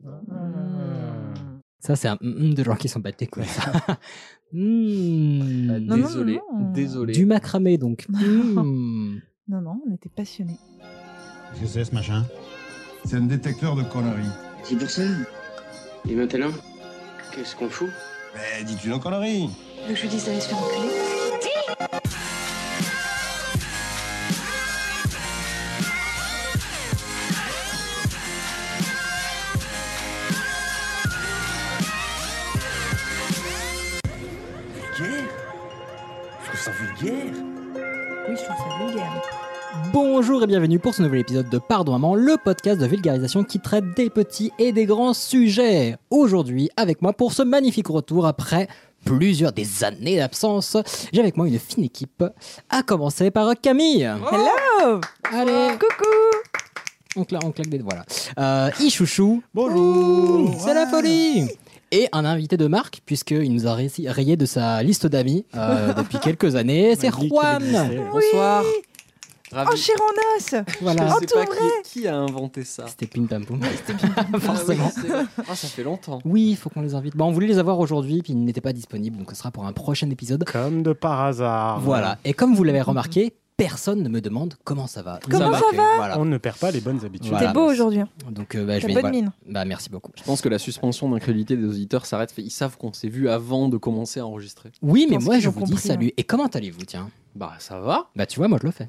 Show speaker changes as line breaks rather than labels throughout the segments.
Mmh. Hmm.
Ça, c'est un hum, hum de gens qui s'en battent les couilles. ça. Hum.
Euh,
Ah,
non, non,
désolé,
non.
désolé.
Du macramé, donc. Hum.
Non, non, on était passionnés.
Qu'est-ce que c'est ce machin
C'est un détecteur de conneries.
C'est pour ça. Et maintenant, qu'est-ce qu'on fout
Mais dis-tu nos conneries
que je lui dise d'aller se faire enculer
Oui, je trouve ça vulgaire.
Bonjour et bienvenue pour ce nouvel épisode de Pardon Maman, le podcast de vulgarisation qui traite des petits et des grands sujets. Aujourd'hui, avec moi pour ce magnifique retour après plusieurs des années d'absence, j'ai avec moi une fine équipe, à commencer par Camille.
Hello
Allez,
Ah, Coucou
on, cla- on claque des doigts là. Euh, Ichouchou. Bonjour. C'est la folie. Et un invité de marque, puisqu'il nous a ré- rayé de sa liste d'amis euh, depuis quelques années, c'est Juan.
Bonsoir.
Ah,
Ravi.
Oh, Chéronos
Voilà.
Je sais pas
Entouré.
qui, qui a inventé ça.
C'était Pim Pam Poum.
Ah, oui, c'est vrai. Ah, ça fait longtemps.
Oui, il faut qu'on les invite. Bon, on voulait les avoir aujourd'hui, puis ils n'étaient pas disponibles, donc ce sera pour un prochain épisode.
Comme de par hasard.
Voilà. Et comme vous l'avez remarqué, personne ne me demande comment ça va.
Comment ça
ok, voilà.
On ne perd pas les bonnes habitudes.
Voilà.
T'es beau aujourd'hui. hein.
Donc, euh, bah, je
T'as
vais.
bonne
voilà.
mine.
Bah, merci beaucoup.
Je pense que la suspension d'incrédulité des auditeurs s'arrête. Ils savent qu'on s'est vu avant de commencer à enregistrer.
Oui, mais
pense
moi,
qu'ils
je
ont
vous dis
compris, hein.
salut. Et comment allez-vous, tiens
Bah ça va.
Bah, tu vois, moi, je le fais.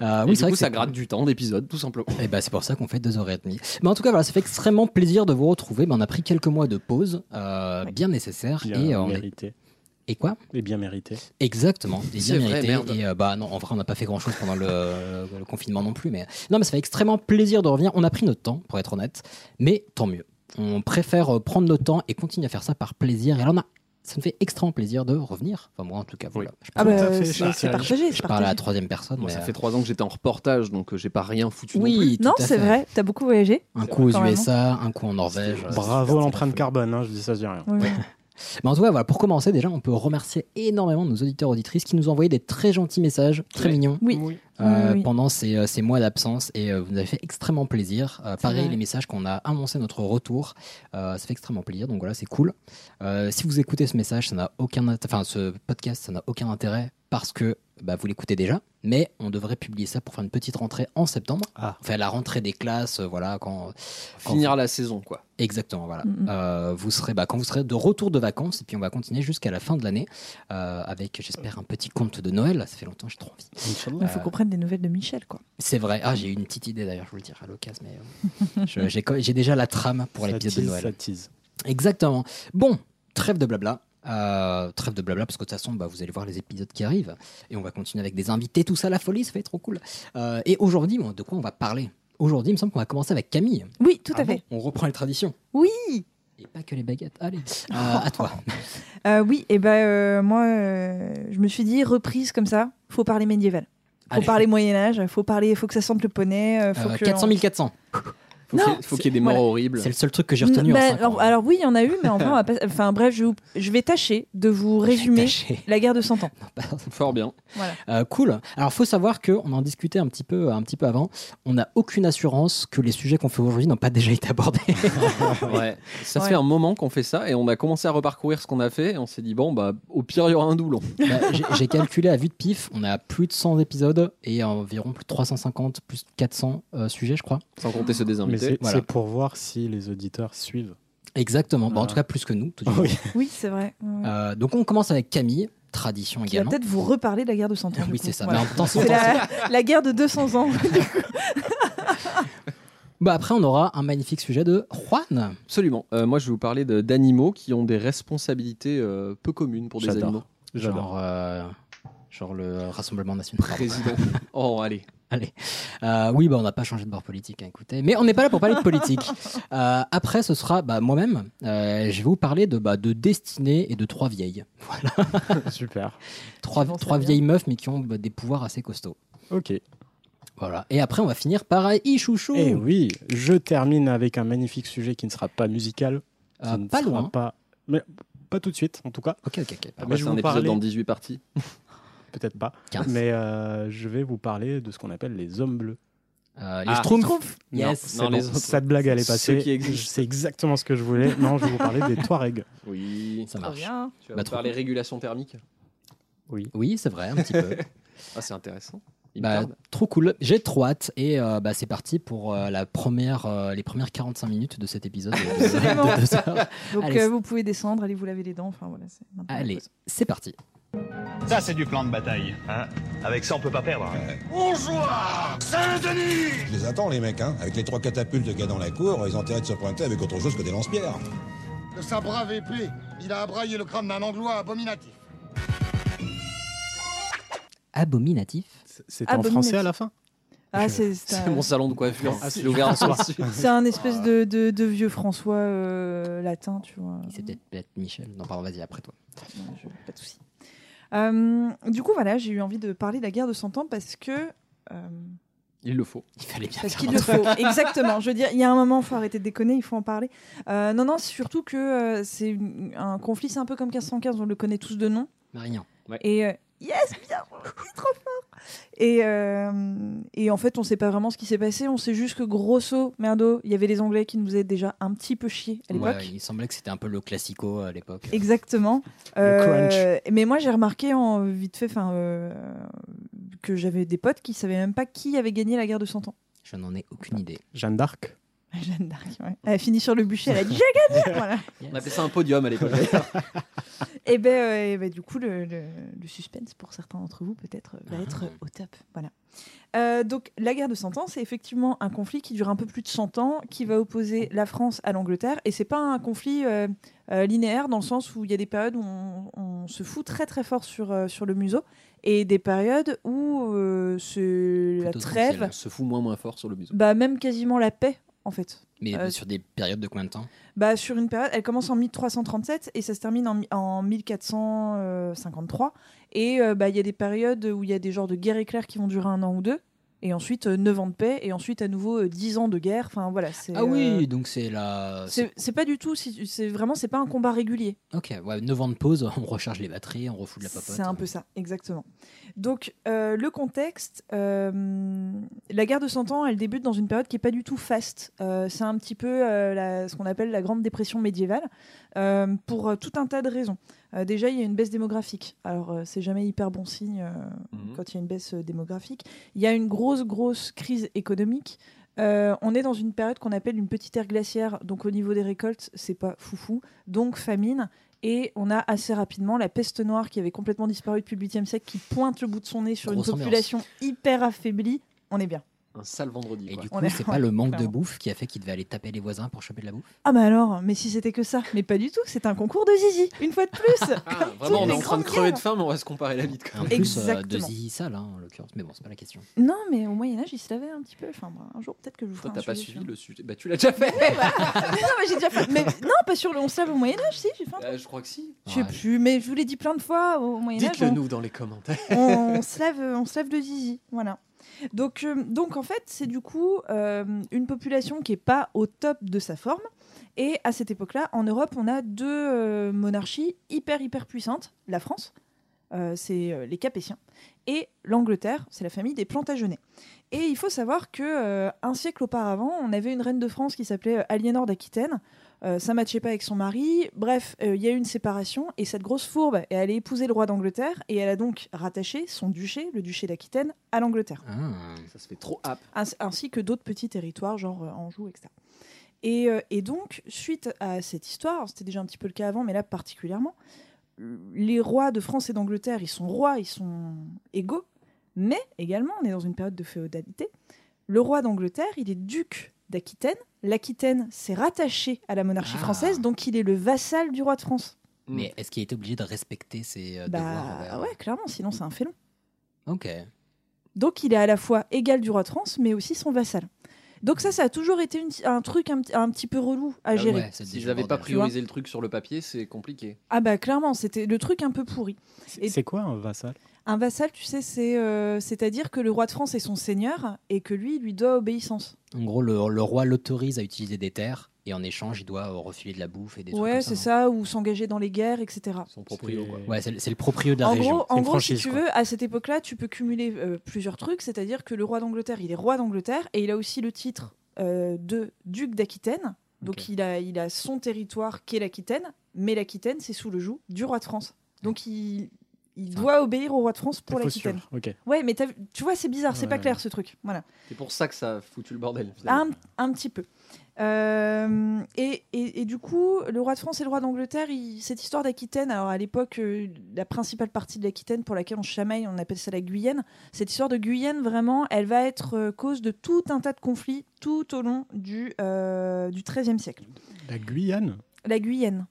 Euh,
Et
oui,
du
c'est vrai
coup,
que
ça
c'est-
gratte du temps d'épisode, tout simplement.
Et bah, c'est pour ça qu'on fait 2h30. Mais en tout cas, voilà, ça fait extrêmement plaisir de vous retrouver. Bah, on a pris quelques mois de pause, euh, bien nécessaire.
Bien
Et, euh, on est-
mérité.
et quoi
Et bien mérité.
Exactement, des
C'est vrai, merde.
Et euh, bah non, en vrai, on n'a pas fait grand chose pendant le, le confinement non plus. Mais non, mais ça fait extrêmement plaisir de revenir. On a pris notre temps, pour être honnête, mais tant mieux. On préfère euh, prendre notre temps et continuer à faire ça par plaisir. Et alors, on a- ça nous fait extrêmement plaisir de revenir. Enfin, moi, en tout cas, voilà. Je,
Ah
parle-
bah,
fait,
c'est
bah,
c'est partagé,
je
c'est
parle à la
partagé.
troisième personne.
Moi,
mais,
ça
euh,
fait trois ans que j'étais en reportage, donc euh, j'ai pas rien foutu. non plus.
oui,
Non,
tout à
c'est
fait.
vrai, t'as beaucoup voyagé.
Un coup aux
Quand même.
USA, un coup en Norvège. euh, c'est-
Bravo
c'est-
l'empreinte
c'est-
carbone, hein, je dis ça, je dis rien.
Oui.
Mais en tout cas, voilà, pour commencer, déjà, on peut remercier énormément nos auditeurs auditrices qui nous ont envoyé des très gentils messages, très
Ouais.
mignons.
Oui.
euh,
Oui, oui.
Pendant ces, euh, ces mois d'absence et euh, vous nous avez fait extrêmement plaisir. Euh, pareil,
vrai.
les messages qu'on a annoncé notre retour, euh, ça fait extrêmement plaisir. Donc voilà, c'est cool. Euh, si vous écoutez ce message, ça n'a aucun, int- enfin ce podcast, ça n'a aucun intérêt parce que bah, vous l'écoutez déjà. Mais on devrait publier ça pour faire une petite rentrée en septembre.
Ah.
Enfin, la rentrée des classes, euh, voilà, quand
Finir la saison, quoi.
Exactement, voilà.
Mm, mm.
Euh, vous serez, bah, quand vous serez de retour de vacances, et puis on va continuer jusqu'à la fin de l'année euh, avec, j'espère, un petit conte de Noël. Ça fait longtemps, j'ai trop envie.
Il faut qu'on prenne des nouvelles de Michel, quoi.
C'est vrai. Ah, j'ai eu une petite idée d'ailleurs, je vous le dirai à l'occasion, mais euh, je- j'ai co- j'ai déjà la trame pour
Ça
l'épisode de
tease,
Noël.
ça tease.
Exactement. Bon, trêve de blabla. Euh, trêve de blabla, parce que de toute façon, bah, vous allez voir les épisodes qui arrivent. Et on va continuer avec des invités, tout ça, la folie, ça fait trop cool. Euh, et aujourd'hui, bon, de quoi on va parler Aujourd'hui, il me semble qu'on va commencer avec Camille.
Oui, tout
Ah
à fait.
bon On reprend les traditions.
Oui
Et pas que les baguettes. Allez, euh, à toi.
Euh, Oui, et ben euh, moi, euh, je me suis dit, reprise comme ça, faut parler médiéval. Faut
Allez.
parler Moyen-Âge, faut parler, faut que ça sente le poney. euh, Faut
Euh,
que
400
on-
000 400.
Faut
Non,
qu'il y ait- faut qu'il y ait des morts
voilà.
horribles.
C'est le seul truc que j'ai retenu hein,
Bah,
en 5
alors, alors oui, il y en a eu, mais enfin, on va pas- enfin bref, je, vous- je vais tâcher de vous résumer la guerre de 100 ans.
Fort bien.
Euh, cool. Alors, faut savoir qu'on en discutait un petit peu, euh, un petit peu avant. On n'a aucune assurance que les sujets qu'on fait aujourd'hui n'ont pas déjà été abordés.
Ouais. Ça
Ouais.
fait un moment qu'on fait ça et on a commencé à reparcourir ce qu'on a fait et on s'est dit bon bah au pire il y aura un doublon.
Bah, j'ai- J'ai calculé à vue de pif, on a plus de 100 épisodes et environ plus de 350, plus de 400 euh, sujets, je crois.
Sans compter ceux des
Mais c'est
invités.
voilà.
c'est pour voir si les auditeurs suivent.
Exactement. Bon, en
Ah.
tout cas, plus que nous. tout du moins.
Oui, c'est vrai. Ouais.
Euh, donc, on commence avec Camille, tradition
Qui va
également. Ah
peut-être vous reparler de la guerre de 100 ans. du
Oui,
coup.
c'est ça.
Voilà.
Mais en même temps, c'est-
C'est la, la guerre de 200 ans.
Bah, après, on aura un magnifique sujet de Juan.
Absolument. Euh, moi je vais vous parler de- d'animaux qui ont des responsabilités euh, peu communes pour des
J'adore.
animaux.
J'adore.
Genre, euh, genre le Rassemblement National.
Président. Oh allez.
Allez. Euh, oui, bah, on n'a pas changé de bord politique, hein, écoutez. Mais on n'est pas là pour parler de politique. Euh, après, ce sera bah, moi-même. Euh, je vais vous parler de, bah, de destinée et de trois vieilles.
Super.
Trois,
Bon, c'est
trois
bien.
vieilles meufs, mais qui ont bah, des pouvoirs assez costauds.
Ok.
Voilà. Et après, on va finir par Ichouchou.
Et Eh oui, je termine avec un magnifique sujet qui ne sera pas musical. qui
Euh,
ne
pas
sera
loin.
Pas... Mais pas tout de suite, en tout cas.
Ok, ok, ok.
Ah,
Mais
bah,
je
c'est
vais
un
vous
épisode
parler-
en 18 parties.
Peut-être pas.
15.
Mais euh, je vais vous parler de ce qu'on appelle les hommes bleus.
Euh, les
Ah,
Schtroumpfs.
Non,
Yes,
c'est
non,
bon,
les autres.
Cette blague, elle est
Ceux
passée.
qui existent.
C'est exactement ce que je voulais. Non, je vais vous parler des Touaregs.
Oui.
Ça
Trop
marche.
bien.
Tu
Bah,
vas
trop.
faire les régulations thermiques.
Oui, c'est vrai, un petit peu.
Ah, c'est intéressant. Il
Bah,
tarde.
trop cool. J'ai trop hâte. Et euh, bah, c'est parti pour euh, la première, euh, les premières 45 minutes de cet épisode. de- de-
Absolument.
de deux heures.
Donc
Allez,
euh,
c'est-
vous pouvez descendre, allez vous laver les dents. Enfin voilà, c'est maintenant la
Allez,
pause.
c'est parti.
Ça, c'est du plan de bataille. Hein Avec ça, on peut pas perdre. hein.
Je les attends, les mecs, hein. Avec les trois catapultes qu'il y a dans la cour, ils ont intérêt de se pointer avec autre chose que des lance-pierres.
De sa brave épée, il a abraillé le crâne d'un anglois abominatif.
Abominatif.
C'était en
Abominable.
français à la fin
Ah, c'est c'est
C'est
un,
mon salon de coiffure.
Ah,
J'ai ouvert un soir.
c'est un
Ah.
espèce de, de- de vieux François euh, latin, tu vois.
C'est peut-être peut-être Michel. Non, pardon, vas-y, après toi.
Non, je- Pas de souci. Euh, du coup, voilà, j'ai eu envie de parler de la guerre de 100 ans parce que. euh,
Il le faut.
Il fallait bien
parce
faire
qu'il
un
le
truc.
faut, exactement. Je veux dire, il y a un moment, faut arrêter de déconner, il faut en parler. Euh, non, non, c'est surtout que euh, c'est une- un conflit, c'est un peu comme 1515, on le connaît tous de nom.
Marignan.
Et euh, yes, bien, c'est trop fort. Et, euh, et en fait, on sait pas vraiment ce qui s'est passé. On sait juste que grosso merdo, il y avait les Anglais qui nous faisaient déjà un petit peu chier à l'époque.
Ouais, il semblait que c'était un peu le classico à l'époque.
Exactement.
Le
Euh, mais moi, j'ai remarqué en vite fait, enfin, euh, que j'avais des potes qui savaient même pas qui avait gagné la guerre de 100 ans.
Je n'en ai aucune idée.
Jeanne d'Arc
Jeanne d'Arc. ouais. Elle a fini sur le bûcher. Elle a dit j'ai gagné. Voilà.
On appelait ça un podium à l'époque.
Et ben, euh, eh ben, du coup, le, le- le suspense pour certains d'entre vous peut-être va être
Ah.
au top. Voilà. Euh, donc, la guerre de 100 ans, c'est effectivement un conflit qui dure un peu plus de 100 ans, qui va opposer la France à l'Angleterre. Et c'est pas un conflit euh, euh, linéaire dans le sens où il y a des périodes où on, on se fout très très fort sur, euh, sur le museau et des périodes où euh, c'est la
Plutôt
trêve,
tranquille.
On se fout moins moins fort sur le museau.
bah, même quasiment la paix en fait.
Mais
Euh,
sur des périodes de combien de temps
Bah, sur une période, elle commence en 1337 et ça se termine en, mi- en 1453. Et euh, bah, il y a des périodes où il y a des genres de guerres éclairs qui vont durer un an ou deux. Et ensuite, 9 ans de paix. Et ensuite, à nouveau, euh, 10 ans de guerre. Enfin, voilà. c'est,
Ah oui,
euh,
donc c'est la.
c'est c'est pas du tout. si tu- C'est vraiment, c'est pas un combat régulier.
Ok, ouais, 9 ans de pause, on recharge les batteries, on refoule la papote.
C'est un peu ça, exactement. Donc, euh, le contexte, euh, la guerre de 100 ans, elle débute dans une période qui n'est pas du tout faste. Euh, c'est un petit peu euh, la- ce qu'on appelle la Grande Dépression médiévale, euh, pour euh, tout un tas de raisons. Euh, déjà, il y a une baisse démographique. Alors, euh, c'est jamais hyper bon signe euh,
Mmh. Mm.
quand il y a une baisse euh, démographique. Il y a une grosse, grosse crise économique. Euh, on est dans une période qu'on appelle une petite ère glaciaire, donc au niveau des récoltes, c'est pas foufou, donc famine. Et on a assez rapidement la peste noire qui avait complètement disparu depuis le 8e siècle, qui pointe le bout de son nez sur
Grosse
une
ambiance.
population hyper affaiblie. On est bien.
Un sale vendredi.
Et
quoi.
du
On
coup,
est-
c'est pas le manque de
clairement.
bouffe qui a fait qu'il devait aller taper les voisins pour choper de la bouffe
Ah bah alors, mais si c'était que ça, mais pas du tout, c'est un concours de zizi, une fois de plus.
Ah,
Toutes
vraiment, on est
les
en train de
grandes
crever de
guerres.
faim, mais on va se comparer la bite.
En plus, euh, de
Exactement.
zizi sale, hein, en l'occurrence. Mais bon, c'est pas la question.
Non, mais au Moyen Âge, ils se lavaient un petit peu. Enfin, bah, un jour, peut-être que je vous ferai
Toi,
un
t'as pas
sujet
suivi
sur-
le sujet. Bah, tu l'as déjà fait.
Ouais, bah, mais non, mais j'ai déjà fait. Mais non, pas sur le on se lave au Moyen Âge, si j'ai fait. un-
Euh, je crois que si.
Je sais
Ouais.
plus, mais je vous l'ai dit plein de fois au Moyen Âge.
Dites-le
on-
nous dans les commentaires.
on se lave, on se lave de zizi, voilà. Donc, euh, donc en fait, c'est du coup euh, une population qui est pas au top de sa forme. Et à cette époque-là, en Europe, on a deux euh, monarchies hyper hyper puissantes la France, euh, c'est euh, les Capétiens, et l'Angleterre, c'est la famille des Plantagenets. Et il faut savoir que euh, un siècle auparavant, on avait une reine de France qui s'appelait euh, Aliénor d'Aquitaine. Euh, ça matchait pas avec son mari. Bref, euh, il y a eu une séparation et cette grosse fourbe est allée épouser le roi d'Angleterre et elle a donc rattaché son duché, le duché d'Aquitaine, à l'Angleterre,
Ah.
Ça se fait trop hap.
ainsi, ainsi que d'autres petits territoires genre euh, Anjou, etc. Et, euh, et donc, suite à cette histoire, c'était déjà un petit peu le cas avant, mais là particulièrement, les rois de France et d'Angleterre, ils sont rois, ils sont égaux, mais également, on est dans une période de féodalité. Le roi d'Angleterre, il est duc d'Aquitaine. L'Aquitaine s'est rattachée à la monarchie
Ah.
française, donc il est le vassal du roi de France.
Mais est-ce qu'il était obligé de respecter ses euh, devoirs
Bah
envers-
ouais, clairement, sinon c'est un félon.
Ok.
Donc il est à la fois égal du roi de France, mais aussi son vassal. Donc ça, ça a toujours été une- un truc un, petit- un petit peu relou à
Bah
gérer.
ouais, c'est
S'ils
déjà
n'avaient pas
bordel.
priorisé le truc sur le papier, c'est compliqué.
Ah bah clairement, c'était le truc un peu pourri. Et-
C'est quoi un vassal
Un vassal, tu sais, c'est euh, c'est-à-dire que le roi de France est son seigneur et que lui, il lui doit obéissance.
En gros, le, le roi l'autorise à utiliser des terres et en échange, il doit euh, refiler de la bouffe et des trucs
ouais,
comme
c'est
ça.
ça, ou s'engager dans les guerres, etc.
Son proprio, quoi.
Ouais, c'est le- c'est le proprio de la
En
région.
gros,
C'est
en
une
gros, si
franchise,
tu
quoi.
veux, à cette époque-là, tu peux cumuler euh, plusieurs trucs, c'est-à-dire que le roi d'Angleterre, il est roi d'Angleterre et il a aussi le titre euh, de duc d'Aquitaine. Donc
Ok.
il, a, il a son territoire qui est l'Aquitaine, mais l'Aquitaine, c'est sous le joug du roi de France. Donc il, il
Ah.
doit obéir au roi de France pour
T'es faux sûr.
l'Aquitaine.
Ok.
Ouais, mais t'as vu- tu vois, c'est bizarre, c'est pas
Ouais.
clair ce truc. Voilà.
C'est pour ça que ça a foutu le bordel. finalement.
Un, un petit peu. Euh, et, et- et du coup, le roi de France et le roi d'Angleterre, ils- cette histoire d'Aquitaine, alors à l'époque, euh, la principale partie de l'Aquitaine pour laquelle on chamaille, on appelle ça la Guyenne, cette histoire de Guyenne, vraiment, elle va être euh, cause de tout un tas de conflits tout au long du, euh, du XIIIe siècle.
La Guyane
La Guyenne.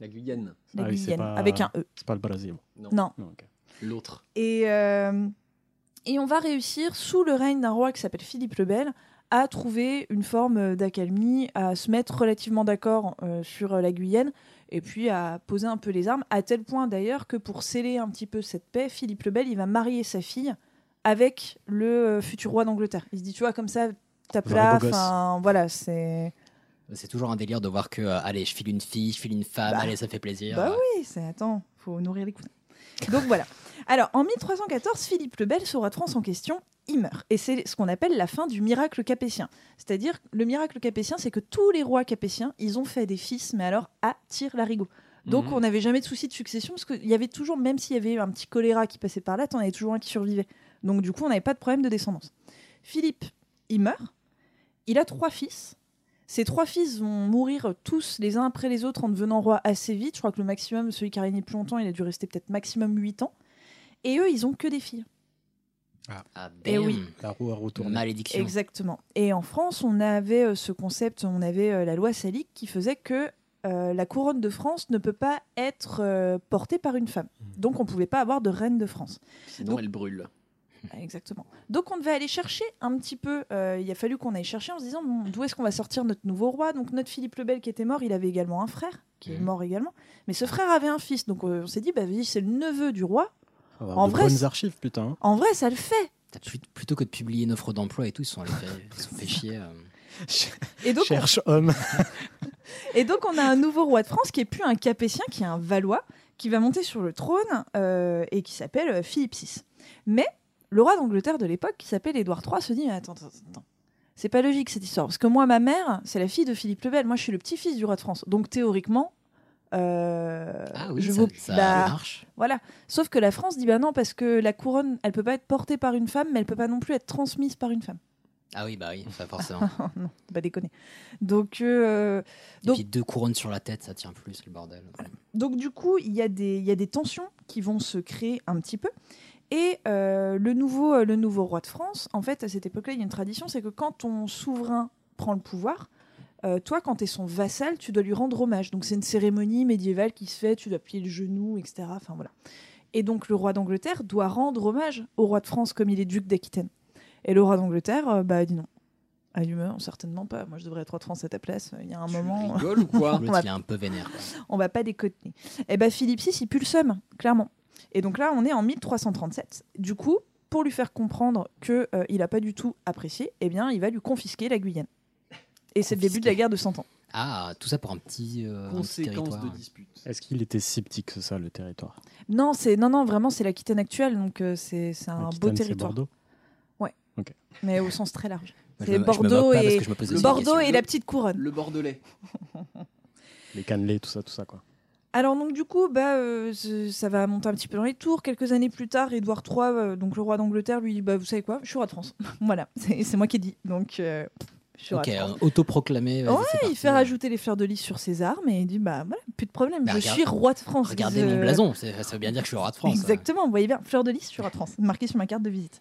La Guyane,
La
Ah oui, c'est
Guyenne,
pas-
avec un E.
C'est pas le Brésil.
Non.
Non, ok.
l'autre.
Et, euh, et on va réussir, sous le règne d'un roi qui s'appelle Philippe le Bel, à trouver une forme euh, d'accalmie, à se mettre relativement d'accord euh, sur euh, la Guyenne, et puis à poser un peu les armes, à tel point d'ailleurs que pour sceller un petit peu cette paix, Philippe le Bel, il va marier sa fille avec le euh, futur roi d'Angleterre. Il se dit, tu vois, comme ça, tape
J'aurai
là,
beau gosse.
enfin, voilà, c'est...
C'est toujours un délire de voir que, euh, allez, je file une fille, je file une femme,
Bah.
allez, ça fait plaisir.
Bah oui, c'est attends, faut nourrir les cousins. Donc voilà. Alors en 1314, Philippe le Bel, ce roi de France en question, il meurt. Et c'est ce qu'on appelle la fin du miracle capétien. C'est-à-dire, le miracle capétien, c'est que tous les rois capétiens, ils ont fait des fils, mais alors à tire-larigot. Donc
Mhm.
on n'avait jamais de souci de succession, parce qu'il y avait toujours, même s'il y avait un petit choléra qui passait par là, t'en avais toujours un qui survivait. Donc du coup, on n'avait pas de problème de descendance. Philippe, il meurt. Il a trois fils. Ces trois fils vont mourir tous les uns après les autres en devenant roi assez vite. Je crois que le maximum, celui qui a régné plus longtemps, il a dû rester peut-être maximum 8 ans. Et eux, ils ont que des filles.
Ah,
Eh oui.
damn.
La roue a retourné.
Malédiction.
Exactement. Et en France, on avait euh, ce concept, on avait euh, la loi salique qui faisait que euh, la couronne de France ne peut pas être euh, portée par une femme. Donc on ne pouvait pas avoir de reine de France.
Sinon,
Donc-
elle brûle.
Ah, Exactement. Donc on devait aller chercher un petit peu, euh, il a fallu qu'on aille chercher en se disant bon, d'où est-ce qu'on va sortir notre nouveau roi Donc notre Philippe le Bel qui était mort, il avait également un frère qui est
Mhm.
mort également, mais ce frère avait un fils. Donc euh, on s'est dit bah vas-y, c'est le neveu du roi.
On va avoir
En
de
vrai,
Ah, bonnes
c'est-
archives, putain. hein.
En vrai, ça le fait.
T'as plus- Plutôt que de publier une offre d'emploi et tout, ils se sont allés faire- ils se sont fait chier. euh.
Et donc,
Cherche homme.
et donc on a un nouveau roi de France qui est plus un Capétien, qui est un Valois, qui va monter sur le trône euh, et qui s'appelle euh, Philippe VI. Mais le roi d'Angleterre de l'époque, qui s'appelle Édouard III, se dit mais attends, attends, attends. C'est pas logique cette histoire. Parce que moi, ma mère, c'est la fille de Philippe le Bel. Moi, je suis le petit-fils du roi de France. Donc théoriquement, euh,
Ah oui,
je
ça,
vaux-
ça
bah,
marche.
voilà. Sauf que la France dit bah non, parce que la couronne, elle peut pas être portée par une femme, mais elle peut pas non plus être transmise par une femme.
Ah oui, bah oui, ça forcément.
Oh non, faut pas déconner. Donc, euh,
et
Donc- Ah,
puis deux couronnes sur la tête, ça tient plus, c'est le bordel.
Donc du coup, il y, a des- il y a des tensions qui vont se créer un petit peu. Et euh, le, nouveau, euh, le nouveau roi de France, en fait, à cette époque-là, il y a une tradition, c'est que quand ton souverain prend le pouvoir, euh, toi, quand tu es son vassal, tu dois lui rendre hommage. Donc c'est une cérémonie médiévale qui se fait, tu dois plier le genou, etc. Enfin voilà. Et donc le roi d'Angleterre doit rendre hommage au roi de France comme il est duc d'Aquitaine. Et le roi d'Angleterre, euh, bah, dit non. Ah, il meurt, certainement pas. Moi, je devrais être roi de France à ta place. Il y a un
Tu
moment.
rigoles ou quoi
L'autre,
va-
il est un peu vénère. quoi.
On va pas déconner. Et ben Philippe VI, il pue le seum, clairement. Et donc là, on est en 1337. Du coup, pour lui faire comprendre que euh, il a pas du tout apprécié, eh bien, il va lui confisquer la Guyenne. Et c'est le début de la
Confisquer.
guerre de Cent Ans.
Ah, tout ça pour un petit, euh, un petit
Conséquence
territoire.
de dispute.
Est-ce qu'il était si petit que ça, le territoire
Non, c'est non, non, vraiment, c'est l'Aquitaine actuelle, donc euh, c'est c'est un beau
Aquitaine, c'est
territoire,
Bordeaux.
mais au sens très large.
Moi, je
C'est
me- je me moque
Bordeaux
pas parce
et-
que je me pose
Le
aussi des
Bordeaux
questions.
et la petite couronne.
Le Bordelais.
Les cannelés, tout ça, tout ça, quoi.
Alors donc du coup, bah, euh, ce- ça va monter un petit peu dans les tours. Quelques années plus tard, Édouard III, euh, donc le roi d'Angleterre, lui dit, bah, vous savez quoi, je suis roi de France. voilà, c'est c'est moi qui ai dit. Donc, euh, je suis roi
Ok,
de France.
euh, autoproclamé. vas-y,
Ouais,
c'est
il
parti.
fait rajouter les fleurs de lys sur ses armes et il dit bah voilà, plus de problème,
Bah,
je
regarde-
suis roi de France.
Regardez
Ils,
mon
euh,
blason, c'est- ça veut bien dire que je suis roi de France. hein.
Exactement, vous voyez bien, fleur de lys, je suis roi de France, marqué sur ma carte de visite.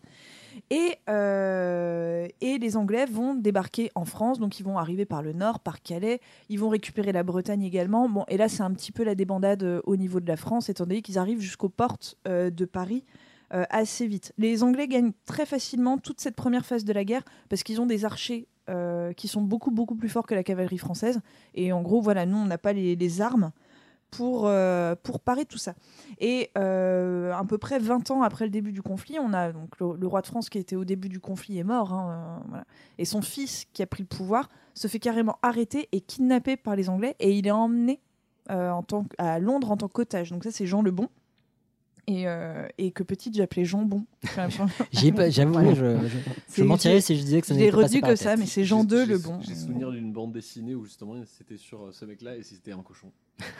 Et, euh, et les Anglais vont débarquer en France, donc ils vont arriver par le nord, par Calais, ils vont récupérer la Bretagne également. Bon, et là, c'est un petit peu la débandade euh, au niveau de la France, étant donné qu'ils arrivent jusqu'aux portes euh, de Paris euh, assez vite. Les Anglais gagnent très facilement toute cette première phase de la guerre parce qu'ils ont des archers euh, qui sont beaucoup, beaucoup plus forts que la cavalerie française. Et en gros, voilà, nous, on n'a pas les, les armes pour, euh, pour parer tout ça. Et euh, à peu près 20 ans après le début du conflit, on a donc le, le roi de France qui était au début du conflit est mort. hein, euh, voilà. Et son fils qui a pris le pouvoir se fait carrément arrêter et kidnapper par les Anglais et il est emmené euh, en tant que- à Londres en tant qu'otage. Donc ça c'est Jean le Bon. Et, euh, et que petite j'appelais Jean Bon. Enfin,
J'y ai pas- J'avoue,
Ouais.
je, je, je
C'est-
mentirais si je disais que
Je
ça
l'ai
n'était pas
redit comme ça, Ah, mais c'est Jean 2 le Bon.
J'ai souvenir d'une bande dessinée où justement c'était sur euh, ce mec-là et c'était un cochon.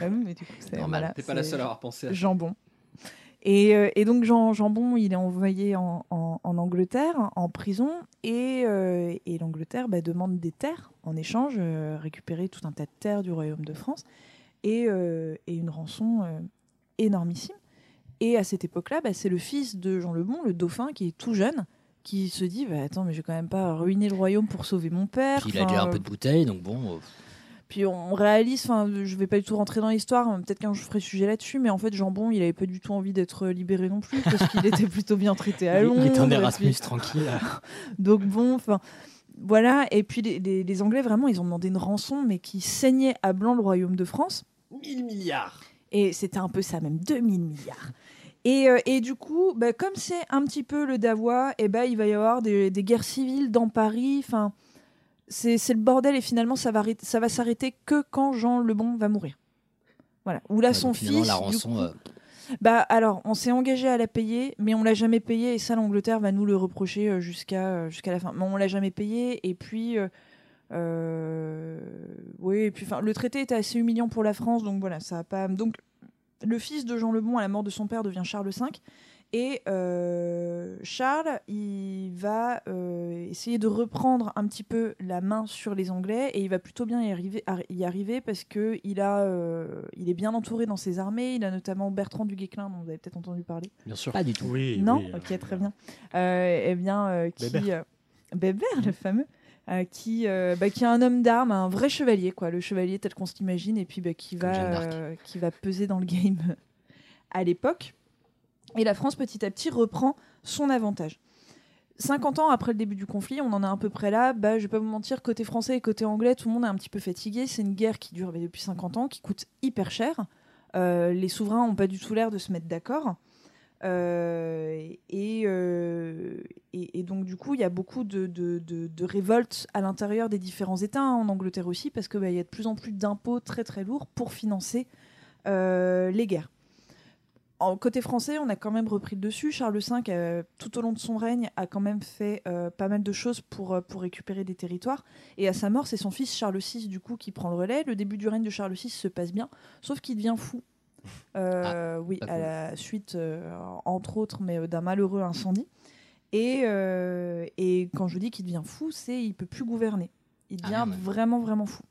Ah oui, mais du coup, c'est-
Normal,
voilà,
T'es pas la
Ah, c'est-
seule hein. à avoir pensé à ça.
Jambon. Et, euh, et donc Jean, Jambon, il est envoyé en, en- en Angleterre, en prison, et, euh, et l'Angleterre bah, demande des terres en échange, euh, récupérer tout un tas de terres du royaume de France, et, euh, et une rançon euh, énormissime. Et à cette époque-là, bah, c'est le fils de Jean le Bon, le dauphin, qui est tout jeune, qui se dit bah, Attends, mais je vais quand même pas ruiner le royaume pour sauver mon père.
il a
Enfin,
déjà un peu de bouteille, donc bon. euh,
puis on on réalise, enfin, je vais pas du tout rentrer dans l'histoire, hein, peut-être qu'un jour je ferai sujet là-dessus, mais en fait, Jambon, il avait pas du tout envie d'être euh, libéré non plus, parce qu'il était plutôt bien traité à
il-
Londres.
il est un
et puis-
Erasmus tranquille.
donc bon, enfin. Voilà, et puis les, les- les Anglais, vraiment, ils ont demandé une rançon, mais qui saignait à blanc le royaume de France.
1000 milliards
Et c'était un peu ça, même 2000 milliards. Et, euh, et du coup, bah, comme c'est un petit peu le Davois, et ben il va y avoir des, des guerres civiles dans Paris. Enfin, c'est c'est le bordel et finalement, ça va, arrêter- ça va s'arrêter que quand Jean le Bon va mourir. Voilà. Ou là,
Ouais,
son
donc finalement,
fils.
la
du
rançon.
coup-
euh,
Bah alors, on s'est engagé à la payer, mais on l'a jamais payé et ça, l'Angleterre va nous le reprocher euh, jusqu'à euh, jusqu'à la fin. Mais on l'a jamais payé et puis. euh, euh, oui, et puis enfin, le traité était assez humiliant pour la France, donc voilà, ça a pas. Donc le fils de Jean le Bon à la mort de son père devient Charles V et euh, Charles il va euh, essayer de reprendre un petit peu la main sur les Anglais et il va plutôt bien y arriver, ar- y arriver parce que il a euh, il est bien entouré dans ses armées, il a notamment Bertrand du Guesclin dont vous avez peut-être entendu parler.
Bien sûr.
Pas du tout.
Oui.
non, ok, très bien. Euh, eh bien, euh, qui
Bébert.
euh, Bébert, le fameux, euh, qui, euh, bah, qui est un homme d'armes, un vrai chevalier, quoi, le chevalier tel qu'on se l'imagine, et puis bah, qui
Comme
va,
Jeanne d'Arc.
euh, qui va peser dans le game à l'époque. Et la France, petit à petit, reprend son avantage. 50 ans après le début du conflit, on en est à peu près là. Bah, je vais pas vous mentir, côté français et côté anglais, tout le monde est un petit peu fatigué. C'est une guerre qui dure bah, depuis 50 ans, qui coûte hyper cher. Euh, les souverains ont pas du tout l'air de se mettre d'accord. Euh, et, euh, et, et donc, du coup, il y a beaucoup de, de, de- de révoltes à l'intérieur des différents États, hein, en Angleterre aussi, parce qu'il bah, il y a de plus en plus d'impôts très très lourds pour financer euh, les guerres. En côté français, on a quand même repris le dessus. Charles V, euh, tout au long de son règne, a quand même fait euh, pas mal de choses pour, euh, pour récupérer des territoires. Et à sa mort, c'est son fils Charles VI, du coup, qui prend le relais. Le début du règne de Charles VI se passe bien, sauf qu'il devient fou. Euh, oui,
Ah, pas
à
cool.
la suite, euh, entre autres, mais euh, d'un malheureux incendie. Et, euh, et quand je dis qu'il devient fou, c'est il peut plus gouverner. Il
Ah,
devient
merde.
vraiment, vraiment fou.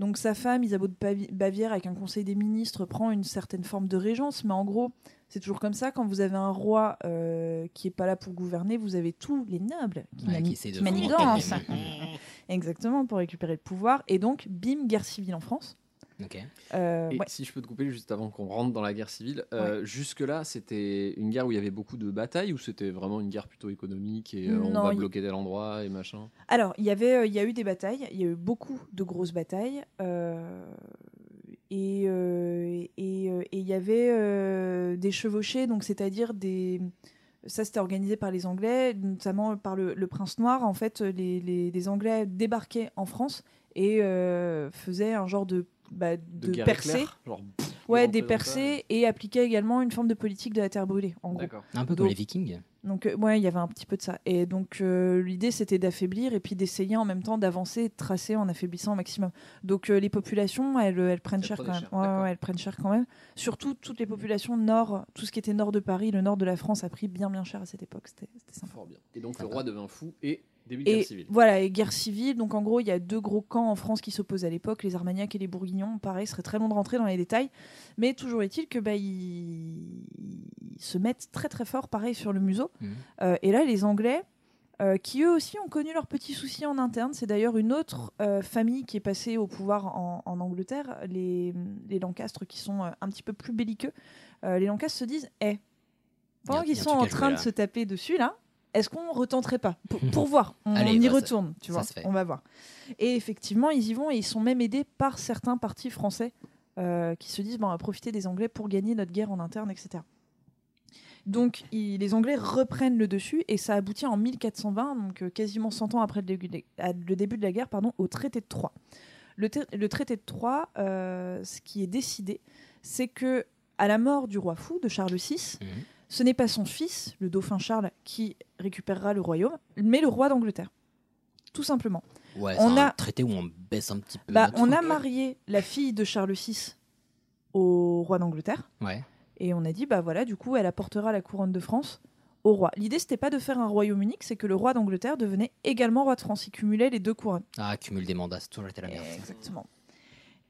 Donc sa femme, Isabeau de Bavi- Bavière, avec un conseil des ministres, prend une certaine forme de régence. Mais en gros, c'est toujours comme ça. Quand vous avez un roi euh, qui est pas là pour gouverner, vous avez tous les nobles qui,
Ouais,
mani-
qui essaie de
qui manigancent.
fomenter le-
Exactement, pour récupérer le pouvoir. Et donc, bim, guerre civile en France.
Ok.
Euh,
Et
ouais.
si je peux te couper juste avant qu'on rentre dans la guerre civile, euh, jusque-là, c'était une guerre où il y avait beaucoup de batailles ou c'était vraiment une guerre plutôt économique et euh,
Non,
on va
il-
bloquer tel endroit et machin
Alors, il y avait, euh, il y a eu des batailles, il y a eu beaucoup de grosses batailles, euh, et euh, et euh, et il y avait euh, des chevauchés, donc c'est-à-dire des ça, c'était organisé par les Anglais, notamment par le, le Prince Noir. En fait, les, les- les Anglais débarquaient en France et euh, faisaient un genre de, bah, de,
guerre
percée.
éclair, genre,
Ouais,
on
des
présente
percées et appliquaient également une forme de politique de la terre brûlée, en
ça.
gros.
D'accord.
Un peu comme
Donc-
les Vikings.
Donc, euh, ouais, il y avait un petit peu de ça. Et donc, euh, l'idée, c'était d'affaiblir et puis d'essayer en même temps d'avancer, et de tracer en affaiblissant au maximum. Donc, euh, les populations, elles, elles prennent
Elles
cher quand
prenaient
même.
cher,
Ouais, ouais,
d'accord.
ouais, elles prennent cher quand même. Surtout, toutes les populations nord, tout ce qui était nord de Paris, le nord de la France a pris bien, bien cher à cette époque. C'était c'était sympa.
Fort bien. Et donc le roi devint fou et début de
Et
guerre civile.
voilà, et guerre civile. Donc en gros, il y a deux gros camps en France qui s'opposent à l'époque, les Armagnacs et les Bourguignons. Pareil, ce serait très long de rentrer dans les détails. Mais toujours est-il que bah, ils... ils se mettent très très fort, pareil, sur le museau.
Mhm.
Euh, et là, les Anglais, euh, qui eux aussi ont connu leurs petits soucis en interne, c'est d'ailleurs une autre euh, famille qui est passée au pouvoir en, en Angleterre, les, les Lancastres qui sont euh, un petit peu plus belliqueux. Euh, les Lancastres se disent, eh, pendant
Y a-
qu'ils
y a un
sont
truc
en
à jouer,
train de
là.
se taper dessus, là, est-ce qu'on retenterait pas pour, pour voir on,
Allez,
on y
bah, ça-
retourne tu
ça
vois
se fait.
on va voir et effectivement ils y vont et ils sont même aidés par certains partis français euh, qui se disent bon, on va profiter des Anglais pour gagner notre guerre en interne, etc. Donc il- les Anglais reprennent le dessus et ça aboutit en 1420, donc euh, quasiment 100 ans après le début de, à- le début de la guerre, pardon, au traité de Troyes. Le, tra- le traité de Troyes, euh, ce qui est décidé, c'est que à la mort du roi fou de Charles VI,
Mhm.
ce n'est pas son fils, le dauphin Charles, qui récupérera le royaume, mais le roi d'Angleterre. Tout simplement.
Ouais,
On
c'est un
a-
traité où on baisse un petit peu.
Bah,
notre-
on a marié la fille de Charles VI au roi d'Angleterre
Ouais.
et on a dit bah voilà du coup elle apportera la couronne de France au roi. L'idée c'était pas de faire un royaume unique, c'est que le roi d'Angleterre devenait également roi de France, il cumulait les deux couronnes.
Ah, cumul des mandats, c'est toujours été la merde.
Exactement.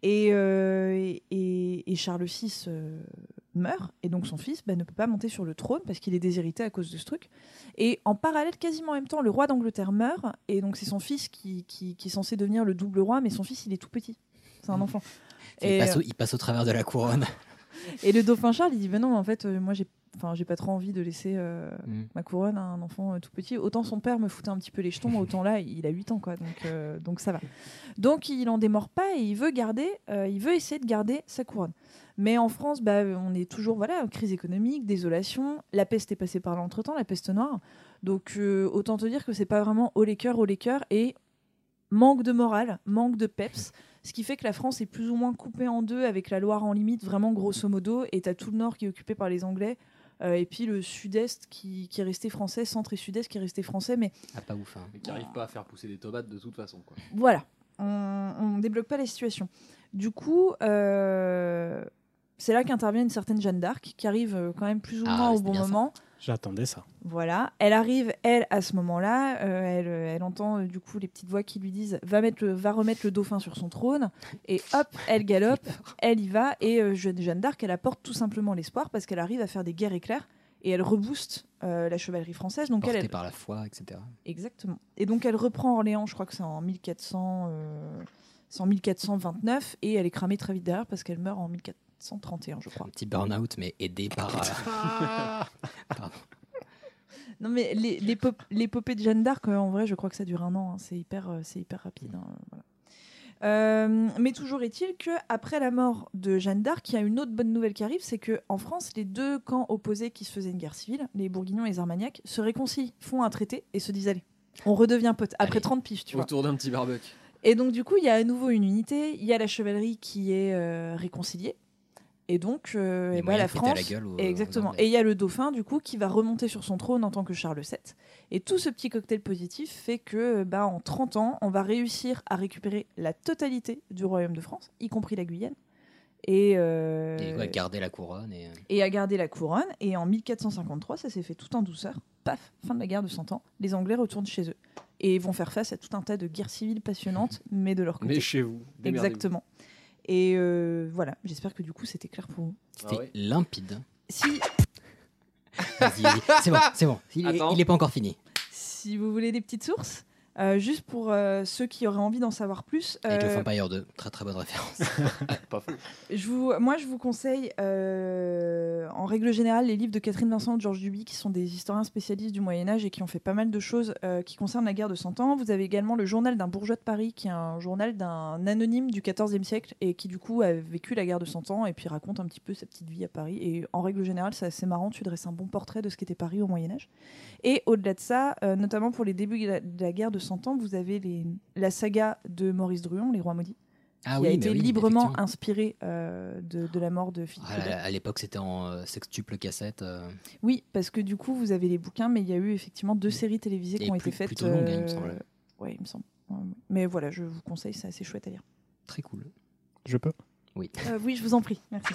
Et, euh, et- et, et Charles VI euh, meurt, et donc son fils bah, ne peut pas monter sur le trône parce qu'il est déshérité à cause de ce truc. Et en parallèle, quasiment en même temps, le roi d'Angleterre meurt, et donc c'est son fils qui, qui- qui est censé devenir le double roi, mais son fils il est tout petit. C'est un enfant.
il,
Et, euh,
passe au, il passe au travers de la couronne.
et le dauphin Charles il dit Ben non, mais en fait, euh, moi j'ai. Enfin, j'ai pas trop envie de laisser euh,
Mm.
ma couronne à un enfant euh, tout petit. Autant son père me foutait un petit peu les jetons, autant là, il a 8 ans, quoi. Donc, euh, donc ça va. Donc il en démord pas et il veut garder, euh, il veut essayer de garder sa couronne. Mais en France, bah, on est toujours voilà en crise économique, désolation. La peste est passée par là entre temps, la peste noire. Donc euh, autant te dire que c'est pas vraiment haut les cœurs, haut les cœurs et manque de morale, manque de peps. Ce qui fait que la France est plus ou moins coupée en deux avec la Loire en limite, vraiment grosso modo. Et t'as tout le nord qui est occupé par les Anglais. euh, et puis le sud-est qui, qui est resté français, centre et sud-est qui est resté français, mais
Ah, pas ouf. hein.
Mais qui n'arrive pas à faire pousser des tomates de toute façon. Quoi.
voilà, on, on débloque pas la situation. Du coup, euh, c'est là qu'intervient une certaine Jeanne d'Arc qui arrive euh, quand même plus ou
Ah,
moins au
c'est
bon
bien ça.
moment.
J'attendais ça.
Voilà, elle arrive elle à ce moment-là, euh, elle, euh, elle entend euh, du coup les petites voix qui lui disent va mettre le, va remettre le dauphin sur son trône et hop, elle galope, elle y va et euh, Jeanne Jeanne d'Arc elle apporte tout simplement l'espoir parce qu'elle arrive à faire des guerres éclairs et elle rebooste euh, la chevalerie française donc elle,
Porté
elle-
par la foi, etc.
Exactement. Et donc elle reprend Orléans, je crois que c'est en 1400, euh, c'est en 1429, et elle est cramée très vite derrière parce qu'elle meurt en 1431, je crois.
Un petit burn-out, mais aidé par. euh,
Non mais les- l'épo- l'épopée de Jeanne d'Arc, euh, en vrai, je crois que ça dure un an, hein. c'est hyper, euh, c'est hyper
Mm.
rapide. hein, voilà. Euh, mais toujours est-il que après la mort de Jeanne d'Arc, il y a une autre bonne nouvelle qui arrive, c'est que en France, les deux camps opposés qui se faisaient une guerre civile, les Bourguignons et les Armagnacs, se réconcilient, font un traité et se disent allez, on redevient potes après
Allez.
30 piges, tu vois.
Autour d'un petit barbecue.
Et donc, du coup, il y a à nouveau une unité. Il y a la chevalerie qui est euh, réconciliée. Et donc, euh,
les
eh ben,
moyens
la
de péter à
France.
la gueule euh, aux- aux
exactement.
Anglais.
Et il y a le dauphin, du coup, qui va remonter sur son trône en tant que Charles VII. Et tout ce petit cocktail positif fait que, bah, en 30 ans, on va réussir à récupérer la totalité du royaume de France, y compris la Guyenne. Et, euh,
Et ouais, garder la couronne. Et... euh,
et à garder la couronne. Et en 1453, ça s'est fait tout en douceur. Paf, fin de la guerre de 100 ans. Les Anglais retournent chez eux et vont faire face à tout un tas de guerres civiles passionnantes, mais de leur côté.
Mais chez vous. démerdez-vous.
Exactement. Et euh, voilà, j'espère que du coup c'était clair pour vous.
Ah
C'était
ouais.
limpide.
Si,
Vas-y, vas-y. C'est bon, c'est bon. Il est,
Attends.
il est pas encore fini.
si vous voulez des petites sources, euh, juste pour euh, ceux qui auraient envie d'en savoir plus,
Avec le
euh,
Vampire 2, très très bonne référence.
Pas faux.
je vous, moi je vous conseille euh, en règle générale les livres de Catherine Vincent et de Georges Duby qui sont des historiens spécialistes du Moyen-Âge et qui ont fait pas mal de choses euh, qui concernent la guerre de Cent Ans. Vous avez également le journal d'un bourgeois de Paris qui est un journal d'un anonyme du XIVe siècle et qui du coup a vécu la guerre de Cent Ans et puis raconte un petit peu sa petite vie à Paris. Et en règle générale, c'est assez marrant, tu dresses un bon portrait de ce qu'était Paris au Moyen-Âge. Et au-delà de ça, euh, notamment pour les débuts de la, de la guerre de Cent Ans, vous avez les- la saga de Maurice Druon, Les Rois Maudits
Ah
qui a
mais
été
oui,
librement
effectivement.
inspiré euh, de, de la mort de Philippe
Ah,
Colbert.
à à l'époque, c'était en euh, sextuple cassette. euh,
Oui, parce que du coup, vous avez les bouquins, mais il y a eu effectivement deux séries télévisées
Mm. Et
qui ont été
plus-
faites. euh,
plutôt longues, hein, il me semble.
Ouais, il me semble. Ouais, ouais. Mais voilà, je vous conseille, c'est assez chouette à lire.
très cool.
Je peux
Euh, oui, je vous en prie, merci.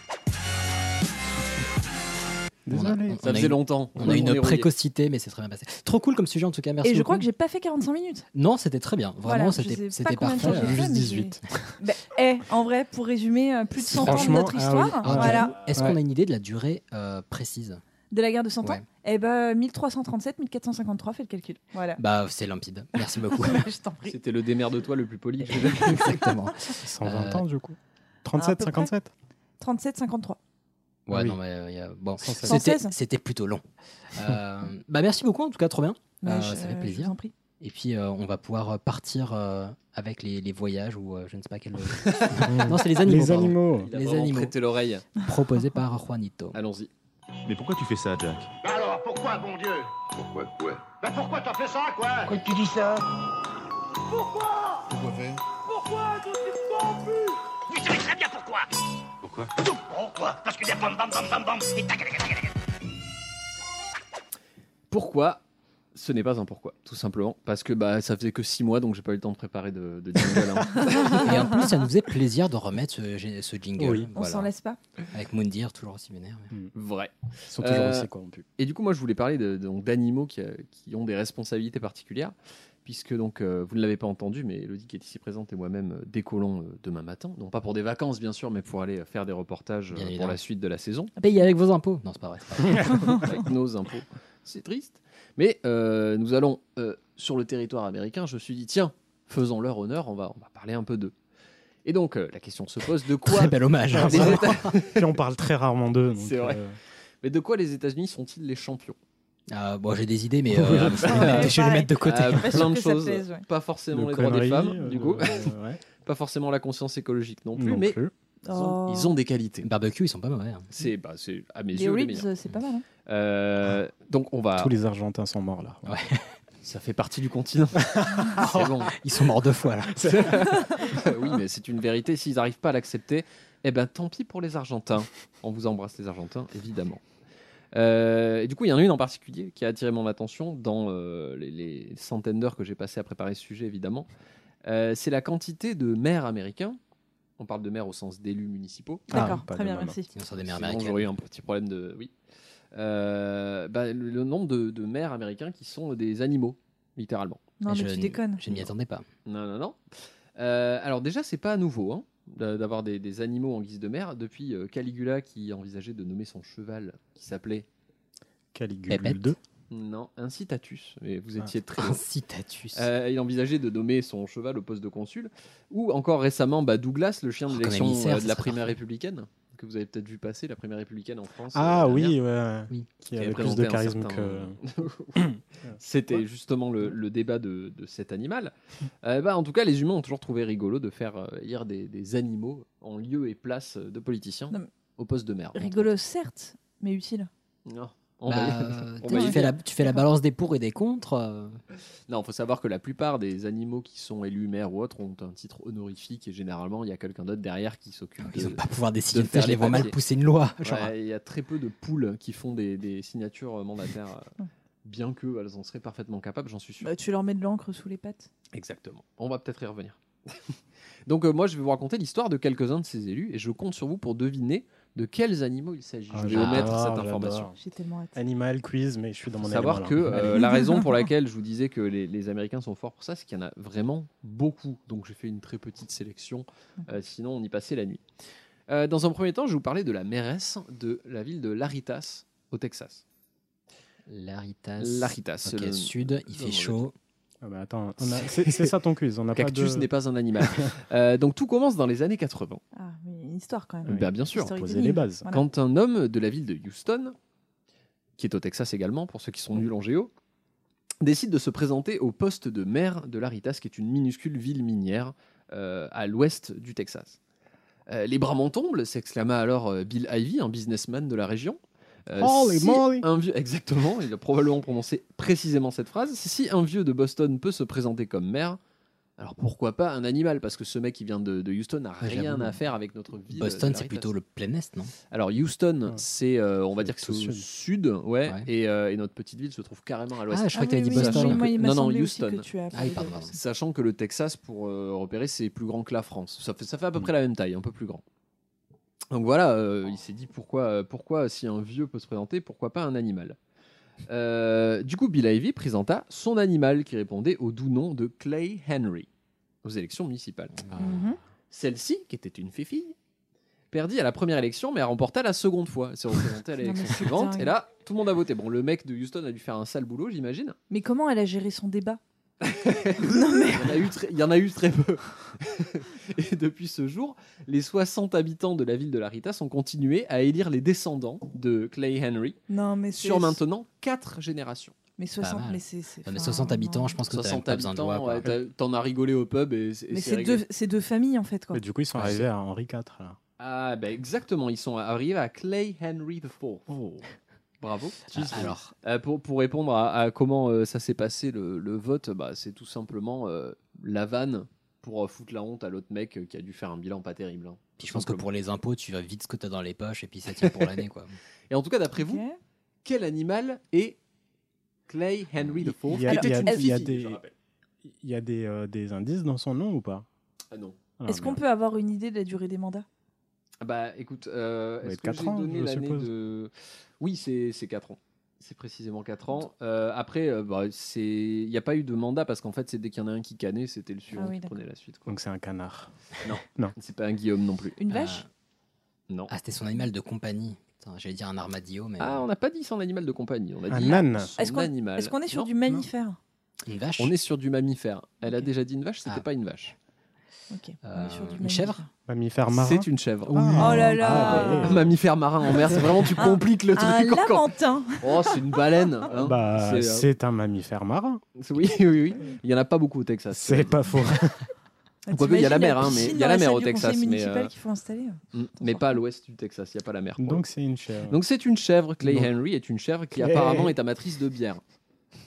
Désolé.
On a-
Ça
on a
faisait
une-
longtemps.
On a
est
une
rouillés.
précocité, mais c'est très bien passé. Trop cool comme sujet en tout cas, merci.
Et je
beaucoup.
crois que j'ai pas fait 45 minutes.
Non, c'était très bien. Vraiment,
Voilà, je sais
c'était
pas
c'était
combien de
parfait. hein, Euh,
temps j'ai
Juste
fait, mais j'ai-
18.
Bah, eh, en vrai, pour résumer, euh, plus de 100 ans de
Franchement,
notre
ah oui.
histoire,
Ah,
voilà,
j'avoue.
Est-ce
Ouais.
qu'on a une idée de la durée euh, précise
de la guerre de 100 ans,
Ouais.
eh ben 1337-1453, fais le calcul. Voilà.
Bah, c'est limpide. Merci beaucoup.
je t'en prie.
C'était le démerde-toi le plus poli. que j'ai jamais vu.
Exactement.
120
Euh,
ans du coup.
à
37,
peu près.
57
37-53.
Ouais,
Oui.
non, mais euh, y a- bon,
116.
c'était
116.
c'était plutôt long. Euh, bah, merci beaucoup en tout cas, trop bien.
Bah,
Euh,
je-
ça fait
euh, Je
plaisir.
vous en prie.
Et puis, euh, on va pouvoir partir euh, avec les, les voyages ou euh, je ne sais pas quel. non, c'est les animaux.
Les
pardon.
animaux.
Il a
Les
vraiment
animaux.
prêté l'oreille.
Proposé par Juanito.
Allons-y.
Mais pourquoi tu fais ça, Jack
Alors, pourquoi, bon Dieu
Pourquoi quoi
Bah pourquoi t'as fait ça, quoi
Pourquoi faire
Mais tu sais très bien pourquoi
Pourquoi
Pourquoi Parce qu'il y a bam bam bam bam bam et tac, tac, tac, tac.
Pourquoi ce n'est pas un pourquoi, tout simplement. Parce que bah, ça faisait que 6 mois, donc j'ai pas eu le temps de préparer de, de jingle, hein.
Et en plus, ça nous faisait plaisir de remettre ce, gé- ce jingle.
Oui.
On s'en
Voilà.
laisse pas.
Avec Moundir, toujours aussi vénère.
Vrai.
Ils sont toujours
Euh,
aussi corrompus.
Et du coup, moi, je voulais parler de- donc, d'animaux qui, euh, qui ont des responsabilités particulières, puisque donc euh, vous ne l'avez pas entendu, mais Elodie qui est ici présente et moi-même euh, décollons euh, demain matin, non pas pour des vacances bien sûr, mais pour aller euh, faire des reportages euh,
Bien
pour
évidemment. Ah.
la suite de la saison
Payez avec vos impôts. Non, c'est pas vrai. c'est pas vrai.
avec nos impôts. C'est triste, mais euh, nous allons euh, sur le territoire américain. Je me suis dit tiens, faisons leur honneur, on va on va parler un peu d'eux. Et donc euh, la question se pose de quoi
Très bel hommage. hein.
les
Vraiment.
États-
Puis on parle très rarement d'eux. donc,
C'est vrai.
euh,
mais de quoi les États-Unis sont-ils les champions
Ah, bon, j'ai des idées, mais euh, je vais les
Ouais,
mettre- je vais les
pareil.
mettre de côté.
Ah,
pas sûr
Plein de
que ça
choses,
plaise, ouais.
pas forcément
de
les droits des
conneries,
femmes,
euh,
du coup.
de- ouais.
pas forcément la conscience écologique non plus,
Non
mais
plus.
Ils, ont, ils ont des qualités. Bah,
Barbecue, ils sont pas mauvais. hein.
C'est bah, c'est, à mes
Oh. Les
yeux les
ribs,
meilleurs.
euh, c'est pas mal. hein.
Euh, donc on va.
Tous les Argentins sont morts là.
Ça fait partie du continent. c'est bon.
Ils sont morts deux fois, là.
oui, mais c'est une vérité. S'ils n'arrivent pas à l'accepter, eh ben tant pis pour les Argentins. On vous embrasse les Argentins, évidemment. Euh, et du coup, il y en a une en particulier qui a attiré mon attention dans euh, les, les centaines d'heures que j'ai passées à préparer ce sujet, évidemment. Euh, c'est la quantité de maires américains. On parle de maires au sens d'élus municipaux.
Ah,
D'accord,
pas
très
de
bien,
même.
merci.
Sinon, c'est des mères
Sinon,
américaines.
J'aurais eu un petit problème de. Oui. Euh, bah, le, le nombre de, de maires américains qui sont des animaux, littéralement.
Non,
Et
mais
je
tu
n-
déconnes.
Je n'y attendais pas.
Non, non, non. Euh, alors, déjà, c'est pas nouveau hein, d'a- d'avoir des, des animaux en guise de mère. Depuis euh, Caligula qui envisageait de nommer son cheval, qui s'appelait.
Caligule
Eh ben,
Pépette.
2.
Non, Incitatus. Et vous
Ah.
étiez très. haut.
Incitatus.
Euh, il envisageait de nommer son cheval au poste de consul. Ou encore récemment, bah, Douglas, le chien
Oh,
de
comme
l'élection
émissaire,
euh,
ça
de la
serait
primaire
parfait.
républicaine, que vous avez peut-être vu passer, la primaire républicaine en France. euh,
Ah
l'année dernière.
oui, ouais.
Oui.
Qui avait plus de charisme que.
que. C'était justement le, le débat de, de cet animal. Euh, bah, en tout cas, les humains ont toujours trouvé rigolo de faire euh, lire des, des animaux en lieu et place de politiciens
Non, mais-
au poste de maire.
Rigolo, certes, mais utile.
Non. On va y-
Bah, euh,
on
tu,
va y
fais
venir.
la, tu fais la balance des pour et des contre. euh,
Non, faut savoir que la plupart des animaux qui sont élus maires ou autres ont un titre honorifique et généralement il y a quelqu'un d'autre derrière qui s'occupe.
Ah, ils
de-
vont pas pouvoir décider
de
de faire.
faire
Je les
les
vois mal
papiers.
pousser une loi.
Ouais,
genre.
il y a très peu de poules qui font des, des signatures euh, mandataires, euh, bien que elles en seraient parfaitement capables, j'en suis sûr.
Bah, tu leur mets de l'encre sous les pattes.
Exactement. On va peut-être y revenir. Donc euh, moi, je vais vous raconter l'histoire de quelques-uns de ces élus et je compte sur vous pour deviner de quels animaux il s'agit.
Ah,
je vais
j'adore,
omettre cette
j'adore.
information.
J'ai tellement hâte.
Animal quiz, mais je suis dans
Faut
mon hein.
savoir
élément,
que
là.
euh, la raison pour laquelle je vous disais que les, les Américains sont forts pour ça, c'est qu'il y en a vraiment beaucoup. Donc j'ai fait une très petite sélection, euh, sinon on y passait la nuit. Euh, dans un premier temps, je vais vous parler de la mairesse de la ville de Laritas, au Texas.
Ah,
Laritas.
Laritas. euh, oh,
Ok,
le-
sud, il
Non,
fait chaud.
Ah bah attends, on a- c'est c'est ça ton quiz. On a
Cactus
pas de...
n'est pas un animal. Euh, donc tout commence dans les années 80.
Ah, mais une histoire quand même.
Oui.
Bah, bien sûr.
Historique
poser
d'énigme.
les bases.
Voilà.
Quand un homme de la ville de Houston, qui est au Texas également, pour ceux qui
Mm.
sont nuls en géo, décide de se présenter au poste de maire de Laritas, qui est une minuscule ville minière euh, à l'ouest du Texas. Euh, les bras m'en tombent, s'exclama alors euh, Bill Ivy, un businessman de la région. Euh,
Holy
si
moly.
un vieux- Exactement, il a probablement prononcé précisément cette phrase. Si un vieux de Boston peut se présenter comme maire, alors pourquoi pas un animal Parce que ce mec qui vient de, de Houston n'a
Ouais,
rien
Ah, j'avoue.
à faire avec notre ville. euh,
Boston,
de
c'est
Laritas.
plutôt le plein est, non
Alors Houston,
Ouais.
c'est euh, on va
C'est
dire que c'est
tout sud.
au sud, ouais,
Ouais.
et, euh, et notre petite ville se trouve carrément à l'ouest.
Ah, je crois que
oui,
t'avais dit
oui,
Boston.
oui, moi, il m'a
Non, non,
semblé aussi
Houston.
que tu as
Ah oui,
parlé de
pardon,
Boston.
pardon.
Sachant que le Texas, pour euh, repérer, c'est plus grand que la France. Ça fait, ça fait à peu près la même taille, un peu plus grand. Donc voilà, euh, il s'est dit pourquoi, euh, pourquoi si un vieux peut se présenter, pourquoi pas un animal Euh, Du coup, Bill Ivy présenta son animal qui répondait au doux nom de Clay Henry aux élections municipales.
Mhm.
Celle-ci, qui était une fille, perdit à la première élection, mais elle remporta la seconde fois. Elle s'est représentée à
Non,
l'élection
mais c'est
suivante,
dingue.
et là, tout le monde a voté. Bon, le mec de Houston a dû faire un sale boulot, j'imagine.
Mais comment elle a géré son débat Non, mais.
Il y en a eu très, il y en a eu très peu. et depuis ce jour, les 60 habitants de la ville de Laritas ont continué à élire les descendants de Clay Henry
Non, mais c'est-
sur maintenant 4 générations.
Mais 60,
mal.
mais c'est. c'est-
Non, mais
enfin,
60 habitants,
non.
je pense que t'as
60
pas besoin de loi.
habitants,
quoi.
ouais, t'as- t'en as rigolé au pub et c'est et
Mais
c'est
c'est
réglé.
deux, c'est deux familles en fait. Quoi.
Et du coup, ils sont
Ah,
arrivés à Henri IV. là.
Ah, bah exactement, ils sont arrivés à Clay Henry IV.
Oh.
Bravo.
Ah, alors,
Euh, pour, pour répondre à, à comment euh, ça s'est passé le, le vote, bah, c'est tout simplement euh, la vanne pour euh, foutre la honte à l'autre mec euh, qui a dû faire un bilan pas terrible. hein.
puis je pense que pour les impôts, tu vas vite ce que t'as dans les poches et puis ça tient pour l'année, quoi.
Et en tout cas, d'après vous,
Ok.
quel animal est Clay Henry IV
Il y
qui
a-
était
il y a-
Oh, une
il y a
fifi,
des-
je rappelle.
Il y a des, euh, des indices dans son nom ou pas
Ah non.
Ah,
Est-ce qu'on
merde.
peut avoir une idée de la durée des mandats
Ah Bah écoute, euh,
doit
est-ce
être
que
quatre
j'ai
ans,
donné
je
l'année
suppose.
de... Oui, c'est 4 ans. C'est précisément 4 ans. Euh, après, euh, bah, c'est- il n'y a pas eu de mandat parce qu'en fait, c'est dès qu'il y en a un qui canait, c'était le suivant
Ah oui,
qui prenait la suite. quoi.
Donc c'est un canard.
C'est pas un Guillaume non plus.
Une
Euh,
vache
Non.
Ah, c'était son animal de compagnie. Putain, J'allais dire un armadillo, mais
Ah, on n'a pas dit son animal de compagnie. On a
Un
dit
âne.
son
Est-ce qu'on-
animal.
euh,
Est-ce qu'on est sur
Non,
du mammifère
une vache.
On est sur du mammifère. Elle a
Ok.
déjà dit une vache, c'était
Ah.
pas une vache.
Ok. on est
Euh,
sur du
une
mammifère.
chèvre
Mammifère marin.
C'est une chèvre.
Oh là là
Ah, ouais.
Un Mammifère marin en mer, c'est vraiment tu
Un-
compliques le
Un
truc encore.
lamentin
Oh, c'est une baleine. hein.
Bah,
C'est, euh,
c'est un mammifère marin.
c'est- Oui, oui, oui. Il y en a pas beaucoup au Texas.
C'est pas faux.
Quoique, il y a la
Ah, T'imagines
mer, hein, mais-
piscine
il y
dans
a la mer
salle
au
du
Texas,
conseil
mais,
municipal
euh,
qu'il faut installer.
Mm. Mais pas à l'ouest du Texas, il n'y a pas la mer. pour
Donc c'est une chèvre.
le coup. Donc c'est une chèvre, Clay
Donc-
Henry est une chèvre qui
Clay.
apparemment est amatrice de bière.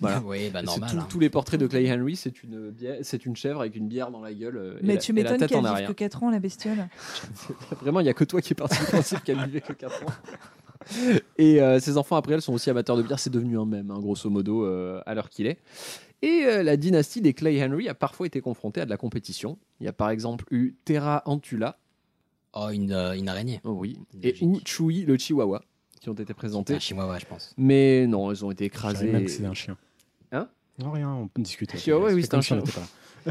Voilà.
Oui, bah
C'est
normal.
tout-
hein.
Tous les portraits de Clay Henry, c'est une, bière- c'est une chèvre avec une bière dans la gueule euh, et
Mais
la-
tu
et la
m'étonnes
tête
qu'elle
en
vive
arrière.
que 4 ans, la bestiole.
Vraiment, il n'y a que toi qui est parti du principe qu'elle vivait que 4 ans. Et euh, ses enfants, après elle, sont aussi amateurs de bière. C'est devenu un même, grosso modo, euh, à l'heure qu'il est. Et euh, la dynastie des Clay Henry a parfois été confrontée à de la compétition. Il y a par exemple eu Terra Antula,
Oh, une, euh, une araignée.
oh oui,
Logique.
et ou Chewy, le Chihuahua, qui ont été présentés.
Un chihuahua, je pense.
Mais non, ils ont été
Je savais même que c'était
écrasés.
un chien.
Hein
Non, rien, on peut discuter.
Chien, ouais, oui, c'est
comme
un
si on
chien.
n'était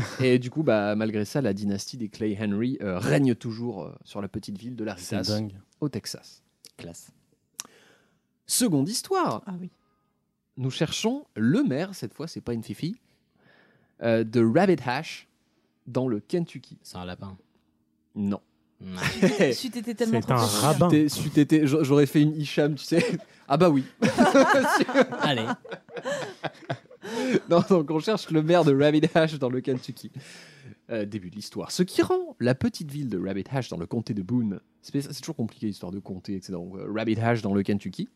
pas là.
Et du coup, bah, malgré ça, la dynastie des Clay Henry euh, règne toujours euh, sur la petite ville de
C'est
Laredas,
dingue.
au Texas.
Classe.
Seconde histoire.
Ah oui.
Nous cherchons le maire, cette fois c'est pas une fifi, euh, de Rabbit Hash dans le Kentucky.
C'est un lapin.
Non.
Non.
Si t'étais tellement
C'est un
trop fière.
rabbin.
T'es- si t'étais- j'a- J'aurais fait une Hicham, tu sais. Ah bah oui.
Allez.
Non, donc on cherche le maire de Rabbit Hash dans le Kentucky. Euh, début de l'histoire. Ce qui rend la petite ville de Rabbit Hash dans le comté de Boone, c'est c'est toujours compliqué l'histoire de comté, etc. Donc, euh, Rabbit Hash dans le Kentucky,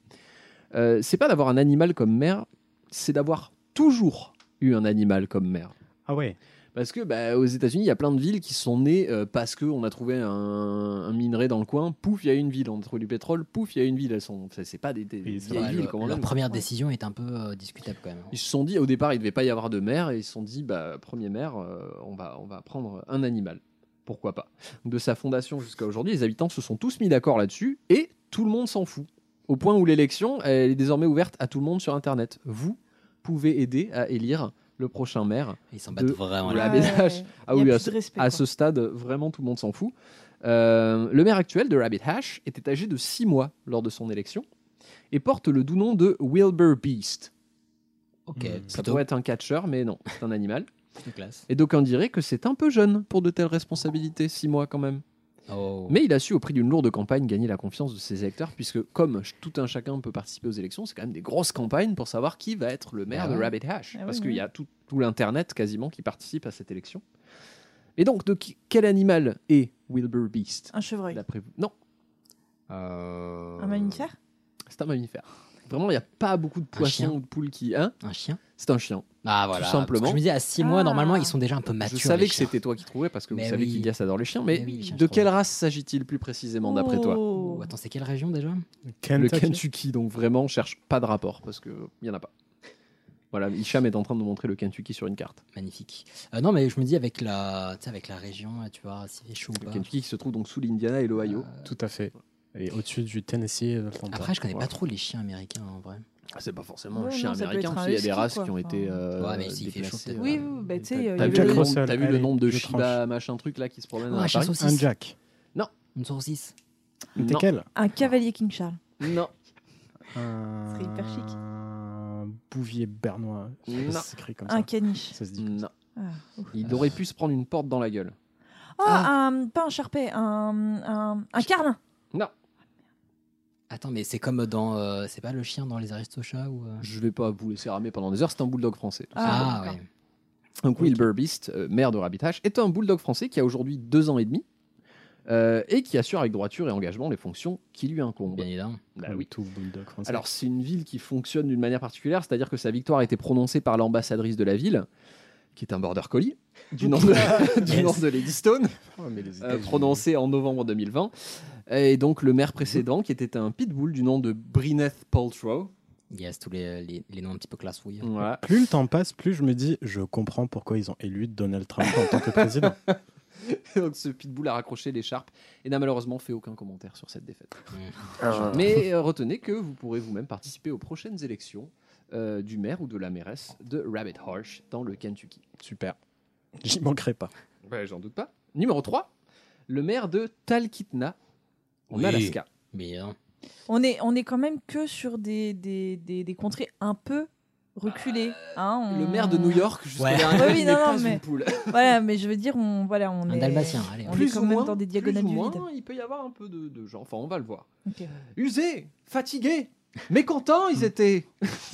euh, c'est pas d'avoir un animal comme maire, c'est d'avoir toujours eu un animal comme maire.
Ah ouais.
Parce que bah, aux États-Unis, il y a plein de villes qui sont nées euh, parce qu'on a trouvé un, un minerai dans le coin. Pouf, il y a une ville. On a trouvé du pétrole. Pouf, il y a une ville. Elles sont, c'est c'est pas des, des
Oui, c'est
vieilles
Ouais,
villes.
le-
comme on
leur
aime.
première décision est un peu euh, discutable quand même.
Ils se sont dit, au départ, il devait pas y avoir de maire. Et ils se sont dit, bah, premier maire, euh, on va, on va prendre un animal. Pourquoi pas De sa fondation jusqu'à aujourd'hui, les habitants se sont tous mis d'accord là-dessus et tout le monde s'en fout. Au point où l'élection, elle est désormais ouverte à tout le monde sur Internet. Vous pouvez aider à élire le prochain maire.
Ils s'en battent
De-
vraiment.
Ouais,
là.
la ménage. Ah oui,
y a
à
plus
ce-
de respect, quoi.
À ce stade, vraiment, tout le monde s'en fout. Euh, le maire actuel de Rabbit Hash était âgé de 6 mois lors de son élection et porte le doux nom de Wilbur Beast.
Ok,
Ça
plutôt
pourrait être un catcheur, mais non, c'est un animal.
plutôt classe.
Et donc on dirait que c'est un peu jeune pour de telles responsabilités, 6 mois quand même.
Oh.
Mais il a su, au prix d'une lourde campagne, gagner la confiance de ses électeurs, puisque comme ch- tout un chacun peut participer aux élections, c'est quand même des grosses campagnes pour savoir qui va être le maire
Ah
de
ouais.
Rabbit Hash,
Ah oui,
parce
oui.
qu'il y a tout, tout l'Internet quasiment qui participe à cette élection. Et donc, de qui- quel animal est Wilbur Beast
Un chevreuil.
d'après vous Non,
Euh,
Un mammifère
c'est un mammifère. Vraiment, il n'y a pas beaucoup de
chien
poissons ou de poules qui... Hein
Un chien
c'est un chien.
Ah voilà.
Tout
Parce
simplement.
que je me disais à 6 mois,
Ah.
normalement, ils sont déjà un peu matures.
Je savais
les
que
chiens.
c'était toi qui trouvais, parce que
Mais
vous savez
oui.
qu'Ilias adore les chiens, mais,
Mais oui, les chiens,
de
je trouve.
quelle race s'agit-il plus précisément d'après toi
Oh, attends, c'est quelle région déjà
le
Kentucky.
Kentucky, donc vraiment, on cherche pas de rapport parce que il y en a pas. Voilà, Hicham est en train de nous montrer le Kentucky sur une carte.
Magnifique. Euh, non, mais je me dis avec la, tu sais, avec la région, là, tu vois, si c'est chaud ou
Le
pas.
Kentucky qui se trouve donc sous l'Indiana et l'Ohio.
Tout à fait. Et au-dessus du Tennessee euh, et de l'Atlanta.
Après, je connais
Voilà.
pas trop les chiens américains en vrai.
Ah, c'est pas forcément un
Ouais,
chien
non, ça peut
américain
être
parce
un
qu'il y a des
husky,
races
quoi.
qui ont été. euh,
Ouais, mais s'il fait chaud,
déplacées,
peut-être.
euh,
Oui, oui, bah, tu sais,
T'as
euh,
t'as
il y
vu,
avait
le
le-
nombre- t'as vu
Allez,
le nombre de
je
Shiba machin truc là qui se promène
Ouais,
à
un chien
Paris
saucisse.
Un Jack.
Une saucisse.
Une
Non.
teckel.
Un cavalier King Charles.
Non,
Un...
serait hyper chic.
Un bouvier bernois. Je sais pas
Non.
si ça s'écrit comme
Un
ça.
caniche.
Ça se dit.
non.
Ah, ouf.
Il aurait pu se prendre une porte dans la gueule.
Oh, Ah, un- pas un charpet, un, un, un carlin.
Non.
Attends, mais c'est comme dans. euh, c'est pas le chien dans les Aristochats ou. euh,
Je vais pas vous laisser ramer pendant des heures, c'est un bulldog français. tout simplement.
Ah, ouais.
Donc Wilbur Beast, euh, maire de Rabbit Hatch, est un bulldog français qui a aujourd'hui deux ans et demi euh, et qui assure avec droiture et engagement les fonctions qui lui incombent.
Bien évidemment.
Bah
Comme
oui.
tout bulldog français.
Alors c'est une ville qui fonctionne d'une manière particulière, c'est-à-dire que sa victoire a été prononcée par l'ambassadrice de la ville, qui est un border collie du nom de, du
Ah, Yes.
nom de Lady Stone,
Oh,
euh, prononcée en novembre 2020. Et donc le maire précédent, qui était un pitbull du nom de Brineth Paltrow.
Yes, tous les, les, les noms un petit peu classouillés.
Voilà.
Plus le temps passe, plus je me dis, je comprends pourquoi ils ont élu Donald Trump en tant que président.
Donc ce pitbull a raccroché l'écharpe et n'a malheureusement fait aucun commentaire sur cette défaite.
Ah.
Mais euh, retenez que vous pourrez vous-même participer aux prochaines élections euh, du maire ou de la mairesse de Rabbit Horsh dans le Kentucky.
Super. J'y manquerai pas.
Ouais, j'en doute pas. Numéro 3, le maire de Talkeetna, en
Oui.
Alaska.
Bien.
On est, on est quand même que sur des, des, des, des contrées un peu reculées. hein, on-
Le maire de New York, jusqu'au
Ouais.
dernier,
Oui, oui,
n'est
non,
pas
non, mais-
une poule.
Voilà, mais je veux dire, on, voilà, on
Un
est.
dalmatien, allez.
On est quand même dans des diagonales
plus
du
ou moins,
vide.
il peut y avoir un peu de, de gens. Enfin, on va le voir.
Ok.
Usés, fatigués, mécontents, ils étaient.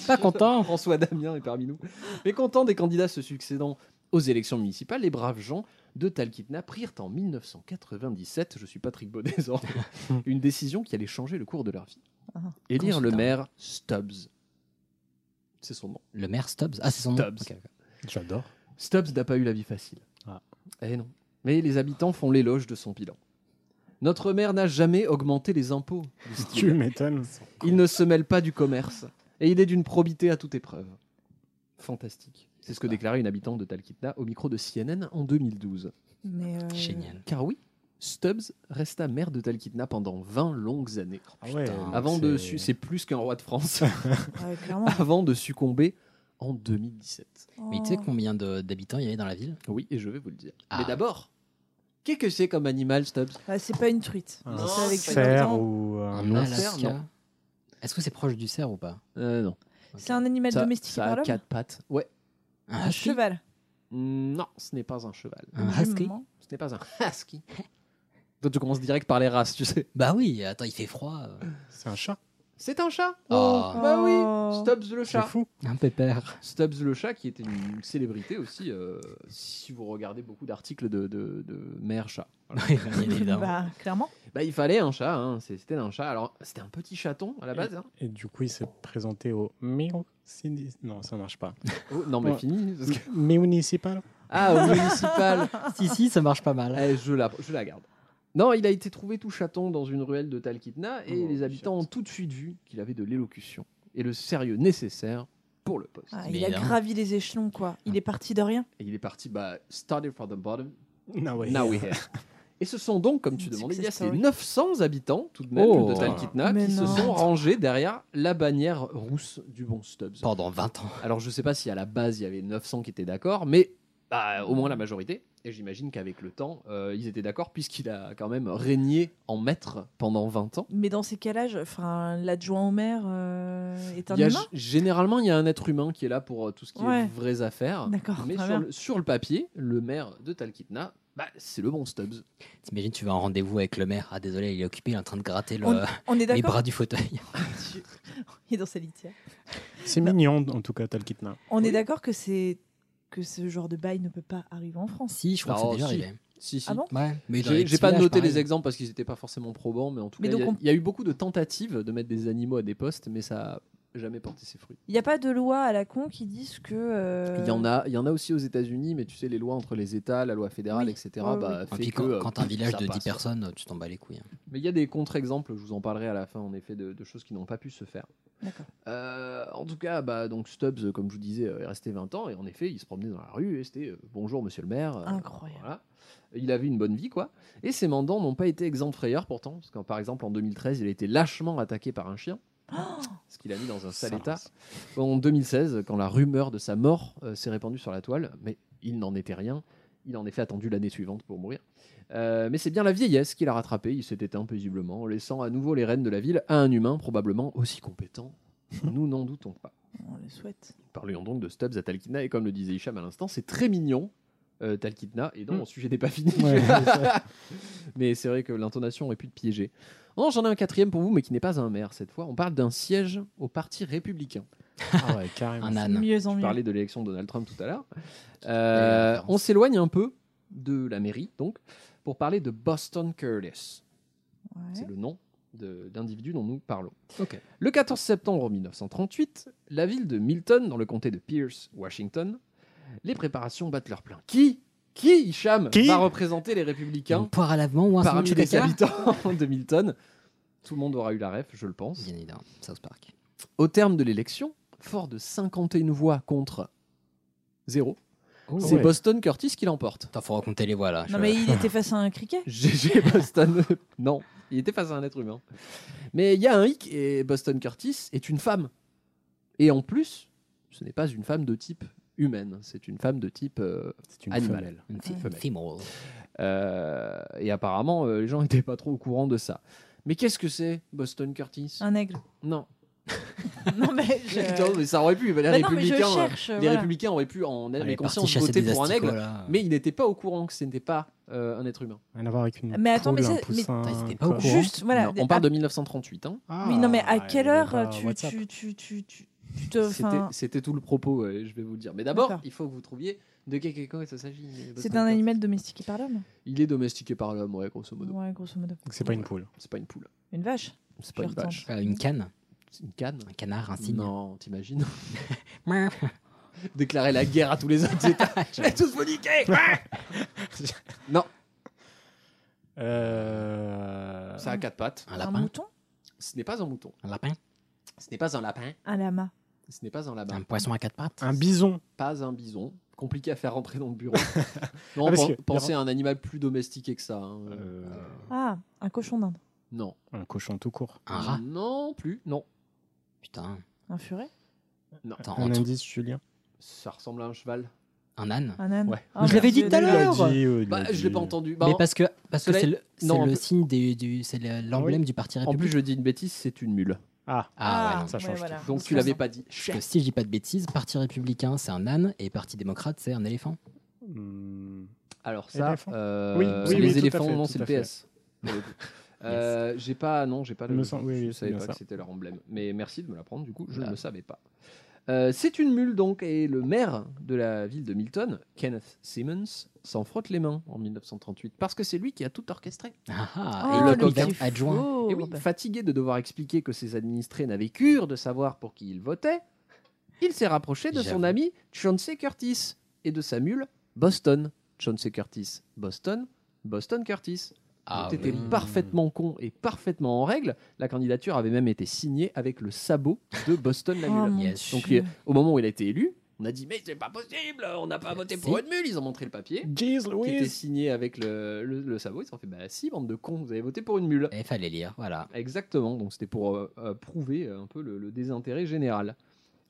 Pas content
François Damien est parmi nous. Mécontents des candidats se succédant aux élections municipales, les braves gens de Talkeetna prirent en 1997, je suis Patrick Beau désormais, une décision qui allait changer le cours de leur vie.
Ah,
Élire le
consultant.
maire Stubbs. C'est son nom.
Le maire Stubbs Ah, c'est son nom
Stubbs.
Ok, ok.
J'adore.
Stubbs n'a pas eu la vie facile.
Ah.
Eh non. Mais les habitants font l'éloge de son bilan. Notre maire n'a jamais augmenté les impôts. disent-ils.
Tu m'étonnes.
Il ne se mêle pas du commerce et il est d'une probité à toute épreuve. Fantastique. C'est ce que déclarait une habitante de Talkeetna au micro de CNN en 2012.
Mais, euh,
Génial.
Car oui, Stubbs resta maire de Talkeetna pendant 20 longues années.
Ah ouais,
Putain.
donc
Avant de
c'est-
su- c'est plus qu'un roi de France,
ouais, clairement.
avant de succomber en 2017.
Mais
Oh.
tu sais combien de- d'habitants il y avait dans la ville
Oui, et je vais vous le dire.
Ah.
Mais d'abord, qu'est-ce que c'est comme animal Stubbs
Bah, c'est pas une truite.
Un
C'est avec
cerf
longtemps.
ou euh, un
En
ours.
Alaska.
cerf,
Est-ce que c'est proche du cerf ou pas
Euh, Non.
C'est un animal
Ça,
domestiqué
ça
par
a
l'homme.
quatre pattes. Ouais.
Un
Un
husky
cheval.
Non, ce n'est pas un cheval.
Un husky
Absolument.
Ce n'est pas un husky. Toi, tu commences direct par les races, tu sais.
Bah oui, attends, il fait froid. euh.
C'est un chat.
C'est un chat.
Oh.
bah oui,
Oh.
Stubbs le
C'est
chat.
fou.
Un pépère.
Stubbs le chat, qui était une célébrité aussi, euh, si vous regardez beaucoup d'articles de, de, de mère chat. Voilà.
Oui, bien évidemment.
Bah, clairement.
Bah, il fallait un chat, hein. C'est- c'était un chat. Alors, c'était un petit chaton à la base. hein.
Et du coup, il s'est présenté au Miro Cindy. Non, ça marche pas.
Oh, non, mais
Ouais.
fini. parce que-
Municipal.
Ah, au municipal.
si, si, ça marche pas mal.
Eh, je, la, je la garde. Non, il a été trouvé tout chaton dans une ruelle de Talkeetna et
Oh,
les habitants
shit.
ont tout de suite vu qu'il avait de l'élocution et le sérieux nécessaire pour le poste.
Ah,
Mais
il a
là-
gravi les échelons, quoi. Il est parti de rien.
Et il est parti, bah, started from the bottom,
Non, ouais.
now we're here. Et ce sont donc, comme tu
Success
demandais, il y a ces
story.
900 habitants, tout de même,
Oh.
de Talkeetna,
Mais
qui se
non.
sont rangés derrière la bannière rousse du bon Stubbs.
Pendant 20 ans.
Alors, je sais pas si à la base, il y avait 900 qui étaient d'accord, mais bah, au moins la majorité. Et j'imagine qu'avec le temps, euh, ils étaient d'accord, puisqu'il a quand même régné en maître pendant 20 ans.
Mais dans ces cas-là, je- enfin, l'adjoint au maire euh, est un
Il y a
humain
g- généralement, il y a un être humain qui est là pour euh, tout ce qui est
Ouais.
vraies affaires.
D'accord,
Mais
très
sur
bien.
le, sur le papier, le maire de Talkeetna, bah, c'est le bon Stubbs.
T'imagines, tu vas en rendez-vous avec le maire. Ah, désolé, il est occupé, il est en train de gratter le-
On est
les
d'accord
bras du fauteuil.
Il est dans sa litière.
C'est mignon, en tout cas, Talkitna.
On est d'accord que c'est que ce genre de bail ne peut pas arriver en France.
Si, je crois que
Oh,
c'est déjà
si.
arrivé.
Si, si.
Ah bon
Ouais, mais dans les
J'ai
petits
j'ai pas
villages,
noté
pareil.
les exemples parce qu'ils n'étaient pas forcément probants, mais en tout
Mais
cas, il y,
donc on-
a- il y a eu beaucoup de tentatives de mettre des animaux à des postes, mais ça a jamais porté ses fruits.
Il n'y a pas de loi à la con qui dise que. euh,
Il y en a, il y en a aussi aux États-Unis, mais tu sais, les lois entre les États, la loi fédérale,
Oui.
etc.
Ouais,
bah,
Et
fait
puis
que,
quand,
euh,
quand un village
ça
de 10
passe.
personnes, euh, tu t'en bats les couilles. hein.
Mais il y a des contre-exemples, je vous en parlerai à la fin, en effet, de, de choses qui n'ont pas pu se faire.
D'accord.
Euh, en tout cas, bah, donc Stubbs, comme je vous disais, euh, est resté 20 ans, et en effet, il se promenait dans la rue, et c'était euh, bonjour, monsieur le maire. euh,
Incroyable.
Voilà. Il avait une bonne vie, quoi. Et ses mandants n'ont pas été exempts de frayeur, pourtant, parce que par exemple, en 2013, il a été lâchement attaqué par un chien. Ce qu'il a mis dans un sale état. En 2016, quand la rumeur de sa mort euh, s'est répandue sur la toile, mais il n'en était rien. Il en effet attendu l'année suivante pour mourir. Euh, mais c'est bien la vieillesse qui l'a rattrapé. Il s'est éteint paisiblement, en laissant à nouveau les rênes de la ville à un humain probablement aussi compétent. Nous n'en doutons pas.
On le souhaite.
Parlions donc de Stubbs à Talkina, et comme le disait Hicham à l'instant, c'est très mignon, euh, Talkitna. Et non, mon sujet n'est pas fini.
Mm. Ouais, c'est ça.
mais c'est vrai que l'intonation aurait pu te piéger. Non, j'en ai un quatrième pour vous, mais qui n'est pas un maire cette fois. On parle d'un siège au Parti républicain.
Ah ouais, Ah, carrément.
Un âne.
Mieux en
Je
mieux.
parlais de l'élection de Donald Trump tout à l'heure.
la
Euh,
référence.
on s'éloigne un peu de la mairie, donc, pour parler de Boston Curtis.
Ouais.
C'est le nom de l'individu dont nous parlons.
Ok.
Le 14 septembre 1938, la ville de Milton, dans le comté de Pierce, Washington, les préparations battent leur plein. Qui Qui, Hicham,
Qui
va représenter les
Une
républicains
poire à l'avant ou un
parmi
sandwich au
les
caca
habitants de Milton Tout le monde aura eu la ref, je le pense.
Bien évidemment, South Park.
Au terme de l'élection, fort de 51 voix contre 0, c'est
Oh ouais.
Boston Curtis qui l'emporte.
Attends, faut raconter les voix là.
Non
je-
mais il était face à un criquet.
GG Boston. euh, non, il était face à un être humain. Mais il y a un hic et Boston Curtis est une femme. Et en plus, ce n'est pas une femme de type humaine, c'est une femme de type euh,
C'est une
animal.
femelle.
Une fe-
Femelle.
female.
Euh, et apparemment, euh, les gens n'étaient pas trop au courant de ça. Mais qu'est-ce que c'est Boston Curtis
Un aigle.
Non.
Non mais Ah. je...
Putain, mais ça aurait pu. Les,
Bah non, mais je
républicains, euh,
cherche.
les
voilà.
républicains auraient pu en
Elle est
avaient
partie
conscience
chasser
voter
des
pour un
asticots,
aigle.
là.
Mais ils n'étaient pas au courant que ce n'était pas euh, un être humain.
Rien à voir avec une.
Mais attends, mais
poule, un
ça- mais-
poussin,
Putain, c'était pas au
quoi.
courant.
Juste voilà.
Non, on parle de 1938. hein.
Ah,
Oui non mais à
il
quelle
est pas
heure tu,
WhatsApp.
tu tu tu tu tu te
C'était-
enfin,
C'était tout le propos, euh, je vais vous le dire. Mais d'abord,
D'accord.
il faut que vous trouviez de quel quelqu'un il s'agit.
c'est un animal domestiqué par l'homme.
Il est domestiqué par l'homme, ouais, grosso modo.
Ouais grosso modo.
Donc c'est pas une poule.
C'est pas une poule.
Une vache.
C'est pas
Je
une
retente.
vache.
Euh, une canne,
C'est une canne.
un canard, un cygne.
Non, t'imagines
Mouah.
Déclarer la guerre à tous les autres États. Je vais tous vous niquer
Euh...
Ça a quatre pattes.
Un
Un
lapin,
mouton.
Ce n'est pas un mouton.
un lapin,
Ce n'est pas un lapin.
Un lama.
Ce n'est pas un
un
lapin.
poisson à quatre pattes.
Un bison.
Pas un bison. Compliqué à faire rentrer dans le bureau. non,
Ah, parce
pen-
que-
pensez à un animal plus domestiqué que ça. hein.
Ah un cochon d'Inde.
Non.
Un cochon tout court.
Un rat.
Non plus. Non.
Putain.
Un furet.
Non.
Attends,
un
entre-
indice, Julien.
Ça ressemble à un cheval.
Un âne.
Un âne.
Ouais.
Ah,
Je l'avais
merde,
dit tout à
j'ai-
l'heure.
Il l'a dit, euh, il
Bah,
l'a
je l'ai pas
dit.
entendu. Bah,
Mais
en-
parce que parce que
Soleil-
c'est le, c'est
Non, un
le
peu.
signe des- du c'est le- l'emblème du parti
En plus,
républicain.
je dis une bêtise, c'est une mule.
Ah,
Ah, ouais, non.
ça change
voilà.
Donc
On
tu
se
l'avais
sent.
pas dit.
Parce que si je dis pas de bêtises, parti républicain c'est un âne et parti démocrate c'est un éléphant.
hmm,
Alors ça,
Éléphant
euh,
Oui,
c'est
oui,
les
oui, tout à
éléphants,
fait,
non,
tout
c'est le
à fait.
PS. pour le coup. Euh, J'ai pas, non, j'ai pas.
Il
Le,
me semble- oui,
je
oui, c'est
savais
bien
pas
ça.
que c'était leur emblème. Mais merci de me l'apprendre. Du coup, je ne
Voilà.
le savais pas. Euh, c'est une mule donc et le maire de la ville de Milton, Kenneth Simmons, s'en frotte les mains en 1938 parce que c'est lui qui a tout orchestré.
Ah, ah,
Oh,
et
le
le candidat
petit
adjoint.
faux.
Et Eh oui,
Bah,
fatigué de devoir expliquer que ses administrés n'avaient cure de savoir pour qui ils votaient, il s'est rapproché de son
J'avoue.
ami Chauncey Curtis et de sa mule Boston. Chauncey Curtis, Boston, Boston Curtis.
Ah,
Tout était
oui.
parfaitement con et parfaitement en règle. La candidature avait même été signée avec le sabot de Boston la
oh,
mule.
mon
Yes.
Donc
Dieu.
il- au moment où il a été élu, on a dit mais c'est pas possible, on n'a pas
Bah,
voté pour
Si.
une mule. Ils ont montré le papier
Jeez
qui était
Louise
signé avec le, le- le sabot. Ils ont fait bah si bande de cons, vous avez voté pour une mule.
Et Eh, fallait lire, voilà.
Exactement, donc c'était pour euh, euh, prouver euh, un peu le, le désintérêt général.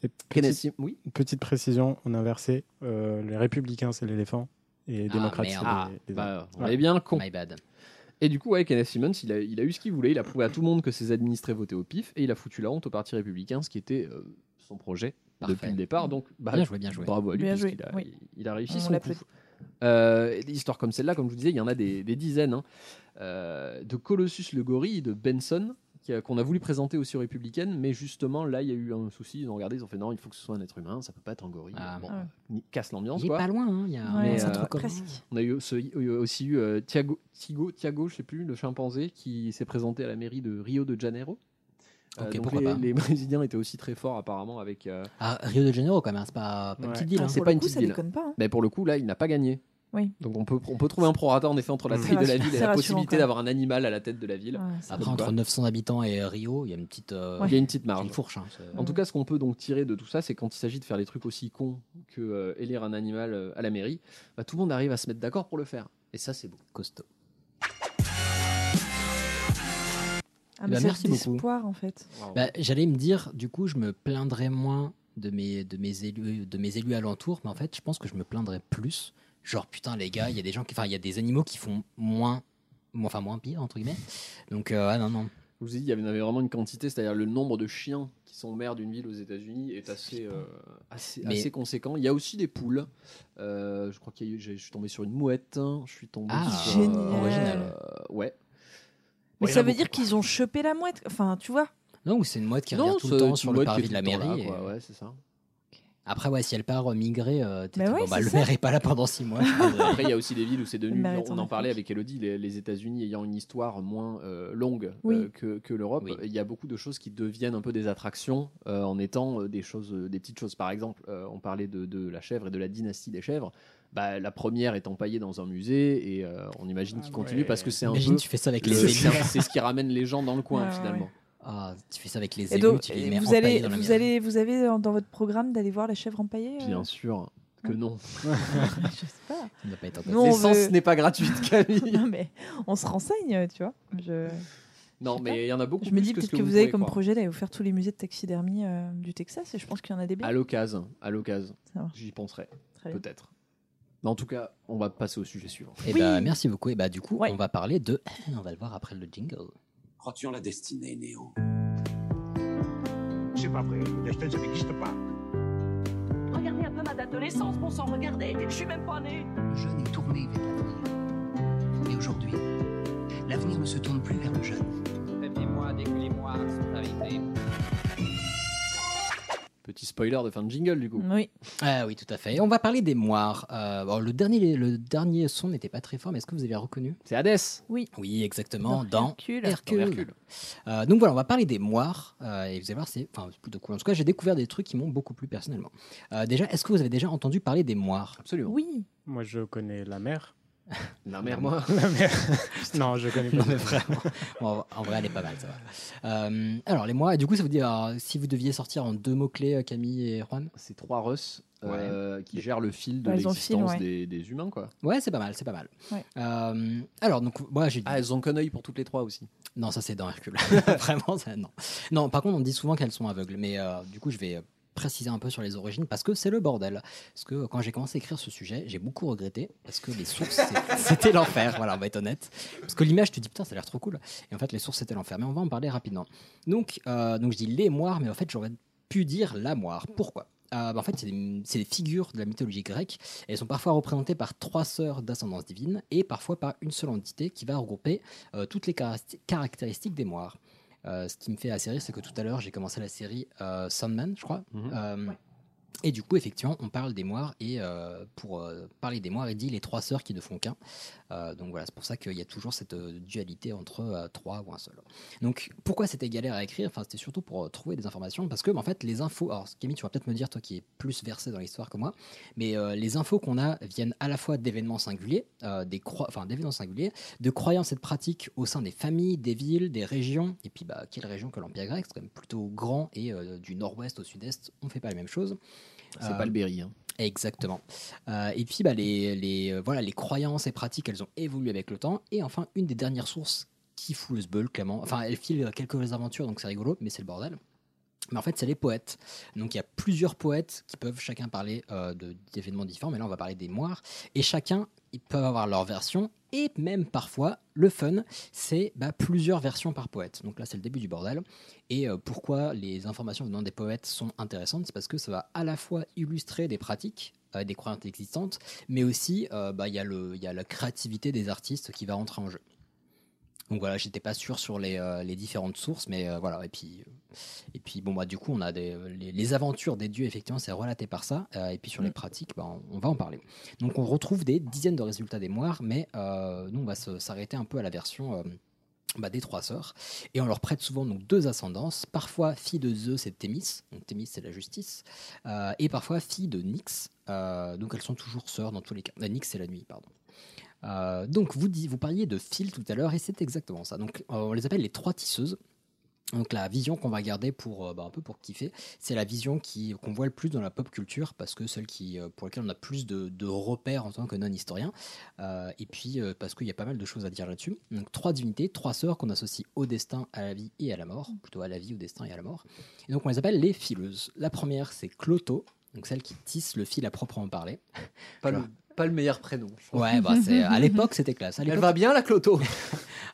Et
Kenneth
petite,
Sim- oui
petite précision, on a inversé. euh, les républicains, c'est l'éléphant. Et les
Ah,
démocrates,
merde.
c'est
Ah,
les- les
bah, on
Ouais.
est bien con.
My bad.
Et du coup, ouais, Kenneth Simmons, il a, il a eu ce qu'il voulait, il a prouvé à tout le monde que ses administrés votaient au pif, et il a foutu la honte au Parti républicain, ce qui était euh, son projet depuis
Parfait.
le départ. Donc, bah,
Bien joué, bien joué.
bravo à lui,
Bien
parce
joué,
qu'il a,
oui.
il a réussi
On
son coup.
l'applaudit.
Euh, et des histoires comme celle-là, comme je vous disais, il y en a des, des dizaines. hein. Euh, de Colossus le gorille, de Benson, qui a- qu'on a voulu présenter aussi aux républicaines, mais justement, là, il y a eu un souci. Ils ont regardé, ils ont fait non, il faut que ce soit un être humain, ça peut pas être un gorille.
Ah.
Bon,
Ouais.
ni- casse l'ambiance,
Il est
quoi.
pas loin, hein, il y a
Ouais,
un
euh,
centre commun.
presque.
On a eu ce- eu aussi eu euh, Thiago, Thigo, Thiago, je sais plus, le chimpanzé qui s'est présenté à la mairie de Rio de Janeiro.
Ok,
Euh, donc
pourquoi
les,
pas.
les Brésiliens étaient aussi très forts apparemment avec. euh,
Ah, Rio de Janeiro quand même, hein, c'est pas, pas une
Ouais.
petite ville.
Ah,
hein.
c'est
pour
pas
le
une
coup,
petite
ça
ville.
déconne pas. hein.
Mais Ben, pour le coup, là, il n'a pas gagné.
Oui.
Donc on peut, on peut trouver un prorata en effet entre la
Mm.
taille de la
C'est
ville et la
rassurant
possibilité
quand même.
d'avoir un animal à la tête de la ville.
Ouais, c'est-
Après,
Comme
entre
quoi.
900 habitants et Rio, il y a une petite, euh,
Il y a une petite marge.
petite fourche. hein, c'est-
En tout
Mm.
cas, ce qu'on peut donc tirer de tout ça, c'est quand il s'agit de faire des trucs aussi cons que euh, élire un animal euh, à la mairie, bah, tout le monde arrive à se mettre d'accord pour le faire. Et ça, c'est beau.
costaud.
Ah, mais
bah,
c'est
merci
le
beaucoup.
désespoir, en fait.
Bravo.
Bah, J'allais me dire, du coup, je me plaindrais moins de mes, de mes élus, de mes élus alentours, mais en fait, je pense que je me plaindrais plus. Genre, putain, les gars, il y a des gens qui, enfin, il y a des animaux qui font moins, moins- enfin, moins pire entre guillemets. Donc, euh, ah non, non.
Je vous ai dit, il y avait- il y en avait vraiment une quantité, c'est-à-dire le nombre de chiens qui sont maires d'une ville aux États-Unis est assez, euh, assez,
Mais-
assez conséquent. Il y a aussi des poules. Euh, je crois que je suis tombé sur une mouette. hein. Je suis tombé
Ah,
sur.
Génial.
original.
euh, ouais.
Mais
Ouais,
ça
il y en a
veut dire qu'ils ont chopé la mouette. Enfin, tu vois.
Non, ou c'est une mouette qui
Non,
revient tout le
c'est
temps
une
sur le
mouette qui
parvis
est
de la
tout le temps
mairie.
là,
et-
quoi. Ouais, c'est ça.
Après, ouais, si elle part euh, migrer, euh, t'es-
Bah
t'es-
ouais,
bon, bah,
c'est
le
ça.
maire est pas là pendant six mois.
Après, il y a aussi des villes où c'est devenu.
Bah,
Le mérite en
On en
Afrique.
parlait avec Elodie, les, les États-Unis ayant une histoire moins euh, longue
Oui.
euh, que, que l'Europe,
Oui.
il y a beaucoup de choses qui deviennent un peu des attractions euh, en étant euh, des choses, euh, des petites choses. Par exemple, euh, on parlait de, de la chèvre et de la dynastie des chèvres. Bah, la première est empaillée dans un musée et euh, on imagine qu'il continue parce que c'est un
Ah Imagine,
peu.
tu fais ça avec
le-
les
C'est
élus.
c'est ce qui ramène les gens dans le coin
Ouais, ouais,
finalement.
ouais.
Ah, tu fais ça avec les
Et
élus.
donc,
tu les mets
vous
empaillés
allez,
dans la
vous
mairie.
allez, vous avez euh, dans, dans votre programme d'aller voir la chèvre empaillée. euh,
Bien sûr que non.
je sais pas.
Ça doit pas être
Nous, on
L'essence
veut-
n'est pas gratuite, Camille.
Non, mais on se renseigne, tu vois. Je,
non,
sais
mais il y en a beaucoup
je me
plus
dis
que ce
peut-être
que
que, vous
pourrez
avez comme
croire.
projet d'aller vous faire tous les musées de taxidermie euh, du Texas et je pense qu'il y en a des biens.
À l'occasion, à l'occasion,
Ça marche.
j'y penserai.
Très bien.
Peut-être. Mais en tout cas, on va passer au sujet suivant.
Et
Oui.
bah, merci beaucoup. Et bah, du coup,
Ouais.
on va parler de. On va le voir après le jingle.
Crois-tu en la destinée, Néo
C'est pas vrai, l'Einstein, ça n'existe pas.
Regardez un peu ma date de naissance, bon sang, regardez, je suis même pas né.
Le jeune est tourné vers l'avenir. Mais aujourd'hui, l'avenir ne se tourne plus vers le jeune.
Petit spoiler de fin de jingle, du coup.
Oui.
Ah oui, tout à fait. Et on va parler des moires. Euh, bon, le, dernier, le dernier son n'était pas très fort, mais est-ce que vous avez reconnu
C'est Hades
Oui,
Dans
exactement. Dans
Hercule.
Hercule.
Dans Hercule.
Euh, donc voilà, on va parler des moires. euh, et vous allez voir, c'est enfin, c'est plutôt cool. En tout cas, j'ai découvert des trucs qui m'ont beaucoup plu personnellement. Euh, déjà, est-ce que vous avez déjà entendu parler des moires
Absolument.
Oui.
Moi, je connais la mère.
La mère, moi.
La mère. non, je connais pas.
Non, mais vraiment. Bon, en vrai, elle est pas mal, ça va. Euh, alors, les moires, et du coup, ça vous dit, alors, si vous deviez sortir en deux mots-clés, euh, Camille et Juan
C'est trois Russes euh, qui gèrent le fil de
Ouais, Bah, elles ont le fil,
l'existence
ouais.
des, des humains, quoi.
Ouais, c'est pas mal, c'est pas mal.
Ouais.
Euh, alors, donc, moi, j'ai dit.
Ah, elles ont qu'un œil pour toutes les trois aussi.
Non, ça c'est dans Hercule. Vraiment, ça, non. Non, par contre, on dit souvent qu'elles sont aveugles, mais euh, du coup, je vais euh, préciser un peu sur les origines parce que c'est le bordel. Parce que euh, quand j'ai commencé à écrire ce sujet, j'ai beaucoup regretté parce que les sources, c'est- c'était l'enfer. Voilà, on va être honnête. Parce que l'image, tu te dis putain, ça a l'air trop cool. Et en fait, les sources, c'était l'enfer. Mais on va en parler rapidement. Donc, euh, donc je dis les moires, mais en fait, j'aurais pu dire la moire. Pourquoi Euh, bah, en fait, c'est des, c'est des figures de la mythologie grecque. Elles sont parfois représentées par trois sœurs d'ascendance divine et parfois par une seule entité qui va regrouper euh, toutes les caractéri- caractéristiques des moires. Euh, ce qui me fait assez rire, c'est que tout à l'heure, j'ai commencé la série euh, Sandman, je crois.
Mhm.
Euh, Et du coup, effectivement, on parle des moires. Et euh, pour euh, parler des moires, il dit les trois sœurs qui ne font qu'un. Euh, donc voilà, c'est pour ça qu'il y a toujours cette euh, dualité entre euh, trois ou un seul. Donc pourquoi c'était galère à écrire Enfin, c'était surtout pour euh, trouver des informations. Parce que, en fait, les infos. Alors, Camille, tu vas peut-être me dire, toi qui es plus versé dans l'histoire que moi, mais euh, les infos qu'on a viennent à la fois d'événements singuliers, euh, des croi- enfin, d'événements singuliers, de croyances et de pratiques au sein des familles, des villes, des régions. Et puis, bah, quelle région que l'Empire grec C'est quand même plutôt grand et euh, du nord-ouest au sud-est, on fait pas les mêmes choses.
C'est
Euh,
pas le Berry. hein.
Exactement. Euh, et puis, bah, les, les, euh, voilà, les croyances et pratiques, elles ont évolué avec le temps. Et enfin, une des dernières sources qui fout le sbeul, clairement. Enfin, elle file quelques aventures, donc c'est rigolo, mais c'est le bordel. Mais en fait, c'est les poètes. Donc, il y a plusieurs poètes qui peuvent chacun parler euh, de- d'événements différents. Mais là, on va parler des moires. Et chacun, ils peuvent avoir leur version. Et même parfois, le fun, c'est bah, plusieurs versions par poète. Donc là, c'est le début du bordel. Et euh, pourquoi les informations venant des poètes sont intéressantes C'est parce que ça va à la fois illustrer des pratiques, euh, des croyances existantes, mais aussi euh, bah, il y, a le- il y a la créativité des artistes qui va entrer en jeu. Donc voilà, j'étais pas sûr sur les, euh, les différentes sources, mais euh, voilà. Et puis, euh, et puis bon, bah, du coup, on a des, les, les aventures des dieux, effectivement, c'est relaté par ça. Euh, et puis sur les pratiques, bah, on, on va en parler. Donc on retrouve des dizaines de résultats des moires, mais euh, nous, on va se- s'arrêter un peu à la version euh, bah, des trois sœurs. Et on leur prête souvent donc deux ascendances, parfois fille de Zeus et de Thémis, donc Thémis c'est la justice, euh, et parfois fille de Nyx, euh, donc elles sont toujours sœurs dans tous les cas. Euh, Nyx c'est la nuit, pardon. Euh, donc vous, dis- vous parliez de fil tout à l'heure, et c'est exactement ça. Donc euh, on les appelle les trois tisseuses. Donc la vision qu'on va garder pour euh, bah, un peu pour kiffer, c'est la vision qui qu'on voit le plus dans la pop culture parce que celle qui euh, pour laquelle on a plus de, de repères en tant que non historien euh, et puis euh, parce qu'il y a pas mal de choses à dire là-dessus. Donc trois divinités, trois sœurs qu'on associe au destin, à la vie et à la mort, plutôt à la vie, au destin et à la mort. Et donc on les appelle les fileuses. La première c'est Cloto, donc celle qui tisse le fil à proprement parler.
Pas le,
genre-
pas le meilleur prénom. je trouve.
Ouais, bah, c'est- à l'époque, c'était classe. À
Elle
l'époque-
va bien, la Cloto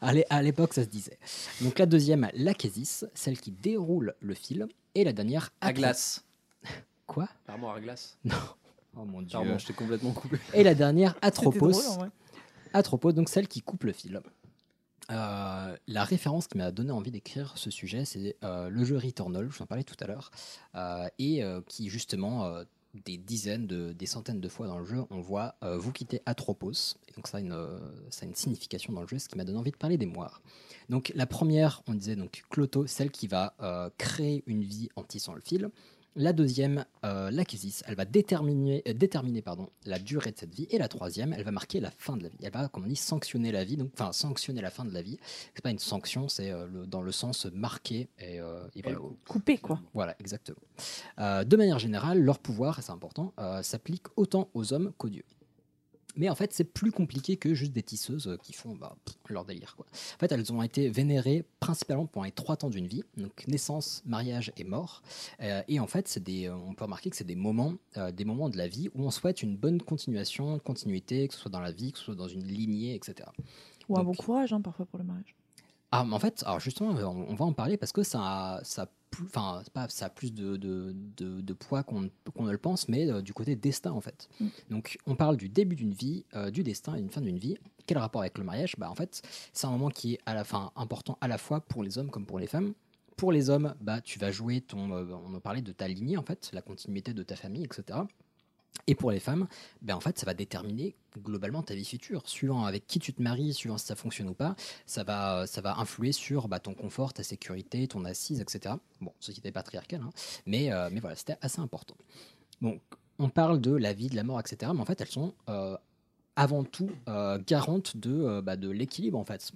À l'é- à l'époque, ça se disait. Donc la deuxième, la Késis, celle qui déroule le fil. Et la dernière,
À
Atlas.
glace.
Quoi
L'armoire à glace.
Oh mon dieu.
Pardon, je t'ai complètement coupé.
Et la dernière,
C'était
Atropos.
drôle, hein. en vrai.
Atropos, donc celle qui coupe le fil. Euh, la référence qui m'a donné envie d'écrire ce sujet, c'est euh, le jeu Returnal, je vous en parlais tout à l'heure, euh, et euh, qui justement, euh, des dizaines, de, des centaines de fois dans le jeu, on voit euh, vous quitter Atropos, et donc ça a, une, euh, ça a une signification dans le jeu, ce qui m'a donné envie de parler des moires. Donc la première, on disait donc Cloto, celle qui va euh, créer une vie en tissant le fil. La deuxième, euh, la Késis, elle va déterminer, euh, déterminer pardon, la durée de cette vie. Et la troisième, elle va marquer la fin de la vie. Elle va, comme on dit, sanctionner la vie, donc enfin sanctionner la fin de la vie. C'est pas une sanction, c'est euh, le- dans le sens marqué et, euh, et voilà.
Coupé, quoi.
Voilà, exactement. Euh, de manière générale, leur pouvoir, et c'est important, euh, s'applique autant aux hommes qu'aux dieux. Mais en fait, c'est plus compliqué que juste des tisseuses euh, qui font bah, pff, leur délire. Quoi. En fait, elles ont été vénérées principalement pendant les trois temps d'une vie, donc naissance, mariage et mort. Euh, et en fait, c'est des, euh, on peut remarquer que c'est des moments, euh, des moments de la vie où on souhaite une bonne continuation, continuité, que ce soit dans la vie, que ce soit dans une lignée, etc.
Ou un
Donc-
bon courage, hein, parfois, pour le mariage.
Ah, mais en fait, alors justement, on, on va en parler parce que ça, a- ça, a plus- enfin, c'est pas, ça a plus de, de, de- de poids qu'on qu'on ne le pense, mais euh, du côté destin en fait.
Mm.
Donc, on parle du début d'une vie, euh, du destin et d'une fin d'une vie. Quel rapport avec le mariage Bah, en fait, c'est un moment qui est à la fin important à la fois pour les hommes comme pour les femmes. Pour les hommes, bah, tu vas jouer ton, euh, on en parlait de ta lignée en fait, la continuité de ta famille, etc. Et pour les femmes, ben en fait, ça va déterminer globalement ta vie future, suivant avec qui tu te maries, suivant si ça fonctionne ou pas ça va, ça va influer sur bah, ton confort, ta sécurité, ton assise, etc. Bon, société patriarcale, hein, mais, euh, mais voilà, c'était assez important. Donc, on parle de la vie, de la mort, etc. Mais en fait, elles sont euh, avant tout euh, garantes de, euh, bah, de l'équilibre, en fait.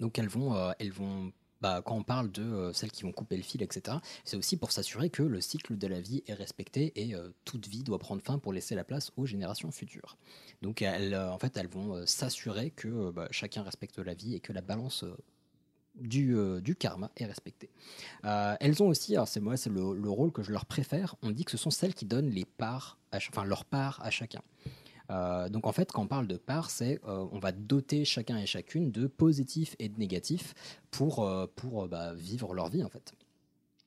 Donc, elles vont, euh, elles vont bah, quand on parle de euh, celles qui vont couper le fil, etc., c'est aussi pour s'assurer que le cycle de la vie est respecté et euh, toute vie doit prendre fin pour laisser la place aux générations futures. Donc elles, euh, en fait, elles vont euh, s'assurer que euh, bah, chacun respecte la vie et que la balance euh, du, euh, du karma est respectée. Euh, elles ont aussi, alors c'est moi, c'est le, le rôle que je leur préfère. On dit que ce sont celles qui donnent les parts, à ch- enfin leur part à chacun. Euh, donc en fait, quand on parle de part, c'est euh, on va doter chacun et chacune de positifs et de négatifs pour, euh, pour euh, bah, vivre leur vie en fait.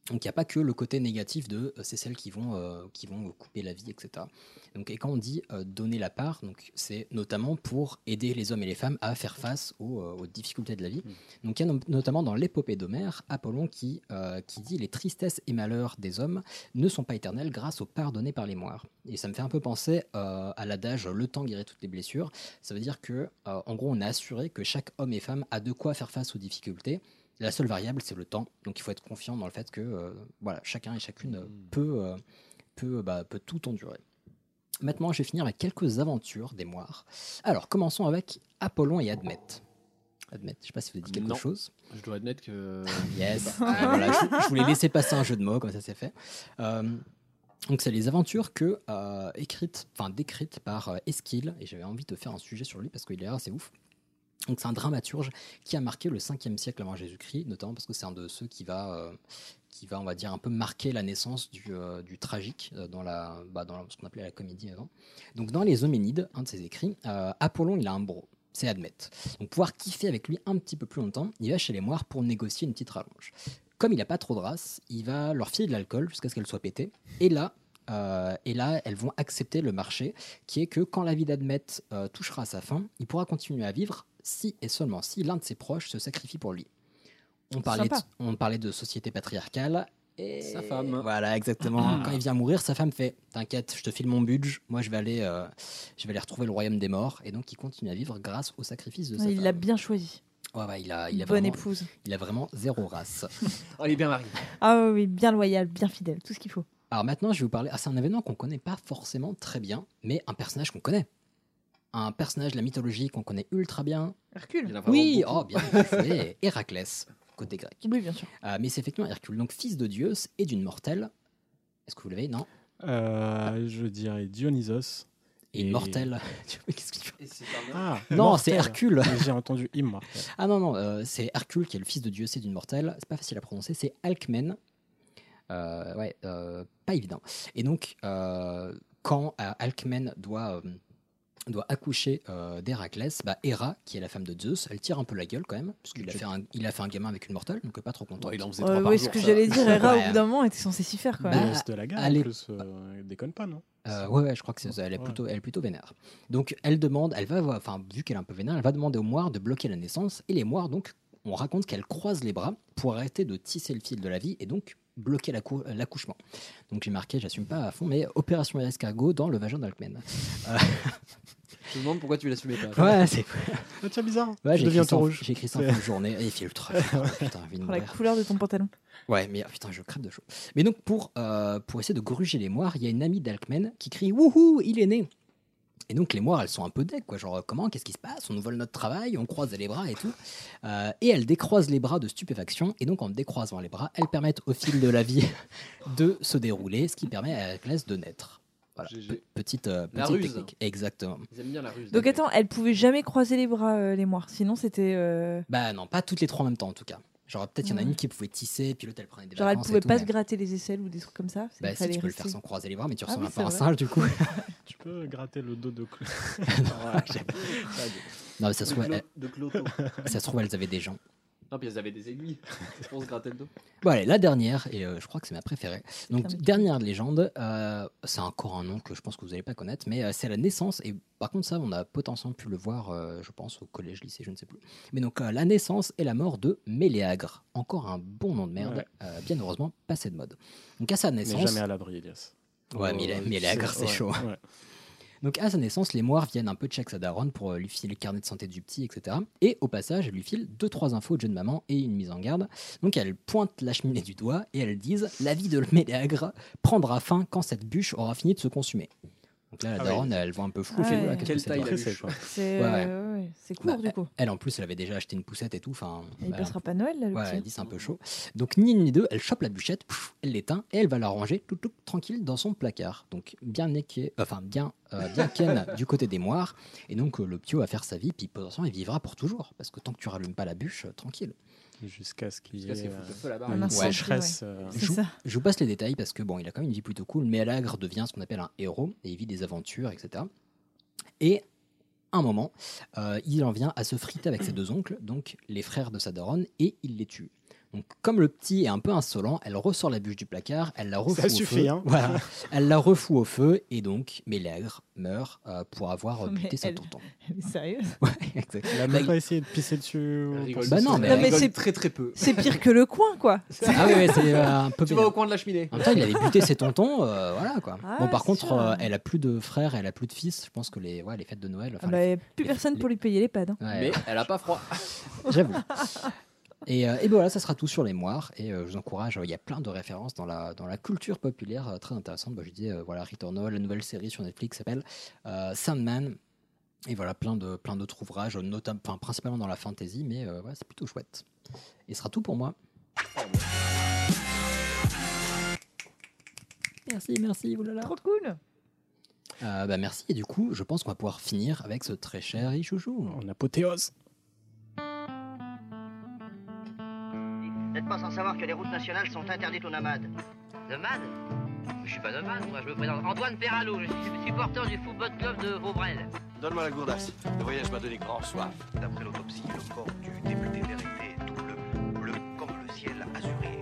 Donc il n'y a pas que le côté négatif de euh, c'est celles qui vont, euh, qui vont couper la vie, etc. Donc, et quand on dit euh, donner la part, donc c'est notamment pour aider les hommes et les femmes à faire face aux, euh, aux difficultés de la vie. Donc il y a no- notamment dans l'épopée d'Homère, Apollon qui, euh, qui dit les tristesses et malheurs des hommes ne sont pas éternels grâce aux parts données par les moires. Et ça me fait un peu penser euh, à l'adage le temps guérit toutes les blessures. Ça veut dire que euh, en gros on a assuré que chaque homme et femme a de quoi faire face aux difficultés. La seule variable c'est le temps. Donc il faut être confiant dans le fait que euh, voilà chacun et chacune euh, peut euh, peut, bah, peut tout endurer. Maintenant, je vais finir avec quelques aventures des moires. Alors, commençons avec Apollon et Admète. Admète, je ne sais pas si vous avez dit quelque
Non.
chose.
Je dois admettre que.
Yes. Voilà, je, je voulais laisser passer un jeu de mots, comme ça c'est fait. Euh, donc c'est les aventures que euh, écrites, enfin décrites par euh, Esquil, et j'avais envie de faire un sujet sur lui parce qu'il est assez ouf. Donc c'est un dramaturge qui a marqué le 5e siècle avant Jésus-Christ, notamment parce que c'est un de ceux qui va, euh, qui va, on va dire, un peu marquer la naissance du, euh, du tragique euh, dans, la, bah, dans ce qu'on appelait la comédie avant. Donc dans les Homénides, un de ses écrits, euh, Apollon il a un bro, c'est Admète. Donc pouvoir kiffer avec lui un petit peu plus longtemps, il va chez les moires pour négocier une petite rallonge. Comme il n'a pas trop de race, il va leur filer de l'alcool jusqu'à ce qu'elle soit pétée. Et là, euh, et là, elles vont accepter le marché, qui est que quand la vie d'Admète euh, touchera à sa fin, il pourra continuer à vivre si et seulement si l'un de ses proches se sacrifie pour lui. On parlait, de,
Sympa.
on parlait de société patriarcale. Et
Sa femme.
Voilà, exactement. Quand il vient mourir, sa femme fait T'inquiète, je te file mon budget, moi je vais aller, euh, je vais aller retrouver le royaume des morts. Et donc il continue à vivre grâce au sacrifice de sa
il
femme.
l'a bien choisi.
Ouais, ouais, il a, il a
Bonne
vraiment,
épouse.
il a vraiment zéro race.
Oh, il est bien marié.
Ah oui, oui, bien loyal, bien fidèle, tout ce qu'il faut.
Alors maintenant, je vais vous parler. Ah, c'est un événement qu'on connaît pas forcément très bien, mais un personnage qu'on connaît. Un personnage de la mythologie qu'on connaît ultra bien.
Hercule
Il a Ah, vraiment
Oui,
beaucoup-
oh, bien joué. Héraclès, côté grec.
Oui, bien sûr.
Euh, mais c'est effectivement Hercule, donc fils de Dieus et d'une mortelle. Est-ce que vous l'avez Non
Euh, je dirais Dionysos.
Et une
Et-
mortelle. Tu vois, qu'est-ce que tu-
Et c'est un homme.
Ah,
Non, c'est
mortel.
Hercule.
Mais J'ai entendu immortel.
Ah non, non, euh, c'est Hercule qui est le fils de Dieu, c'est d'une mortelle. C'est pas facile à prononcer, c'est Alcmen. Euh, ouais, euh, pas évident. Et donc, euh, quand euh, Alcmen doit, euh, doit accoucher euh, d'Héraclès, bah, Héra, qui est la femme de Zeus, elle tire un peu la gueule quand même, parce qu'il a, fait un- il a fait un gamin avec une mortelle, donc pas trop content.
il en faisait
Euh, ouais, ce que j'allais dire, Hera, au bout d'un moment, était censée s'y faire, quoi.
Bah,
L'os de la gare,
allez.
en plus, euh, elle déconne pas, non
Euh, ouais, ouais, je crois que c'est- elle est
Ouais.
plutôt, elle est plutôt vénère. Donc elle demande, elle va, avoir- enfin vu qu'elle est un peu vénère, elle va demander aux moires de bloquer la naissance. Et les moires, donc, on raconte qu'elles croisent les bras pour arrêter de tisser le fil de la vie et donc bloquer l'accou- l'accouchement. Donc j'ai marqué, j'assume pas à fond, mais opération escargot dans le vagin d'Alcmen. Euh,
Je me demande pourquoi tu l'assumais pas.
ouais, c'est.
Ah, tiens, bizarre.
Ouais,
je
j'ai
deviens
écrit ça
tout
en-
rouge.
J'ai écrit ça en
C'est-
fin de journée et filtre. Putain, envie de
Pour la
mourir.
couleur de ton pantalon.
Ouais, mais ah, putain, je crève de chaud. Mais donc, pour, euh, pour essayer de gruger les moires, il y a une amie d'Alkmen qui crie Wouhou, il est né Et donc, les moires, elles sont un peu deck, quoi. Genre, comment, qu'est-ce qui se passe On nous vole notre travail, on croise les bras et tout. Euh, et elles décroisent les bras de stupéfaction. Et donc, en décroisant les bras, elles permettent au fil de la vie de se dérouler, ce qui permet à la classe de naître. Voilà,
GG.
pe- petite, euh,
La
petite
ruse.
technique. Exactement.
Ils aiment bien la ruse.
Donc
les mecs.
attends, elle pouvait jamais croiser les bras, euh, les moires. Sinon, c'était. euh,
Bah, non, pas toutes les trois en même temps, en tout cas. Genre, peut-être il y en a
Ouais.
une qui pouvait tisser, puis l'autre, elle prenait des
Genre, elle
vacances. et
pouvait
tout,
pas
mais-
se gratter les aisselles ou des trucs comme ça. c'est-
Bah, si,
fallait
tu peux le
rester-
faire sans croiser les bras, mais tu
Ah
ressembles
oui,
un peu à un
c'est
singe, du coup.
Tu peux gratter le dos de Clo-
Non, mais ça se trouve,
De
elle-
Clo- de Cloto.
ça se trouve, elles avaient des gens.
Non, puis elles avaient des aiguilles pour se gratter le dos.
Bon, allez, la dernière, et euh, je crois que c'est ma préférée. Donc,
terminé.
dernière légende, euh, c'est encore un nom que je pense que vous n'allez pas connaître, mais euh, c'est à la naissance, et par contre, ça, on a potentiellement pu le voir, euh, je pense, au collège, lycée, je ne sais plus. Mais donc, euh, la naissance et la mort de Méléagre. Encore un bon nom de merde,
Ouais.
euh, bien heureusement, passé de mode. Donc, à sa
Mais
naissance.
jamais à l'abri, Elias.
Ouais, mais il a- mais il a
tu sais,
grave, c'est
ouais,
chaud.
ouais.
Donc à sa naissance, les moires viennent un peu de chaque Sadaron pour euh, lui filer le carnet de santé du petit, etc. Et au passage, elles lui filent deux trois infos de jeune maman et une mise en garde. Donc elles pointent la cheminée du doigt et elles disent la vie de Méléagre prendra fin quand cette bûche aura fini de se consumer. Donc là, la
Ah oui.
daronne, elle voit un peu flou.
Ah
elle fait,
ouais.
Ah, qu'est-ce que
Quelle
c'est,
taille
toi
la
Après, c'est quoi
C'est
Ouais,
euh, ouais, c'est court,
Bah,
du coup.
Elle en plus, elle avait déjà acheté une poussette et tout. Enfin,
Il
bah,
passera pas Noël, là, le
Ouais,
petit.
elle dit c'est un peu chaud. Donc ni une ni deux, elle chope la bûchette, pff, elle l'éteint et elle va la ranger tout, tout, tranquille dans son placard. Donc bien niqué, enfin bien, euh, bien ken du côté des moires. Et donc euh, le ptio va faire sa vie, puis potentiellement il vivra pour toujours. Parce que tant que tu rallumes pas la bûche, euh, tranquille.
Jusqu'à ce qu'il y
Jusqu'à ce
ait
qu'elles foutent le
euh,
feu là-bas.
Un
une
incendie, ouais.
sécheresse. euh,
C'est
Je vous-
ça.
Je vous passe les détails parce que bon, il a quand même une vie plutôt cool. Mais Alagre devient ce qu'on appelle un héros et il vit des aventures, etc. Et un moment, euh, il en vient à se friter avec ses deux oncles, donc les frères de sa daronne, et il les tue. Donc, comme le petit est un peu insolent, elle ressort la bûche du placard, elle la refoue
Ça
au
suffit,
feu.
hein.
Voilà. elle la refoue au feu, et donc Mélègre meurt euh, pour avoir euh,
Mais
buté son
elle-
tonton.
Elle est sérieuse
Ouais, exact.
Elle a
Bah,
même pas essayé de pisser dessus.
Elle
au-
rigole.
Bah non, mais- Non, mais
Elle rigole
c'est-
très très peu.
C'est pire que le coin, quoi.
Ah ouais, ouais, c'est euh, un peu
Tu vas
vénère.
au coin de la cheminée.
En même temps, il avait buté ses tontons, euh, voilà quoi.
Ah,
bon, par
c'est
contre,
sûr.
euh, elle a plus de frères, elle a plus de fils. Je pense que les, ouais, les fêtes de Noël.
Ah
enfin,
bah, plus
les-
personne pour lui payer les pads. hein.
les- ouais,
Mais elle a pas froid.
j'avoue. Et, euh, et ben voilà, ça sera tout sur les moires. Et euh, je vous encourage, euh, il y a plein de références dans la, dans la culture populaire euh, très intéressantes. Bah, je dis, euh, voilà, Returnal, la nouvelle série sur Netflix s'appelle euh, Sandman. Et voilà, plein de plein d'autres ouvrages, euh, notam- enfin, principalement dans la fantasy, mais euh, voilà, c'est plutôt chouette. Et ce sera tout pour moi. Merci, merci, oh oulala.
Trop cool.
Euh, bah merci, et du coup, je pense qu'on va pouvoir finir avec ce très cher Ichouchou.
En apothéose.
N'êtes pas sans savoir que les routes nationales sont interdites aux nomades. Nomade Je suis pas nomade, moi je me présente. Antoine Perralou, je suis supporter du football club de Vaubrel.
Donne-moi la gourdasse. Le voyage m'a donné grand soif.
D'après l'autopsie, le corps du député vérité est tout bleu, bleu comme le ciel azuré.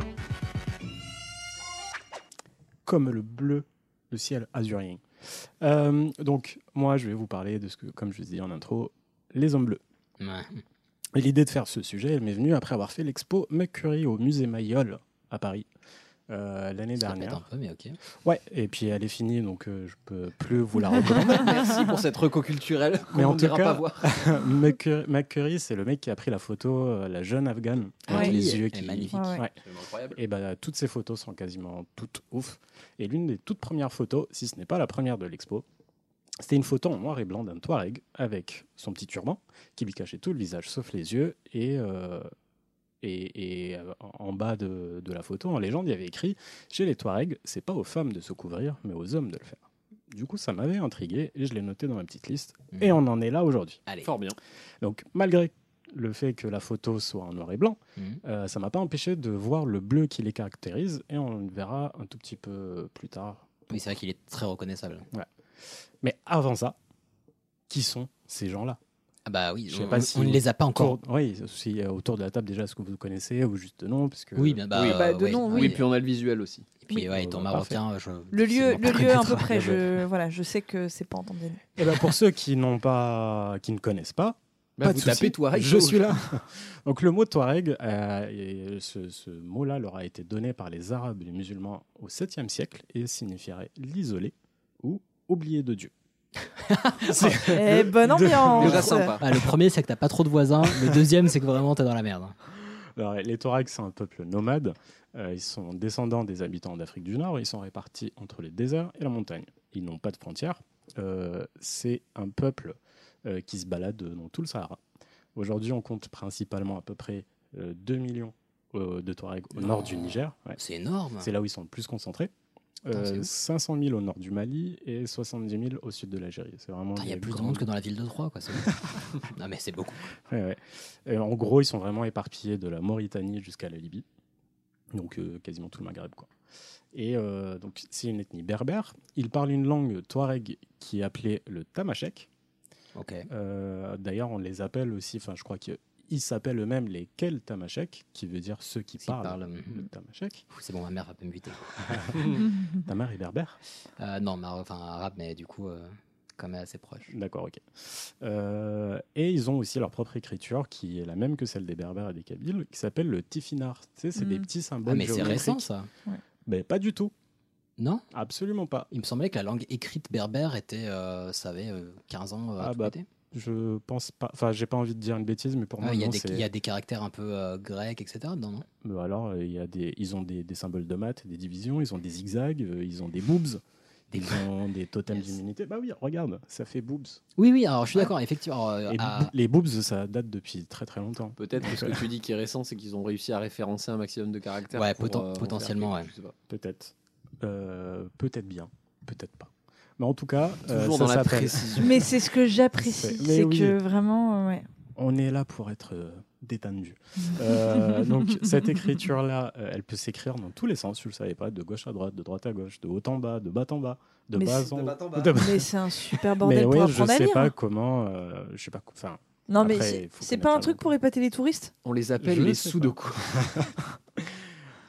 Comme le bleu, le ciel azurien. Euh, donc, moi, je vais vous parler de ce que, comme je vous ai dit en intro, les hommes bleus.
Ouais.
Et l'idée de faire ce sujet, elle m'est venue après avoir fait l'expo Mercury au musée Mayol à Paris euh, l'année
Ça répète un
dernière.
peu, mais ok.
Ouais, et puis elle est finie, donc euh, je peux plus vous la recommander.
Merci pour cette reco culturelle
Mais en
qu'on ne
tout
dira
cas-
pas voir.
McCurry, McCurry, c'est le mec qui a pris la photo, euh, la jeune afghane, avec
Ouais.
les yeux
Ah Elle est
qui...
magnifique.
Ouais, ouais.
Ouais.
C'est incroyable.
Et bah, toutes ces photos sont quasiment toutes ouf. Et l'une des toutes premières photos, si ce n'est pas la première de l'expo, c'était une photo en noir et blanc d'un Touareg avec son petit turban qui lui cachait tout le visage sauf les yeux. Et, euh, et, et, euh, en bas de, de la photo, en légende, il y avait écrit Chez les Touaregs, c'est pas aux femmes de se couvrir, mais aux hommes de le faire. Du coup, ça m'avait intrigué et je l'ai noté dans ma petite liste. Et on en est là aujourd'hui.
Allez.
Fort bien.
Donc, malgré le fait que la photo soit en noir et blanc,
Mhm.
euh, ça m'a pas empêché de voir le bleu qui les caractérise et on le verra un tout petit peu plus tard.
Oui, c'est vrai qu'il est très reconnaissable.
Mais avant ça, qui sont ces gens-là
Ah bah oui,
Je sais
on-
pas
on-
si
on ne les a pas encore.
autour- oui, si euh, autour de la table déjà, est-ce que vous connaissez ou juste de nom parce que,
Oui, bah, bah, Oui, bah, de euh, ouais. nom, oui.
puis on a le visuel aussi.
Et puis, ouais, étant marocain, je.
Le lieu,
difficilement
le lieu à
connaître.
peu près, je, voilà, je sais que c'est pas entendu.
Eh ben, pour ceux qui n'ont pas, qui ne connaissent pas,
Bah,
pas de
vous
souci,
tapez Touareg
Je
gauche.
suis là. Donc le mot Touareg, euh, et ce, ce mot-là leur a été donné par les Arabes et les musulmans au 7e siècle et signifierait l'isolé ou oublié de Dieu. C'est-
Eh,
le-
bonne
de-
ambiance.
le-
Déjà sympa.
Ah, le premier, c'est que t'as pas trop de voisins. Le deuxième, c'est que vraiment t'es dans la merde.
Alors, les Touaregs, c'est un peuple nomade. Euh, ils sont descendants des habitants d'Afrique du Nord. Ils sont répartis entre les déserts et la montagne. Ils n'ont pas de frontières. Euh, c'est un peuple euh, qui se balade dans tout le Sahara. Aujourd'hui, on compte principalement à peu près euh, 2 millions euh, de Touaregs au
Non.
nord du Niger. Ouais.
C'est énorme.
C'est là où ils sont le plus concentrés.
Ah. Putain, c'est
Euh,
ouf.
500 000 au nord du Mali et 70 000 au sud de l'Algérie. C'est vraiment.
Il y a
les
plus de
grandes-
monde que dans la ville de Troyes, quoi. c'est bon. non, mais c'est beaucoup.
Ouais, ouais. Et en gros, ils sont vraiment éparpillés de la Mauritanie jusqu'à la Libye. Donc, euh, quasiment tout le Maghreb, quoi. Et euh, donc, c'est une ethnie berbère. Ils parlent une langue touareg qui est appelée le tamashek.
Ok.
Euh, D'ailleurs, on les appelle aussi, enfin, je crois qu'ils s'appellent eux-mêmes les kel tamashek, qui veut dire ceux qui parlent,
parlent, mhm.
le tamashek.
Ouh, C'est bon, ma mère va pas me buter.
Ta mère est berbère
Euh, non, maro- enfin arabe, mais du coup, euh, quand même assez proche.
D'accord, ok. Euh, et ils ont aussi leur propre écriture qui est la même que celle des Berbères et des Kabyles, qui s'appelle le tifinar. Tu sais, c'est des
Mm.
petits symboles.
Ah, mais c'est
géométriques.
récent ça.
Mais pas du tout.
Non
Absolument pas.
Il me semblait que la langue écrite berbère était, euh, ça avait euh, 15 ans euh, à
Ah
tout
bah,
péter.
je pense pas. Enfin, j'ai pas envie de dire une bêtise, mais pour
Ah,
moi,
Il y, a
non,
des-
c'est-
il y a des caractères un peu euh, grecs, etc. dedans, non
Mais alors, euh, il y a des... ils ont des, des symboles de maths, des divisions, ils ont des zigzags, euh, ils ont des boobs, ils ont des totems d'immunité. Bah oui, regarde, ça fait boobs.
Oui, oui, alors je suis d'accord, effectivement. euh,
Et
à-
bo- les boobs, ça date depuis très très longtemps.
Peut-être que ce
Donc,
que tu dis qui est récent, c'est qu'ils ont réussi à référencer un maximum de caractères.
Ouais,
pour,
poten-
euh, en
potentiellement,
faire quelque
ouais.
chose,
Peut-être. Euh, peut-être bien, peut-être pas. Mais en tout cas, euh,
Toujours
ça
dans la
s'appelle-
précision.
Mais c'est ce que j'apprécie,
C'est- mais
c'est
oui.
que vraiment, euh, ouais.
On est là pour être euh, détendu.
Mhm.
Euh, donc cette écriture-là, euh, elle peut s'écrire dans tous les sens, je le savais pas, de gauche à droite, de droite à gauche, de haut en bas, de bas en bas, de
Mais
bas
c'est-
en
de
haut,
bas en bas.
de bas-
Mais c'est un super bordel
Mais
pour
ouais,
apprendre à
Je sais
lire.
pas comment, euh, je sais pas, co- enfin.
Non, mais
après,
c'est-
il faut
c'est
connaître
pas un
la
truc
langue.
pour épater les touristes
On les appelle
Je
les
sais pas.
sudoku.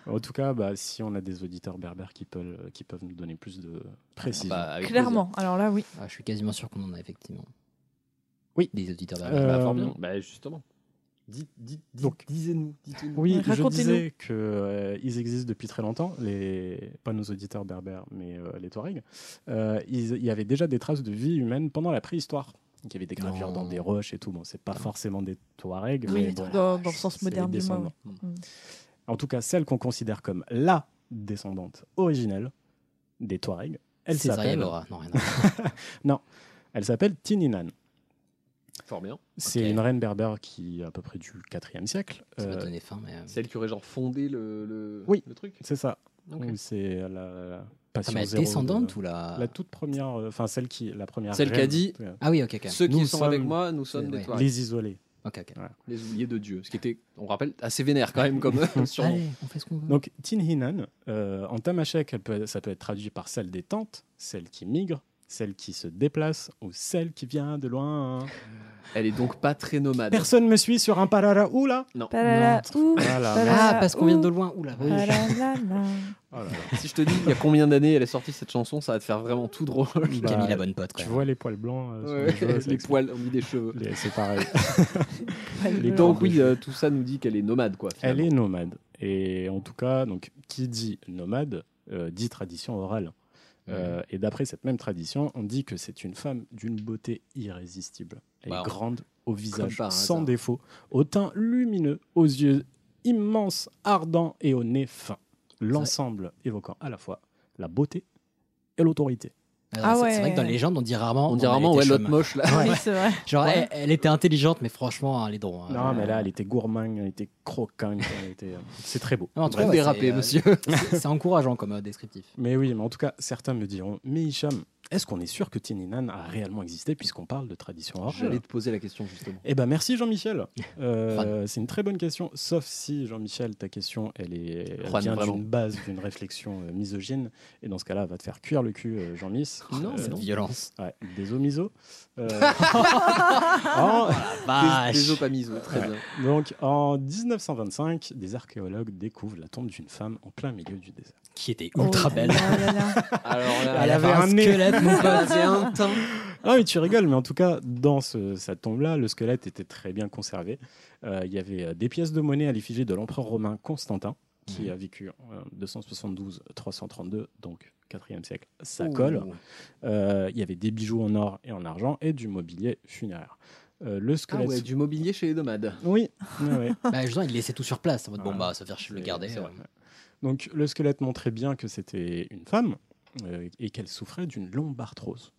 En tout cas, bah, si on a des auditeurs berbères qui peuvent, qui peuvent nous donner plus de précision.
bah, avec
Clairement. Alors là, oui.
Ah, je suis quasiment sûr qu'on en a effectivement.
Oui.
Des auditeurs berbères.
Euh,
Bah, fort bien. Bah, justement. Dites- dites- dites-
Donc.
Disez-nous. dites-nous.
Oui,
Ouais,
je
racontez-nous.
disais qu'ils existent depuis très longtemps, les, pas nos auditeurs berbères, mais euh, les Touaregs. Euh, ils- il y avait déjà des traces de vie humaine pendant la préhistoire. Donc, il y avait des gravures
Non.
dans des roches et tout. Bon, c'est pas forcément des Touaregs,
Oui,
mais bon,
dans, dans le sens
c'est les
moderne du mot. Mm.
descendants. En tout cas, celle qu'on considère comme la descendante originelle des Touaregs, elle
César
s'appelle
Yabora. Non, rien. à voir.
elle s'appelle Tininan.
Fort bien.
C'est
Ok.
une reine berbère qui est à peu près du 4e siècle.
Ça va
Euh,
donner faim, mais. euh,
Celle qui aurait genre fondé le, le,
Oui.
le truc.
c'est ça.
Ok.
Où C'est la, la
Ah,
passion
mais la
zéro de-
descendante ou la.
La toute première, euh, enfin celle qui, la première.
Celle qui a
reine,
dit-
euh,
Ah oui, ok, ok.
Ceux qui
Nous
sont avec
sommes-
moi, nous sommes
c'est-
des
ouais.
Touaregs.
les isolés.
Ok, ok.
Les oubliés de Dieu. Ce qui était, on rappelle, assez vénère quand même comme surnom.
Allez, on fait ce qu'on veut.
Donc Tinhinan, euh, en tamashek, elle peut- ça peut être traduit par celle des tentes, celle qui migre, celle qui se déplace ou celle qui vient de loin.
Elle est donc pas très nomade.
Personne me suit sur un pararaou là.
Palala, ouh,
Voilà.
palala,
Ah, parce qu'on vient de
ouh,
loin. Ouh là.
palala, la.
si je te dis il y a combien d'années elle est sortie cette chanson, ça va te faire vraiment tout drôle.
Bah,
Camille, la bonne pote, quoi.
Tu vois les poils blancs. euh, sur
Ouais,
les cheveux, ça
les
explique.
poils ont mis des cheveux.
Les- C'est pareil.
Les
Les
donc
grandes
oui,
cheveux.
euh, tout ça nous dit qu'elle est nomade quoi.
Elle
finalement.
est nomade. Et en tout cas, donc, qui dit nomade euh, dit tradition orale. Euh, et d'après cette même tradition, on dit que c'est une femme d'une beauté irrésistible. Elle
Wow.
est grande, au visage
hein,
par
sans
hasard.
défaut, au teint lumineux, aux yeux immenses, ardents et au nez fin. L'ensemble évoquant à la fois la beauté et l'autorité.
Alors,
Ah
c'est- C'est vrai
ouais.
que dans les légendes, on dit rarement.
On dit
a
rarement
été
ouais l'autre
chôme.
moche là.
Oui, c'est vrai.
Genre, elle, elle était intelligente, mais franchement, hein, les dons. hein.
Non, mais là, elle était gourmande, elle était croquante, elle était... euh, c'est très beau.
Non, en tout
va
cas,
déraper,
c'est, euh,
monsieur.
c'est- C'est encourageant comme euh, descriptif.
Mais oui, mais en tout cas, certains me diront, mais Hicham, Est-ce qu'on est sûr que Tieninan a réellement existé puisqu'on parle de tradition orale
J'allais te poser la question justement.
Eh ben merci Jean-Michel. Euh, c'est une très bonne question, sauf si Jean-Michel, ta question, elle est elle
Juan,
vient
vraiment.
d'une base d'une réflexion euh, misogyne, et dans ce cas-là, va te faire cuire le cul, euh, Jean-Miss.
Non, cette violence.
Ouais, des miso. Euh, Ah,
vache.
Des- des os pas miso, très bien.
Donc en 1925, des archéologues découvrent la tombe d'une femme en plein milieu du désert.
Qui était ultra Oh belle. là là.
Alors hein.
là, elle avait un squelette, mon pote, et un teint.
Ah oui, tu rigoles, mais en tout cas, dans ce- cette tombe-là, le squelette était très bien conservé. Euh, Il y avait euh, des pièces de monnaie à l'effigie de l'empereur romain Constantin, qui
Mhm.
a vécu euh, en 272-332, donc 4e siècle. Ça
Ouh.
colle. Euh, Il y avait des bijoux en or et en argent et du mobilier funéraire. Euh, le squelette.
Ah ouais, du mobilier chez les nomades.
Oui. Ah ouais, ouais.
Bah, justement, il laissait tout sur place. En mode, bon, bah, ça va faire chier de le garder.
c'est
euh.
vrai. Donc le squelette montrait bien que c'était une femme euh, et qu'elle souffrait d'une lombarthrose.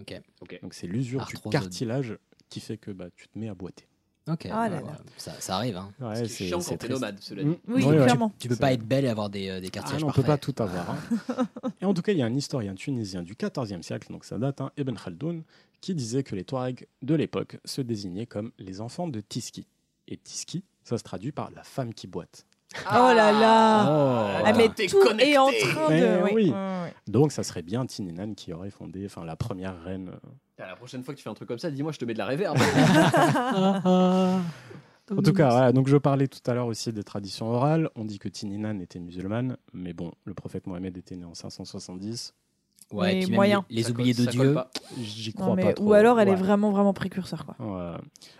Ok.
Donc c'est l'usure du
Arthrose.
cartilage qui fait que bah, tu te mets à boiter.
Ok. Ah là là. Ça, ça arrive. Hein.
Ouais,
C'est
c'est- c'est triste. Mm.
Oui,
Ouais, ouais.
clairement. Tu, peux
C'est
pas
vrai.
être belle et avoir des, euh, des quartiers
Ah non, on peut pas tout avoir. hein. et en tout cas, il y a un historien tunisien du XIVe siècle, donc ça date, hein, Ibn Khaldoun, qui disait que les Touaregs de l'époque se désignaient comme les enfants de Tiski. Et Tiski, ça se traduit par la femme qui boite.
Oh là là
Oh.
Ah, mais
Ah. T'es
tout est en train de.
Eh
oui.
oui.
Ouais, ouais.
Donc ça serait bien Tininan qui aurait fondé enfin, la première reine. euh,
Putain, La prochaine fois que tu fais un truc comme ça, dis-moi, je te mets de la réverb.
En tout cas, voilà, donc je parlais tout à l'heure aussi des traditions orales. On dit que Tininan était musulmane, mais bon, le prophète Mohamed était né en 570.
Ouais, et Oui, puis même moyen. les- les Ça oubliés colle- de ça colle Dieu. pas.
J'y
Non,
crois
mais-
pas trop.
Ou alors elle est
Ouais.
vraiment, vraiment précurseur. Quoi.
Ouais.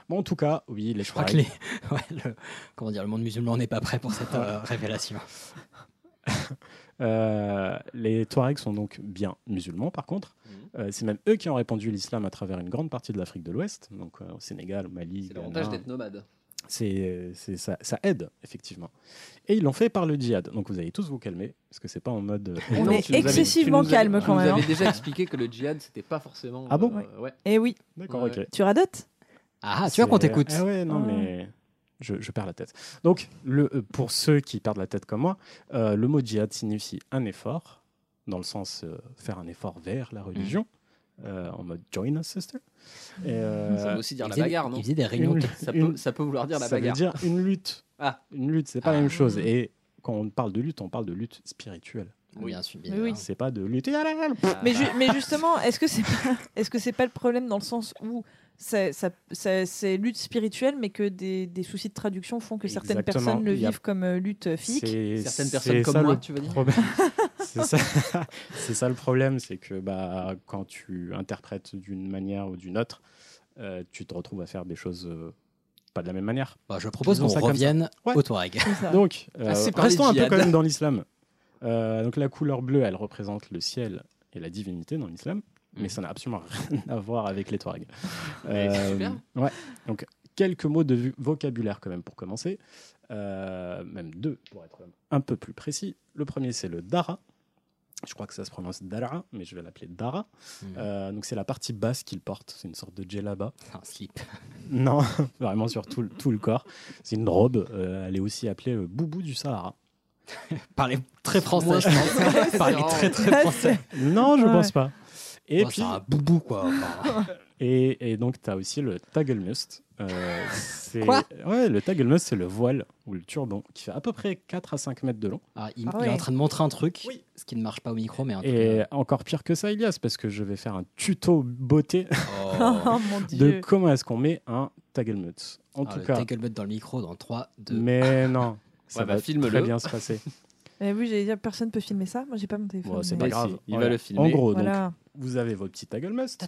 Bon, en tout cas, oui, les
Je crois que les... ouais, le... Comment dire, le monde musulman n'est pas prêt pour cette euh, révélation.
Euh, les Touaregs sont donc bien musulmans, par contre.
Mhm.
Euh, c'est même eux qui ont répandu l'islam à travers une grande partie de l'Afrique de l'Ouest, donc euh, au Sénégal, au Mali.
C'est
Ghana.
l'avantage d'être nomade.
C'est, euh, c'est- ça, ça aide, effectivement. Et ils l'ont fait par le djihad. Donc vous allez tous vous calmer, parce que c'est pas en mode. euh,
On
non,
est
tu nous avais-
excessivement
tu nous avais-
calme,
tu
quand
nous
même,
avais
hein.
déjà
Déjà
expliqué.
expliqué que le djihad, c'était pas forcément.
Ah bon
euh, Ouais.
Eh oui.
D'accord,
Ouais,
ok.
ouais.
Tu radotes
Ah, tu vois qu'on
C'est-
t'écoute.
Ah ouais, non,
Ah.
mais je, je perds la tête. Donc, le, euh, pour ceux qui perdent la tête comme moi, euh, le mot djihad signifie un effort, dans le sens euh, faire un effort vers la religion, euh, en mode join us, sister. Et, euh,
Mm. Ça veut aussi dire la
ils faisaient-
bagarre, non
ils
faisaient des réunions.
Ça
une-
peut, ça peut vouloir dire la
ça veut
bagarre. Ah.
dire une lutte. Une lutte, c'est pas la même chose. Et quand on parle de lutte, on parle de lutte spirituelle.
Oui. Bien sûr,
bien Oui, oui. sûr.
C'est pas de lutter à la halle.
Mais, ju- mais justement, est-ce que c'est pas, est-ce que c'est pas le problème dans le sens où c'est, ça, ça- c'est lutte spirituelle, mais que des, des soucis de traduction font que certaines
Exactement.
personnes le
Il y a-
vivent comme euh, lutte physique
C'est-
Certaines
c'est
personnes comme
ça
moi,
le
tu veux dire
problème. C'est ça, c'est ça le problème, c'est que bah, quand tu interprètes d'une manière ou d'une autre, euh, tu te retrouves à faire des choses euh, pas de la même manière.
Bah, je propose
Disons
qu'on
ça comme ça.
revienne au Touareg. C'est ça.
Donc, euh,
Assez parlé
restons un
djihad.
peu quand même dans l'islam. Euh, donc la couleur bleue, elle représente le ciel et la divinité dans l'islam, mais ça n'a absolument rien à voir avec les Touaregs. Euh,
Mais c'est super.
Ouais. Donc quelques mots de vu- vocabulaire quand même pour commencer, Euh, même deux pour être un peu plus précis. Le premier c'est le dara. Je crois que ça se prononce dara, mais je vais l'appeler dara. Euh, donc c'est la partie basse qu'il porte, c'est une sorte de djellaba.
Un slip.
Non, vraiment sur tout, le- tout le corps. C'est une robe, euh, elle est aussi appelée euh, boubou du Sahara.
Parlez très français,
Moi,
je pense. Parlez
vraiment-
très, très français.
Non, je
Ouais.
pense pas. Et
Bon,
puis
c'est un boubou, quoi. enfin. ah,
et, et donc tu as aussi le tagelmust. Euh, c'est-
Quoi
ouais, le tagelmust c'est le voile ou le turban qui fait à peu près 4 à 5 mètres de long.
Ah, il, il est en train de montrer un truc, ce qui ne marche pas au micro, mais en tout
Et encore pire que ça, Elias, parce que je vais faire un tuto beauté
Oh, mon
de
Dieu.
comment est-ce qu'on met un tagelmust. En
Ah,
tout
le
cas,
tackle butt dans le micro dans 3, 2.
mais non, ça
Ouais, bah,
va
filme-le.
très bien se passer.
Eh oui, j'allais dire personne peut filmer ça. Moi, j'ai pas mon téléphone.
Bon, c'est
mais-
pas grave.
il va
Voilà.
le filmer.
En gros,
Voilà.
donc, vous avez vos petits tagelmust.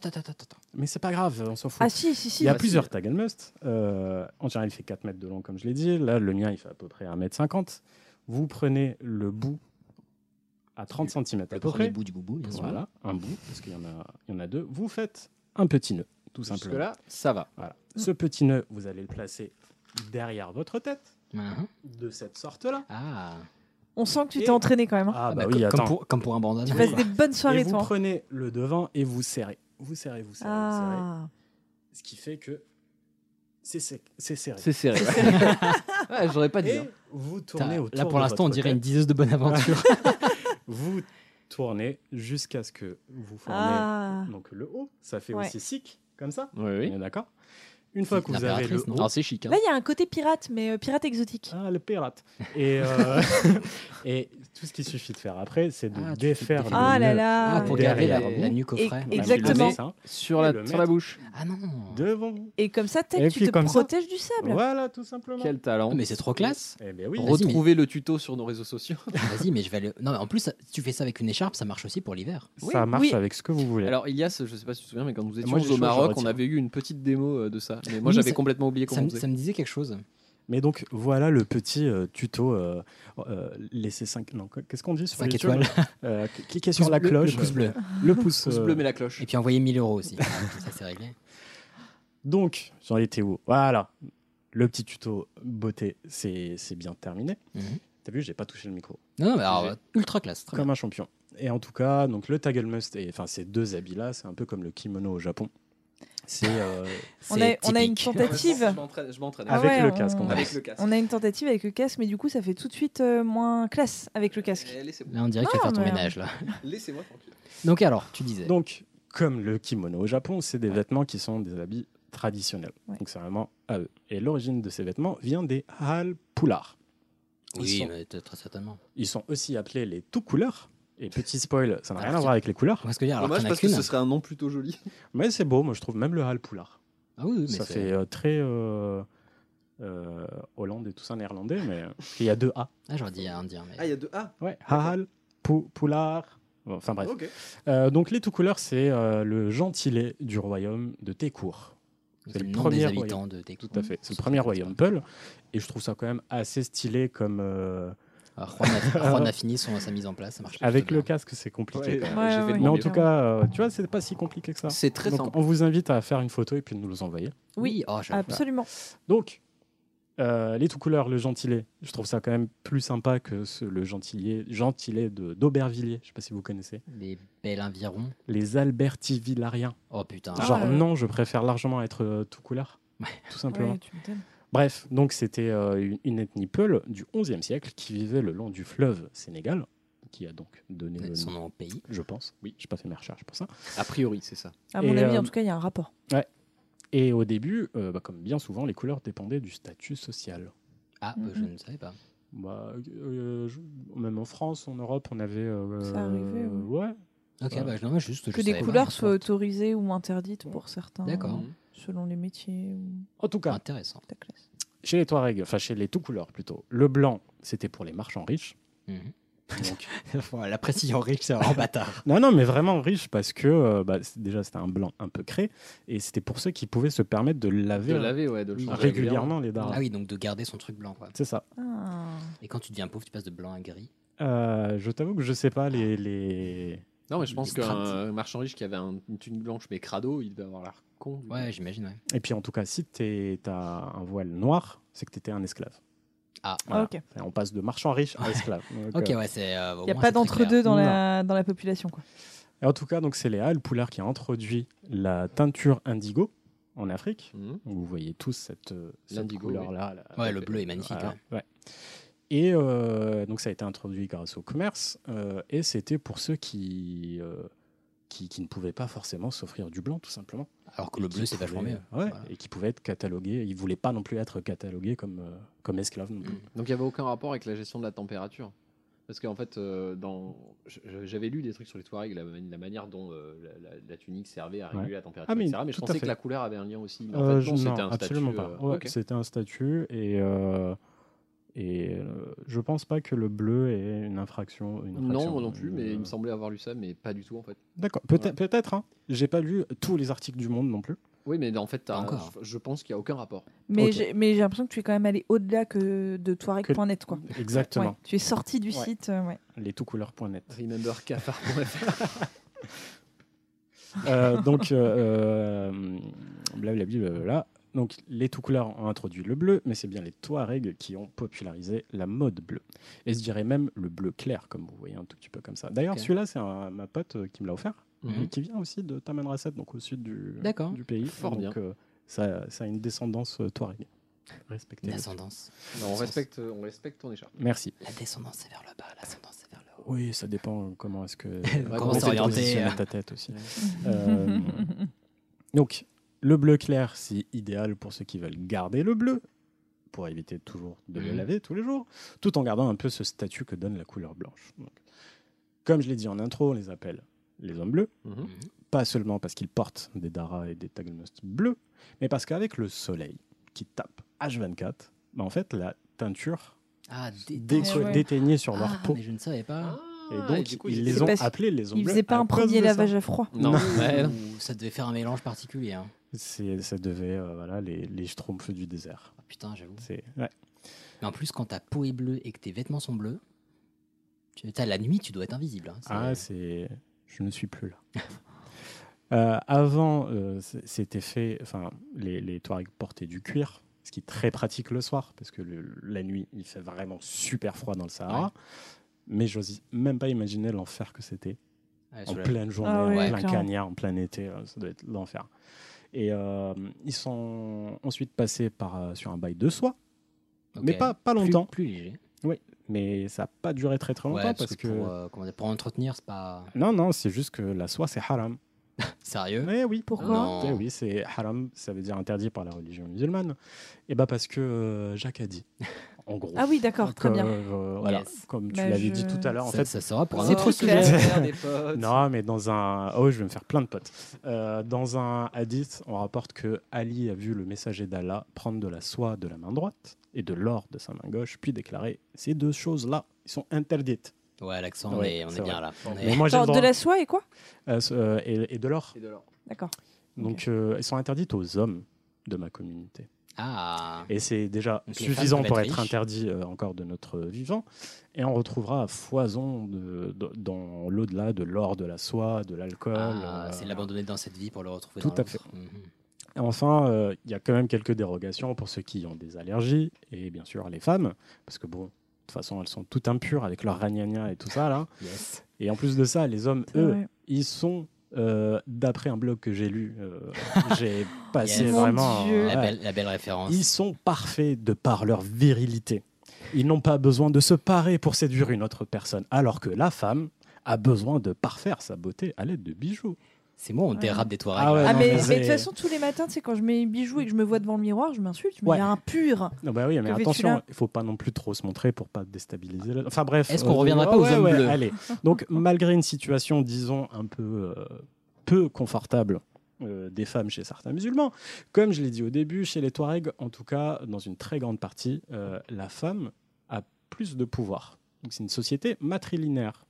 Mais c'est pas grave, on s'en fout.
Ah, si, si, si.
Il y a
Bah, si.
plusieurs tagelmust. Euh, en général, il fait 4 mètres de long, comme je l'ai dit. Là, le mien, il fait à peu près 1 mètre 50. Vous prenez le bout à 30 cm à
le
peu
premier
près.
bout du boubou, bien sûr.
Voilà, un bout, parce qu'il y, en a- il y en a deux. Vous faites un petit nœud, tout simplement.
Ah,
Jusque-là, ça va.
Voilà. Ce petit nœud, vous allez le placer derrière votre tête,
Mhm.
de cette sorte-là.
Ah,
On sent que tu t'es entraîné quand même. hein.
Ah, bah,
bah,
oui,
co- comme
attends.
pour- comme pour un bandana,
Tu passes quoi. des bonnes soirées,
Et vous
toi.
prenez le devant et vous serrez. Vous serrez, vous serrez, vous serrez.
Ah.
Ce qui fait que c'est sec- c'est serré.
C'est serré, ouais. Ouais, j'aurais pas dit,
Et
hein.
vous
Putain,
tournez autour
là, pour
de
l'instant, on
votre
dirait
tête.
une diseuse de bonne aventure.
vous tourner jusqu'à ce que vous formiez
Ah.
donc le haut. Ça fait
Ouais.
aussi sick, comme ça.
Oui, oui.
On est d'accord Une fois que vous avez le
l'impératrice,
haut.
non Ah, c'est chic. hein.
Là, il y a un côté pirate, mais euh, pirate exotique.
Ah, le pirate. Et, euh, et tout ce qu'il suffit de faire après, c'est de défaire le
Ah là
nœud
là. Ah,
pour
derrière
garder la-
vous.
la nuque au frais. Et-
Voilà, vous le
exactement.
mettez
Sur
et
la-
le
sur la
mettre
bouche.
Ah non.
Devant vous.
ça,
Et
peut-être, tu
puis
te
comme ça-
protèges du sable.
Voilà, tout simplement.
Quel talent.
Ah, Mais c'est trop classe.
Eh bien oui.
Vas-y,
Retrouvez le tuto sur nos réseaux sociaux.
Vas-y, mais je vais aller. Non, mais en plus, ça- tu fais ça avec une écharpe, ça marche aussi pour l'hiver.
Ça marche avec ce que vous voulez.
Alors, il y a ce, je sais pas si tu te souviens, mais quand nous étions
Moi, j'ai
au
chaud, je
Maroc, on
retire.
avait eu une petite démo euh, de ça. Mais moi,
Oui,
j'avais
ça-
complètement oublié comment
ça
on
me-
faisait.
ça me disait quelque chose.
Mais donc voilà le petit euh, tuto. Euh, euh, laissez 5 non qu'est-ce qu'on dit sur
Cinq
YouTube
étoiles.
Euh, cliquez sur
Pouce
la
bleu,
cloche.
le pouce bleu.
Le pouce,
Pouce
euh,
bleu, mais la cloche.
Et puis envoyer 1000 euros aussi. ça, c'est réglé.
Donc, j'en étais où Voilà. Le petit tuto beauté, c'est c'est bien terminé.
Mhm.
T'as vu, j'ai pas touché le micro.
Non, non, mais alors, euh,
J'ai-
ultra classe. très
Comme
bien.
un champion. Et en tout cas, donc le tag must, et, enfin ces deux habits-là, c'est un peu comme le kimono au Japon. C'est. euh,
On a- on a une tentative.
Je m'entraîne- je m'entraîne.
Avec
Ouais,
le
on-
casque, en
Ah Avec le casque.
On a une tentative avec le casque, mais du coup, ça fait tout de suite euh, moins classe avec le casque.
Eh, laissez-moi.
Là, on dirait que tu vas
Non,
faire ton
mais-
ménage, là.
Laissez-moi tranquille.
Donc, alors, tu disais.
Ah, Donc, comme le kimono au Japon, c'est des vêtements qui sont des habits traditionnels. Donc, c'est vraiment à eux. Et l'origine de ces vêtements vient des halpular.
oui,
Ils sont,
mais t- très certainement.
ils sont aussi appelés les tout couleurs. Et petit spoil, ça n'a rien à voir avec les couleurs.
Parce que, alors,
Dommage
qu'il y en a
parce que
qu'une.
ce serait un nom plutôt joli.
Mais c'est beau, moi je trouve même le halpular.
Ah oui, oui, mais
ça
c'est-
fait euh, très euh, euh, Hollande et tout ça néerlandais, mais il y a deux A.
Ah, j'aurais dit indien, mais.
Ah, il y a deux A.
Ouais, Hahal, Pou- Poular. Bon, Enfin bref.
Ok.
Euh, donc les tout couleurs, c'est euh, le gentilé du royaume de Técourt.
C'est le nom des
royaume.
habitants de Técourt.
Tout à fait. C'est le premier royaume Peul. Et je trouve ça quand même assez stylé comme. euh,
Alors, Juan a, Juan a fini son- sa mise en place, ça marche.
Avec
plutôt
le
bien.
casque, c'est compliqué.
Ouais,
quand même.
ouais, j'ai fait de
Mais
mon
en
mieux.
tout cas, euh, tu vois, c'est pas si compliqué que ça.
C'est très
Donc,
simple.
On vous invite à faire une photo et puis de nous les envoyer.
Oui,
oh, j'avoue.
absolument.
Donc, euh, les tout couleurs, le gentilé, je trouve ça quand même plus sympa que ce- le gentilé, gentilé de- d'Aubervilliers. Je sais pas si vous connaissez.
Les belles environs.
Les Alberti Villariens.
Oh putain.
Genre,
ouais.
non, je préfère largement être euh, tout couleur.
Ouais.
Tout simplement.
Ouais, tu m'étonnes.
Bref, donc c'était euh, une- une ethnie peul du XIe siècle qui vivait le long du fleuve Sénégal, qui a donc donné le
Son
nom,
nom au pays.
je pense. Oui, j'ai pas fait mes recherches pour ça.
A priori, c'est ça.
À mon
Et,
avis,
euh,
en tout cas, il y a un rapport.
Et au début, euh, bah, comme bien souvent, les couleurs dépendaient du statut social.
Ah,
Mm-hmm.
euh, je ne savais pas.
Bah, euh, je- même en France, en Europe, on avait. euh,
Ça arrivait, ouais.
ouais.
Ok,
Ouais.
bah, je- non, mais juste.
Que des couleurs soient autorisées ou interdites pour certains.
D'accord.
euh, Selon les métiers ou
En tout cas,
Intéressant.
ta classe.
Ah, chez les Touaregs, enfin chez les tout couleurs plutôt, le blanc, c'était pour les marchands riches.
Mhm.
Donc,
Voilà, La précision riche, c'est vraiment bâtard.
Non, non, mais vraiment riche parce que euh, bah, c'est- déjà c'était un blanc un peu cré et c'était pour ceux qui pouvaient se permettre de le laver, euh,
De laver, ouais, de le changer
régulièrement les dards.
Ah oui, donc de garder son truc blanc. Quoi.
C'est ça.
Ah.
Et quand tu deviens pauvre, tu passes de blanc à gris.
Euh, je t'avoue que je sais pas les. les...
Non, mais je pense
Les strates.
qu'un marchand riche qui avait un- une thune blanche mais crado, il devait avoir l'air con.
Mm.
du coup.
Ouais, j'imagine, ouais.
Et puis en tout cas, si t'es- t'as un voile noir, c'est que t'étais un esclave.
Ah,
Voilà.
ok.
Et On passe de marchand riche à
Ouais.
esclave. Donc,
ok,
euh,
ouais, c'est. euh, au
Il n'y a pas
moins, c'est très
d'entre-deux
clair.
dans la, dans la population. Quoi.
et en tout cas, donc c'est Léa, le poulard qui a introduit la teinture indigo en Afrique.
Mhm.
Donc, Vous voyez tous cette, euh, cette
L'indigo,
couleur-là. la-
Ouais, le bleu est magnifique. hein.
Voilà,
ouais.
ouais. Et euh, donc ça a été introduit grâce au commerce, euh, et c'était pour ceux qui, euh, qui, qui ne pouvaient pas forcément s'offrir du blanc, tout simplement.
Alors que le
Et qui
bleu, c'est vachement
pouvaient-
mieux.
ouais,
Voilà.
Et qui pouvaient être catalogués, ils ne voulaient pas non plus être catalogués comme, euh, comme esclaves. non plus.
Mm.
Donc il n'y avait aucun rapport avec la gestion de la température. Parce qu'en fait, euh, dans... je- je- j'avais lu des trucs sur les Touaregs, la, la manière dont euh, la, la- la tunique servait à réguler
Ouais.
la température,
Ah, mais
etc. Mais je
tout à
pensais
fait.
que la couleur avait un lien aussi. Mais en
Euh,
fait,
je-
non,
non,
c'était un
absolument
statut.
pas.
euh,
Ouais,
ok.
C'était un statut, et, euh, et euh, je pense pas que le bleu est une infraction. Une
Non,
infraction,
moi non plus, mais il
une-
me semblait avoir lu ça, mais pas du tout en fait.
D'accord, peut-être, peut-être. Hein. J'ai pas lu tous les articles du monde non plus.
Oui, mais en fait, t'as-
Pas encore.
je, je pense qu'il n'y a aucun rapport.
Mais
Ok.
j'ai mais j'ai l'impression que tu es quand même allé au-delà que de Touareg.net. Quoi.
Exactement.
Ouais, tu es sorti du
Ouais.
site. euh, ouais.
Les toutcouleurs.net.
Remember cafard.fr.
Euh, donc, euh, euh, blablabli, blablabla. Donc, les tout couleurs ont introduit le bleu, mais c'est bien les Touaregs qui ont popularisé la mode bleue. Et je dirais même le bleu clair, comme vous voyez un tout petit peu comme ça. D'ailleurs,
Ok.
celui-là, c'est un- ma pote euh, qui me l'a offert,
Mhm.
et qui vient aussi de Tamanrasset, donc au sud du,
D'accord.
du pays.
Fort
donc,
bien.
euh, ça, ça a une descendance euh, Touareg. Respectez.
L'ascendance.
Non, on, respecte, on respecte ton écharpe.
Merci.
La descendance, c'est vers le bas, l'ascendance, c'est vers le haut.
Oui, ça dépend comment est-ce que
Comment
t'es
s'orienter,
positionné
euh.
ta tête aussi. Euh, donc le bleu clair, c'est idéal pour ceux qui veulent garder le bleu pour éviter toujours de le
Mhm.
laver tous les jours, tout en gardant un peu ce statut que donne la couleur blanche. Donc, comme je l'ai dit en intro, on les appelle les hommes bleus, pas seulement parce qu'ils portent des daras et des tagmastes bleus, mais parce qu'avec le soleil qui tape H24, bah, en fait la teinture
Ah,
déco- déteignée sur leur peau.
Mais je ne savais
Ah,
pas.
Et donc,
du coup,
ils
ils-
les
C'est
ont
parce
appelés les hommes
qu'ils
bleus.
faisaient pas
à
un
cause
premier
de ça.
lavage à froid. Non. Ouais.
Ouh,
Ça devait faire un mélange particulier. hein.
c'est- ça devait, euh, voilà, les, les schtroumpfs du désert.
Ah, Putain, j'avoue.
C'est- ouais.
Mais en plus, quand ta peau est bleue et que tes vêtements sont bleus, tu... t'as- la nuit, tu dois être invisible. hein. C'est-
Ah, c'est. Je ne suis plus là. Euh, avant, euh, c- c'était fait. Enfin, les, les Touaregs portaient du cuir, ce qui est très pratique le soir, parce que le- la nuit, il fait vraiment super froid dans le Sahara. Mais j'ose même pas imaginer l'enfer que c'était.
Ouais,
en
sous la-
pleine journée,
Ah ouais,
en plein
clairement.
cagnard, en plein été, euh, ça doit être l'enfer. Et euh, ils sont ensuite passés par, euh, sur un bail de soie,
Ok.
mais pas, pas
Plus-
longtemps.
Plus, léger.
Oui, mais ça n'a pas duré très très
Ouais,
longtemps
parce,
parce
que,
que.
pour, euh, comment dire, pour entretenir, c'est pas.
Non, non, c'est juste que la soie, c'est haram.
Sérieux
Eh oui.
Pourquoi Euh, Non.
Eh oui, c'est haram, ça veut dire interdit par la religion musulmane. Et bah parce que euh, Jacques a dit, en gros.
Ah oui, d'accord, très
Comme,
bien.
euh, voilà,
Yes.
comme tu
Bah,
l'avais
je-
dit tout à l'heure, en
Ça-
fait.
ça sera pour un
c'est
autre
trop
sujet.
clair.
Des potes.
non, mais dans un. Oh, je vais me faire plein de potes. Euh, dans un hadith, on rapporte que Ali a vu le messager d'Allah prendre de la soie de la main droite et de l'or de sa main gauche, puis déclarer ces deux choses-là, ils sont interdites.
Ouais, l'accent, on
Ouais,
est- on est,
c'est
bien
vrai.
là. On
Mais
est-
moi, j'ai le
Attends, de
droit.
la soie et quoi
Euh, ce- euh, et, et de l'or.
D'accord.
Donc, euh, elles sont interdites aux hommes de ma communité.
Ah.
Et c'est déjà
Donc, les
suffisant
femmes peuvent
pour
être
être
riches.
interdit euh, encore de notre vivant. Et on retrouvera à foison de- de- dans l'au-delà de l'or, de la soie, de l'alcool.
Ah,
euh,
c'est l'abandonner dans cette vie pour le retrouver
Tout
dans
à
l'autre.
fait.
Mhm.
Et enfin, euh, il y a quand même quelques dérogations pour ceux qui ont des allergies, et bien sûr les femmes, parce que bon, de toute façon, elles sont toutes impures avec leur ragnagna et tout ça, là.
Yes.
Et en plus de ça, les hommes,
C'est
eux,
vrai.
ils sont, euh, d'après un blog que j'ai lu, euh, j'ai passé
Yes.
vraiment... euh, ouais.
La belle, la belle référence.
Ils sont parfaits de par leur virilité. Ils n'ont pas besoin de se parer pour séduire une autre personne, alors que la femme a besoin de parfaire sa beauté à l'aide de bijoux.
C'est moi, on
Ouais. dérape
des
Ah, mais, mais de toute façon, tous les matins, tu sais, quand je mets mes bijoux et que je me vois devant le miroir, je m'insulte. Mais
Ouais.
il y a un pur.
Non, bah oui, mais
Que
attention,
là
il faut pas non plus trop se montrer pour pas déstabiliser. la- Enfin bref.
Est-ce qu'on
euh,
reviendra pas aux hommes bleus
Allez. Donc malgré une situation, disons un peu euh, peu confortable euh, des femmes chez certains musulmans, comme je l'ai dit au début, chez les Touaregs, en tout cas dans une très grande partie, euh, la femme a plus de pouvoir. Donc c'est une société matrilinéaire.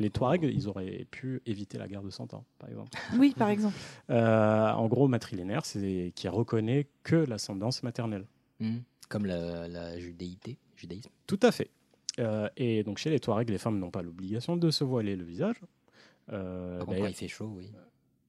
Les Touaregs, ils auraient pu éviter la guerre de 100 ans, par exemple.
Oui, par exemple.
Euh, en gros, matrilinéaire, c'est qui reconnaît que l'ascendance maternelle.
Mhm. Comme la, la judéité, judaïsme.
Tout à fait. Euh, et donc chez les Touaregs, les femmes n'ont pas l'obligation de se voiler le visage. Euh,
Par contre,
d'ailleurs-
quand il fait chaud, oui.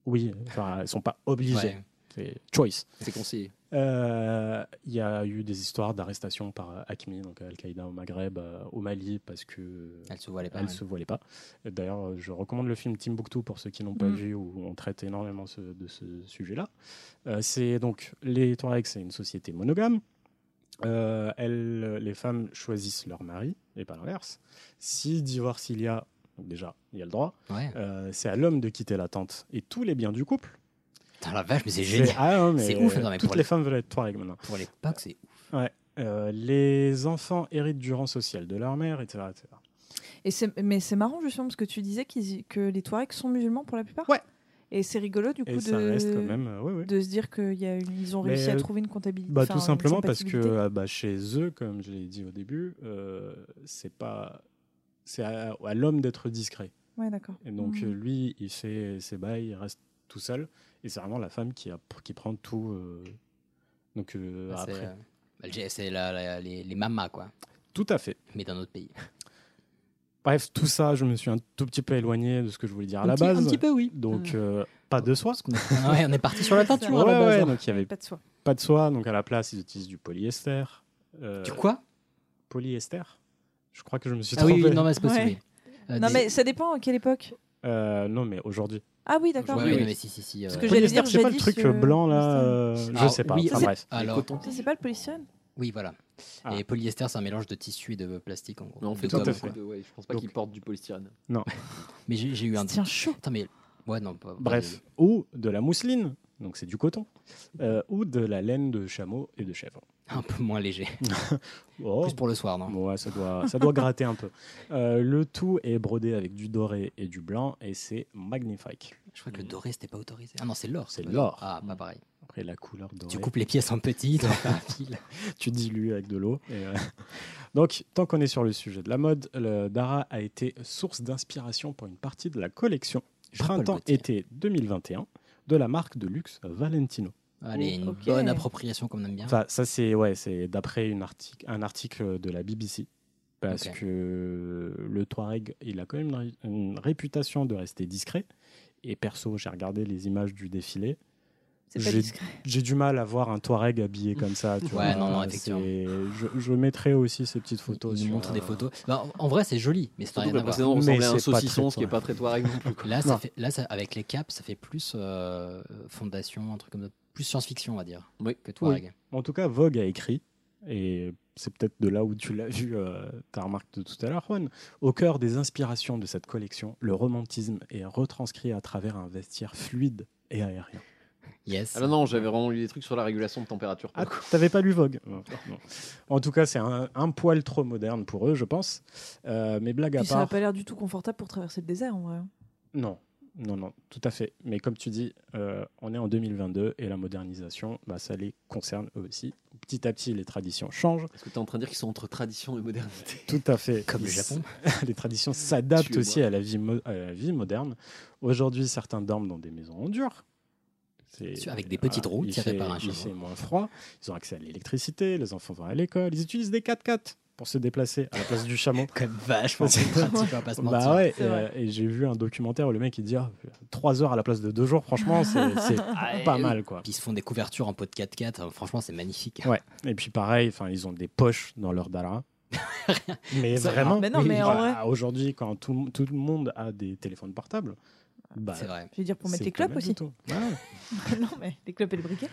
Oui, enfin, elles sont pas obligées.
Ouais.
C'est choice.
C'est conseillé.
Euh, Il y a eu des histoires d'arrestation par Acme, donc Al-Qaïda au Maghreb, euh, au Mali, parce que
Elle se voilait pas.
elle
ouais.
se voilait pas. D'ailleurs, euh, je recommande le film Timbuktu pour ceux qui n'ont pas
Mm.
vu, où on traite énormément ce- de ce sujet-là. Euh, c'est donc les Touaregs, c'est une société monogame. Euh, elles- les femmes choisissent leur mari et pas l'inverse. Si divorce il y a, donc déjà il y a le droit.
Ouais.
Euh, c'est à l'homme de quitter la tente et tous les biens du couple.
Putain, la vache, mais c'est génial.
Ah, non, mais
C'est ouf, non, mais
toutes
pour
les
les-
femmes veulent être Touaregs maintenant.
Pour les Pâques, c'est ouf.
Ouais. Euh, les enfants héritent du rang social de leur mère, etc. etc.
Et c'est- mais c'est marrant, justement, parce que tu disais qu'ils- que les Touaregs sont musulmans pour la plupart.
Ouais.
Et c'est rigolo, du coup,
Et
de,
ça reste quand même, euh, ouais, ouais.
de se dire qu'ils ont
Mais,
réussi à
euh,
trouver une comptabilité.
Bah,
enfin,
tout
une
simplement parce que
compatibilité.
euh, bah, chez eux, comme je l'ai dit au début, euh, c'est pas c'est à, à l'homme d'être discret.
Ouais, d'accord.
Et donc
Mhm.
euh, lui, il fait ses bails, il reste tout seul, et c'est vraiment la femme qui, a, qui prend tout. euh, donc euh,
Bah, c'est,
après,
euh, bah, le G- C'est la- la- les, les mamas, quoi.
tout à fait.
Mais d'un autre pays.
Bref, tout ça, je me suis un tout petit peu éloigné de ce que je voulais dire à
Un
la
petit-
base.
un petit peu, oui.
Donc, euh, pas de soie.
Ah ouais, on est parti sur la teinture, à
Ouais,
la base,
ouais,
hein.
donc il y avait
Pas de soie.
Pas de soie, donc à la place, ils utilisent du polyester. Euh,
Du quoi
Polyester Je crois que je me suis
Ah oui,
trompé.
oui, non, mais c'est possible, oui. Euh,
non,
des-
mais ça dépend à quelle époque.
Euh, non, mais aujourd'hui.
Ah oui, d'accord.
Ouais, oui, non, mais si, si, si, euh,
Parce que j'allais
Polyester,
dire,
c'est pas le
jadis,
truc
euh,
blanc là, euh, je
Alors,
sais pas.
oui,
enfin,
c'est-
bref.
alors-
Ça, c'est pas le polystyrène
Oui, voilà.
Ah.
Et polyester, c'est un mélange de tissu et de plastique en gros.
Mais on fait
De
tout
gomme,
à fait.
quoi.
de- ouais, je pense pas
Donc-
qu'ils portent du polystyrène.
Non.
mais j'ai j'ai eu un.
Tiens, chaud.
Attends, mais. Ouais, non, pas. pas
Bref, ou de la mousseline, donc c'est du coton, euh, ou de la laine de chameau et de chèvre. Oh,
de- Un peu moins léger. Plus pour le soir, non
Ouais, ça doit, ça doit gratter un peu. Euh, le tout est brodé avec du doré et du blanc, et c'est magnifique.
Je crois que le doré, c'était pas autorisé. Ah non, c'est l'or.
C'est
pas
l'or.
Ah, pas pareil.
Après, la couleur dorée.
Tu coupes les pièces en petit dans la pile.
tu dilues avec de l'eau. et, euh, Donc, tant qu'on est sur le sujet de la mode, le Dara a été source d'inspiration pour une partie de la collection Printemps-été 2021 de la marque de luxe Valentino.
Ah. Allez, une bonne appropriation comme on aime bien.
Enfin, ça, c'est ouais, c'est d'après une artic- un article de la BBC. Parce
Ok.
que le Touareg, il a quand même une, ré- une réputation de rester discret. Et perso, j'ai regardé les images du défilé.
C'est pas
J'ai-
discret.
J'ai du mal à voir un Touareg habillé comme ça. Tu
Ouais,
vois,
non, non,
c'est-
effectivement.
Je, je mettrai aussi ces petites photos.
Il nous
sur,
montre des
euh,
photos. Bah, en en vrai, c'est joli, mais c'est
Surtout
rien
que
à
le
voir.
précédent ressemblait à un
Mais c'est pas
saucisson,
très
ce qui est pas très Touareg non plus. quoi.
Là, ça
Non.
fait, là ça- avec les caps, ça fait plus euh, fondation, un truc comme ça. Plus science-fiction, on va dire, que Touareg.
Oui. En tout cas, Vogue a écrit, et c'est peut-être de là où tu l'as vu, euh, ta remarque de tout à l'heure, Juan. Au cœur des inspirations de cette collection, le romantisme est retranscrit à travers un vestiaire fluide et aérien.
Yes.
Ah non, non, j'avais vraiment lu des trucs sur la régulation de température.
Ah, t'avais pas lu Vogue Non. Non. En tout cas, c'est un, un poil trop moderne pour eux, je pense. Euh, mais blague à
Puis ça a
part.
pas l'air du tout confortable pour traverser le désert en vrai. hein.
Non, non, non, tout à fait. Mais comme tu dis, euh, on est en 2022 et la modernisation, bah, ça les concerne eux aussi. Petit à petit, les traditions changent.
Est-ce que t'es en train de dire qu'ils sont entre tradition et modernité
Tout à fait.
Comme le
Ils-
Japon.
les traditions s'adaptent
Tuez-moi.
aussi à la vie, mo- à la vie moderne. Aujourd'hui, certains dorment dans des maisons en dur. C'est- euh,
Avec des petites roues
il
tirées
fait-
par un
Il
chameau.
fait moins froid, ils ont accès à l'électricité, les enfants vont à l'école, ils utilisent des 4x4 pour se déplacer à la place du chameau.
Comme vachement plus pratique, on va pas se mentir.
Bah ouais,
C'est
et,
vrai.
et j'ai vu un documentaire où le mec il dit 3 heures à la place de 2 jours, franchement, c'est c'est
Ah, eh
pas mal quoi.
Puis ils se font des couvertures en pot de 4x4. euh, Franchement, c'est magnifique.
Ouais. Et puis pareil, enfin ils ont des poches dans leur dara. mais
Ça,
vraiment.
mais non, mais en
voilà, Aujourd'hui, quand tout, le mo- tout le monde a des téléphones portables, bah,
C'est vrai.
Je veux dire pour mettre
c'est
les
pas
clopes
mal
aussi.
du tout. Ouais.
non mais les clopes et le briquet.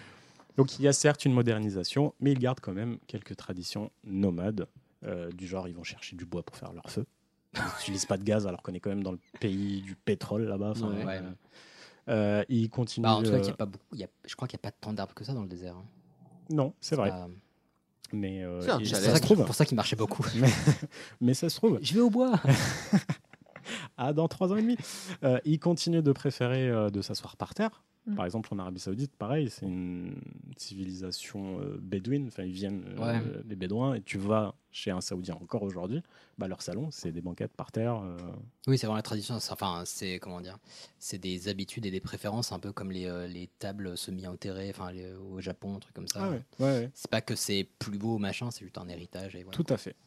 Donc il y a certes une modernisation, mais ils gardent quand même quelques traditions nomades, euh, du genre ils vont chercher du bois pour faire leur feu. Ils n'utilisent pas de gaz alors qu'on est quand même dans le pays du pétrole là-bas. Enfin,
Ouais. Ouais.
euh, ils continuent.
Bah, en tout cas, il y a
euh,
pas beaucoup, il y a- je crois qu'il n'y a pas tant d'arbres que ça dans le désert. hein.
Non, c'est vrai.
pas-
Mais euh,
C'est un
et
challenge.
ça se trouve.
Pour ça qu'il marchait beaucoup.
Mais, mais ça se trouve.
Je vais au bois.
ah, dans trois ans et demi. Euh, ils continuent de préférer euh, de s'asseoir par terre. Par exemple, en Arabie Saoudite, pareil, c'est une civilisation euh, bédouine. Enfin, ils viennent euh,
Ouais.
des Bédouins et tu vas chez un Saoudien encore aujourd'hui. Bah, leur salon, c'est des banquettes par terre. euh,
Oui, c'est vraiment la tradition. c'est- Enfin, c'est comment dire C'est des habitudes et des préférences, un peu comme les, euh, les tables semi-enterrées, enfin les- au Japon, un truc comme ça.
Ah ouais, ouais, ouais.
C'est pas que c'est plus beau machin, c'est juste un héritage. Et voilà.
Tout à fait.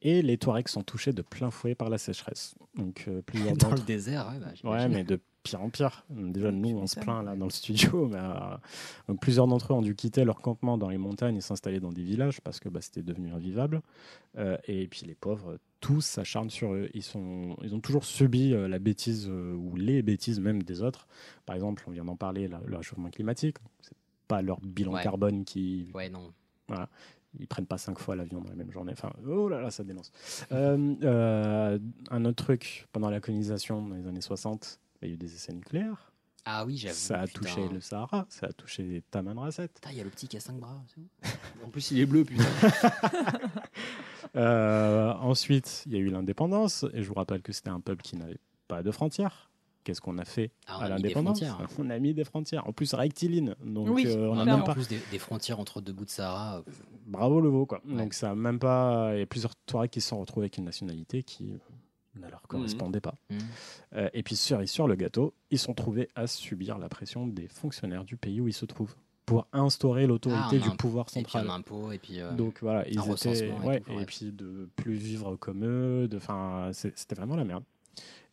Et les Touaregs sont touchés de plein fouet par la sécheresse. Donc, euh, plusieurs
Dans le
d'entre-
désert, ouais, bah,
Ouais,
j'imagine.
mais de pire en pire. Déjà, nous, on se plaint là dans le studio, mais euh, donc, plusieurs d'entre eux ont dû quitter leur campement dans les montagnes et s'installer dans des villages parce que bah, c'était devenu invivable. Euh, et puis les pauvres, tous s'acharnent sur eux. Ils, sont, ils ont toujours subi euh, la bêtise euh, ou les bêtises même des autres. Par exemple, on vient d'en parler, la- le réchauffement climatique. C'est pas leur bilan
Ouais.
carbone qui.
Ouais, non.
Voilà. Ils prennent pas cinq fois l'avion dans la même journée. Enfin, oh là là, ça dénonce. Euh, euh, un autre truc, pendant la colonisation dans les années 60, il y a eu des essais nucléaires.
Ah oui, j'avoue.
Ça a
putain.
touché le Sahara, ça a touché Taman Rasset.
Putain, il y a le petit qui a 5 bras. c'est ouf.
En plus, il est bleu, putain.
Euh, ensuite, il y a eu l'indépendance, et je vous rappelle que c'était un peuple qui n'avait pas de frontières. Qu'est-ce qu'on a fait
Ah, on
à
a mis des
l'indépendance
frontières.
On a mis des frontières, en plus rectilignes. Donc, euh, on
Ah,
n'a
mais
même
en
pas.
plus des, des frontières entre deux bouts de Sahara. euh,
Bravo le veau, quoi. Donc, ça a même pas. Il y a plusieurs Touaregs qui se sont retrouvés avec une nationalité qui euh, ne leur correspondait pas.
Mhm.
Euh, et puis, cerise sur le gâteau, ils sont trouvés à subir la pression des fonctionnaires du pays où ils se trouvent pour instaurer
ah,
l'autorité
un
du
imp-
pouvoir
Et
central.
puis un impôt, et puis. euh,
Donc voilà, ils
un
étaient,
recensement. et
ouais,
tout,
et,
ouais.
puis de plus vivre comme eux, de, enfin, c'est- c'était vraiment la merde.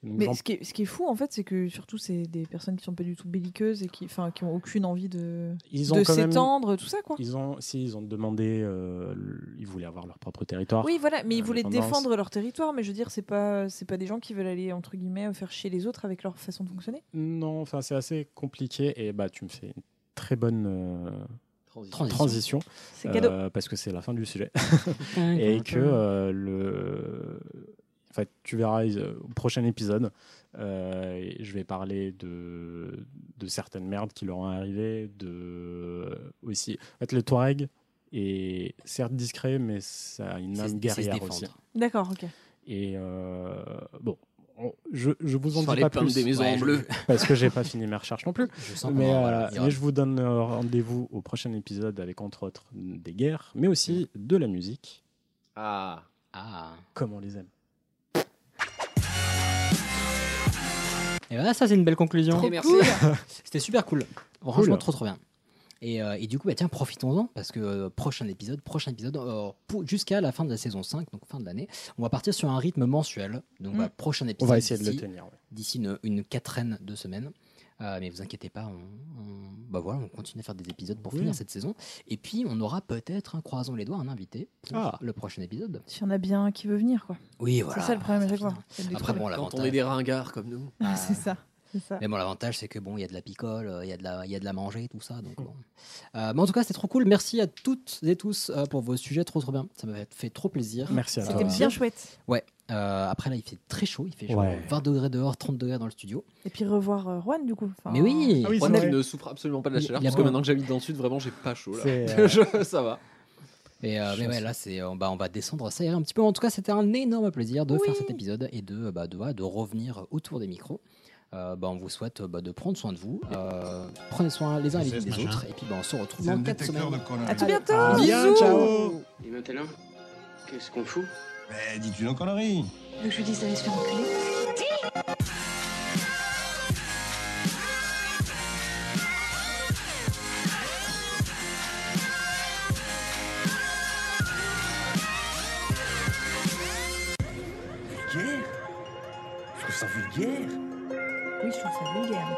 Donc,
Mais
j'en-
ce qui, est, ce qui est fou en fait, c'est que surtout c'est des personnes qui sont pas du tout belliqueuses et qui, enfin, qui ont aucune envie de,
ils ont
de
quand même-
s'étendre, tout ça quoi.
Ils ont, si ils ont demandé, euh, le- ils voulaient avoir leur propre territoire.
Oui, voilà, mais ils voulaient
L'indépendance.
défendre leur territoire, mais je veux dire, c'est pas, c'est pas des gens qui veulent aller entre guillemets euh, faire chier les autres avec leur façon de fonctionner.
Non, enfin c'est assez compliqué et bah tu me fais une très bonne euh,
Transition.
transition,
C'est
euh,
cadeau.
parce que c'est la fin du sujet
Ouais,
et que euh, le enfin tu verras euh, au prochain épisode euh, je vais parler de de certaines merdes qui leur ont arrivé de euh, aussi en fait le Touareg est certes discret mais ça a une
C'est-
âme
c'est se
guerrière
défendre.
aussi
D'accord, ok.
et euh, bon on- je, je vous en
Sur
dis
les
pas
peintes
plus
des maisons en
je-
bleu.
parce que j'ai pas fini mes recherches non plus
Je sens qu'on
mais,
va-
euh,
voilà, il y aura-
mais je vous donne euh, rendez-vous au prochain épisode avec entre autres des guerres mais aussi de la musique
Ah.
Ah.
comme on les aime
Et voilà, ça c'est une belle conclusion.
Trop Et merci. cool.
C'était super cool. Franchement, trop trop bien. Et, euh, et du coup, bah, tiens, profitons-en parce que euh, prochain épisode, prochain épisode, euh, pour- jusqu'à la fin de la saison 5, donc fin de l'année, on va partir sur un rythme mensuel. Donc,
Mm.
bah, prochain
On
épisode.
va essayer de le
d'ici-
tenir, ouais.
D'ici une, une quatraine de semaines. Euh, mais vous inquiétez pas, on, on- bah voilà, on continue à faire des épisodes pour
Oui.
finir cette saison. Et puis, on aura peut-être, hein, croisons les doigts, un invité pour
Ah.
le prochain épisode.
S'il y en a bien un qui veut venir, quoi.
Oui, voilà.
C'est ça le problème à chaque fois. C'est de les
Après,
trouver.
bon,
Quand on
l'avantage-
est des ringards comme nous.
Ouais, c'est ça. C'est ça.
Mais bon, l'avantage, c'est que bon, il y a de la picole, euh, il y a de la, il y a de la manger, tout ça. Donc, bon. Euh, mais en tout cas, c'était trop cool. Merci à toutes et tous euh, pour vos sujets, trop trop bien. Ça m'a fait trop plaisir.
Merci à
Euh,
toi.
C'était bien chouette.
Ouais. Euh, après là, il fait très chaud. Il fait genre
Ouais.
20 degrés dehors, 30 degrés dans le studio.
Et puis revoir euh, Juan, du coup. Enfin,
Mais
Ah
oui.
Moi
on a-
qui ne souffre absolument pas de la
Il-
chaleur,
il a
parce que
pas-
maintenant que j'habite dans le sud, vraiment j'ai pas chaud là.
C'est, euh,
Je- ça va.
Et euh, mais ouais, là, c'est, euh, bah, on va descendre ça un petit peu. En tout cas, c'était un énorme plaisir de faire cet épisode et de, euh, bah, de, voilà, de revenir autour des micros. Euh, bah, on vous souhaite euh, bah, de prendre soin de vous. Euh, prenez soin les uns les
C'est ce
unes des
machin.
autres. Et puis, bah, on se retrouve
C'est un
dans 4
détecteur
semaines.
de conneries.
À tout
Allez.
bientôt.
Ah, bien,
Bisous.
ciao.
Et maintenant, qu'est-ce qu'on fout
Mais dis-tu nos conneries
Le je lui dise d'aller se faire enculer.
Vulgaire Je trouve ça vulgaire.
Oui, je trouve ça vulgaire.